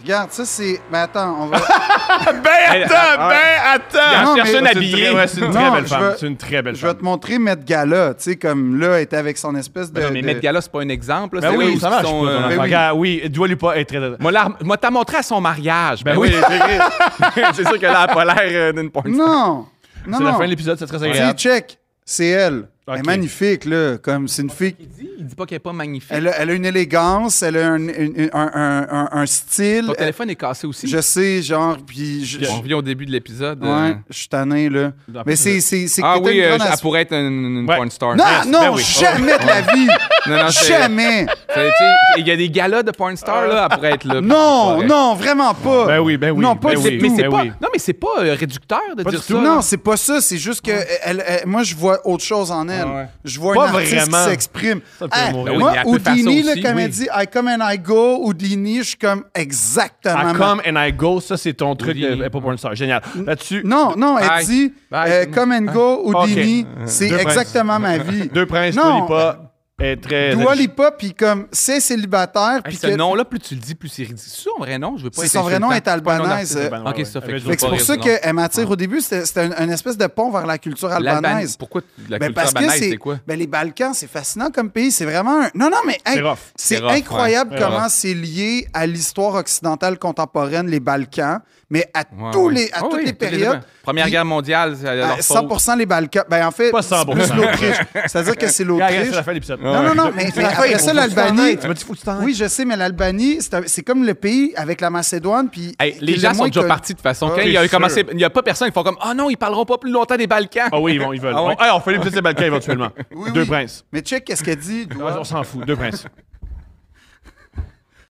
[SPEAKER 2] Regarde, ça c'est. Mais attends, on va.
[SPEAKER 3] Ben
[SPEAKER 1] ah,
[SPEAKER 3] attends, ben attends!
[SPEAKER 2] Non,
[SPEAKER 3] En
[SPEAKER 2] mais-
[SPEAKER 3] cherche
[SPEAKER 2] C'est
[SPEAKER 3] un
[SPEAKER 1] C'est une
[SPEAKER 3] habillé.
[SPEAKER 1] très- ouais, c'est une
[SPEAKER 2] Non,
[SPEAKER 1] très belle
[SPEAKER 2] je
[SPEAKER 1] femme.
[SPEAKER 2] vais-
[SPEAKER 1] C'est une très belle
[SPEAKER 2] Je vais
[SPEAKER 1] femme.
[SPEAKER 2] te montrer Met Gala, tu sais, comme là, elle était avec son espèce de.
[SPEAKER 3] Ben non, mais
[SPEAKER 2] de-
[SPEAKER 3] Met Gala, c'est pas un exemple. là.
[SPEAKER 1] Ben
[SPEAKER 3] C'est là
[SPEAKER 1] oui,
[SPEAKER 3] où
[SPEAKER 1] ça
[SPEAKER 3] ils
[SPEAKER 1] marche.
[SPEAKER 3] sont,
[SPEAKER 1] pas, ton
[SPEAKER 3] euh,
[SPEAKER 1] enfant.
[SPEAKER 2] ben oui.
[SPEAKER 1] Regarde, oui, Dua Lipa est très.
[SPEAKER 3] Moi, la- moi, t'as montré à son mariage.
[SPEAKER 1] Ben oui,
[SPEAKER 3] c'est sûr qu'elle a pas l'air euh, d'une porn star.
[SPEAKER 2] Non! Non,
[SPEAKER 1] c'est
[SPEAKER 2] non!
[SPEAKER 1] la fin de l'épisode, c'est très
[SPEAKER 2] Tu sais,
[SPEAKER 1] agréable.
[SPEAKER 2] check! C'est elle. Elle est
[SPEAKER 1] Ok.
[SPEAKER 2] magnifique, là. Comme c'est une fille.
[SPEAKER 3] Il dit, il dit pas qu'elle est pas magnifique.
[SPEAKER 2] Elle a, elle a une élégance, elle a un, un- un- un- un- un style.
[SPEAKER 3] Ton
[SPEAKER 2] Elle-
[SPEAKER 3] téléphone est cassé aussi.
[SPEAKER 2] je sais, genre, puis je,
[SPEAKER 3] On revient au début de l'épisode.
[SPEAKER 2] je-
[SPEAKER 3] euh.
[SPEAKER 2] ouais, je suis tanné, là.
[SPEAKER 1] Non,
[SPEAKER 2] Mais
[SPEAKER 1] pas
[SPEAKER 2] c'est c'est c'est
[SPEAKER 3] Ah
[SPEAKER 2] que t'as
[SPEAKER 3] oui,
[SPEAKER 2] une
[SPEAKER 3] euh,
[SPEAKER 2] grande
[SPEAKER 3] elle
[SPEAKER 2] as-
[SPEAKER 3] pourrait être une, une
[SPEAKER 1] Ouais.
[SPEAKER 3] porn star.
[SPEAKER 2] Non,
[SPEAKER 1] Ben
[SPEAKER 2] non,
[SPEAKER 1] oui.
[SPEAKER 2] jamais de la vie.
[SPEAKER 3] Non, non, c'est-
[SPEAKER 2] jamais.
[SPEAKER 3] c'est- tu sais, Il y a des galas de porn star, là, elle pourrait être là.
[SPEAKER 2] Non,
[SPEAKER 3] Ouais.
[SPEAKER 2] non, vraiment pas.
[SPEAKER 1] Ben oui, ben oui.
[SPEAKER 2] Non, pas
[SPEAKER 1] ben
[SPEAKER 2] du
[SPEAKER 1] oui,
[SPEAKER 2] tout.
[SPEAKER 3] Mais c'est
[SPEAKER 1] ben
[SPEAKER 3] pas,
[SPEAKER 1] oui.
[SPEAKER 3] non, mais c'est pas euh, réducteur de
[SPEAKER 1] Pas
[SPEAKER 3] dire
[SPEAKER 1] du
[SPEAKER 3] ça.
[SPEAKER 1] tout,
[SPEAKER 3] là.
[SPEAKER 2] Non, c'est pas ça. C'est juste que elle- elle- moi, je vois autre chose en elle.
[SPEAKER 3] Ouais.
[SPEAKER 2] Je vois
[SPEAKER 1] Pas
[SPEAKER 2] une artiste
[SPEAKER 1] vraiment.
[SPEAKER 2] qui s'exprime.
[SPEAKER 1] Ça peut
[SPEAKER 2] Hey,
[SPEAKER 1] mourir.
[SPEAKER 2] moi,
[SPEAKER 3] Ben oui, mais elle peut
[SPEAKER 2] Houdini,
[SPEAKER 3] faire ça
[SPEAKER 2] là,
[SPEAKER 3] aussi,
[SPEAKER 2] comme
[SPEAKER 3] oui.
[SPEAKER 2] elle dit « I come and I go », Houdini, je suis comme « exactement
[SPEAKER 1] I ». come and I go, ça c'est ton truc euh,
[SPEAKER 3] Oui.
[SPEAKER 1] de Apple Porn Star. Génial. Là-dessus,
[SPEAKER 2] Non, non, elle
[SPEAKER 3] Bye.
[SPEAKER 2] dit
[SPEAKER 3] Bye,
[SPEAKER 2] euh,
[SPEAKER 3] tout le
[SPEAKER 2] Come and go, Houdini, c'est
[SPEAKER 1] Deux princes.
[SPEAKER 2] exactement ma vie.
[SPEAKER 1] deux princes,
[SPEAKER 2] Non.
[SPEAKER 1] Dua Lipa est très.
[SPEAKER 2] Dua Lipa, puis comme c'est célibataire,
[SPEAKER 3] Hey,
[SPEAKER 2] puis
[SPEAKER 3] ce
[SPEAKER 2] que-
[SPEAKER 3] nom-là, plus tu le dis, plus c'est ridicule. C'est son vrai nom, je veux pas
[SPEAKER 2] C'est
[SPEAKER 3] être
[SPEAKER 2] son vrai nom
[SPEAKER 3] insultant.
[SPEAKER 2] est albanaise.
[SPEAKER 1] C'est
[SPEAKER 2] Fait
[SPEAKER 1] Alban, ouais,
[SPEAKER 3] Ok, ça
[SPEAKER 1] ouais.
[SPEAKER 3] fait
[SPEAKER 1] Avec Dua
[SPEAKER 3] que
[SPEAKER 2] que c'est
[SPEAKER 3] pas
[SPEAKER 2] pour
[SPEAKER 1] Lipa.
[SPEAKER 2] ça
[SPEAKER 3] raison.
[SPEAKER 2] qu'elle m'attire au début, c'était c'était un, un espèce de pont vers la culture
[SPEAKER 3] L'Albanie-
[SPEAKER 2] albanaise.
[SPEAKER 3] Pourquoi la
[SPEAKER 2] Ben,
[SPEAKER 3] culture
[SPEAKER 2] parce que
[SPEAKER 3] albanaise,
[SPEAKER 2] c'est
[SPEAKER 3] c'est quoi?
[SPEAKER 2] ben, les Balkans, c'est fascinant comme pays. C'est vraiment un... Non, non, mais hey,
[SPEAKER 1] C'est rough.
[SPEAKER 2] c'est
[SPEAKER 3] C'est rough,
[SPEAKER 2] incroyable
[SPEAKER 3] ouais.
[SPEAKER 2] comment
[SPEAKER 3] Ouais.
[SPEAKER 2] c'est lié à l'histoire occidentale contemporaine, les Balkans, mais à,
[SPEAKER 3] Ouais,
[SPEAKER 2] tous
[SPEAKER 3] ouais. Ah
[SPEAKER 2] les, à
[SPEAKER 3] Ouais,
[SPEAKER 2] toutes
[SPEAKER 3] ouais,
[SPEAKER 2] les périodes. Euh,
[SPEAKER 3] Première
[SPEAKER 2] Puis-
[SPEAKER 3] guerre mondiale, c'est
[SPEAKER 2] à
[SPEAKER 3] leur faute.
[SPEAKER 2] 100 les Balkans. Ben, en fait,
[SPEAKER 1] Pas
[SPEAKER 2] c'est
[SPEAKER 1] 100%.
[SPEAKER 2] plus l'Autriche. C'est-à-dire que c'est
[SPEAKER 1] Regarde, regarde,
[SPEAKER 2] l'Autriche.
[SPEAKER 1] c'est la fin de l'épisode.
[SPEAKER 2] Non, non, non, mais, mais après ça, l'Albanie.
[SPEAKER 1] Tu m'as dit, faut que tu t'en ailles.
[SPEAKER 2] Oui, je sais, mais l'Albanie, c'est un- c'est comme le pays avec la Macédoine. Puis
[SPEAKER 3] Hey,
[SPEAKER 2] qui est
[SPEAKER 3] les
[SPEAKER 2] le
[SPEAKER 3] gens sont
[SPEAKER 2] moins
[SPEAKER 3] déjà
[SPEAKER 2] connu.
[SPEAKER 3] partis de toute façon.
[SPEAKER 1] Ah,
[SPEAKER 3] Quand
[SPEAKER 1] c'est
[SPEAKER 3] il y a
[SPEAKER 1] sûr.
[SPEAKER 3] commencé, il n'y a pas personne. Ils font comme Ah non, ils parleront pas plus longtemps des Balkans.
[SPEAKER 1] Ah oui, ils, vont, ils veulent.
[SPEAKER 3] Ah ouais.
[SPEAKER 1] On- hey, on fait les petits Balkans éventuellement.
[SPEAKER 2] Oui,
[SPEAKER 1] Deux
[SPEAKER 2] oui.
[SPEAKER 1] princes.
[SPEAKER 2] Mais check, qu'est-ce qu'elle dit?
[SPEAKER 1] Ouais, on s'en fout, deux princes.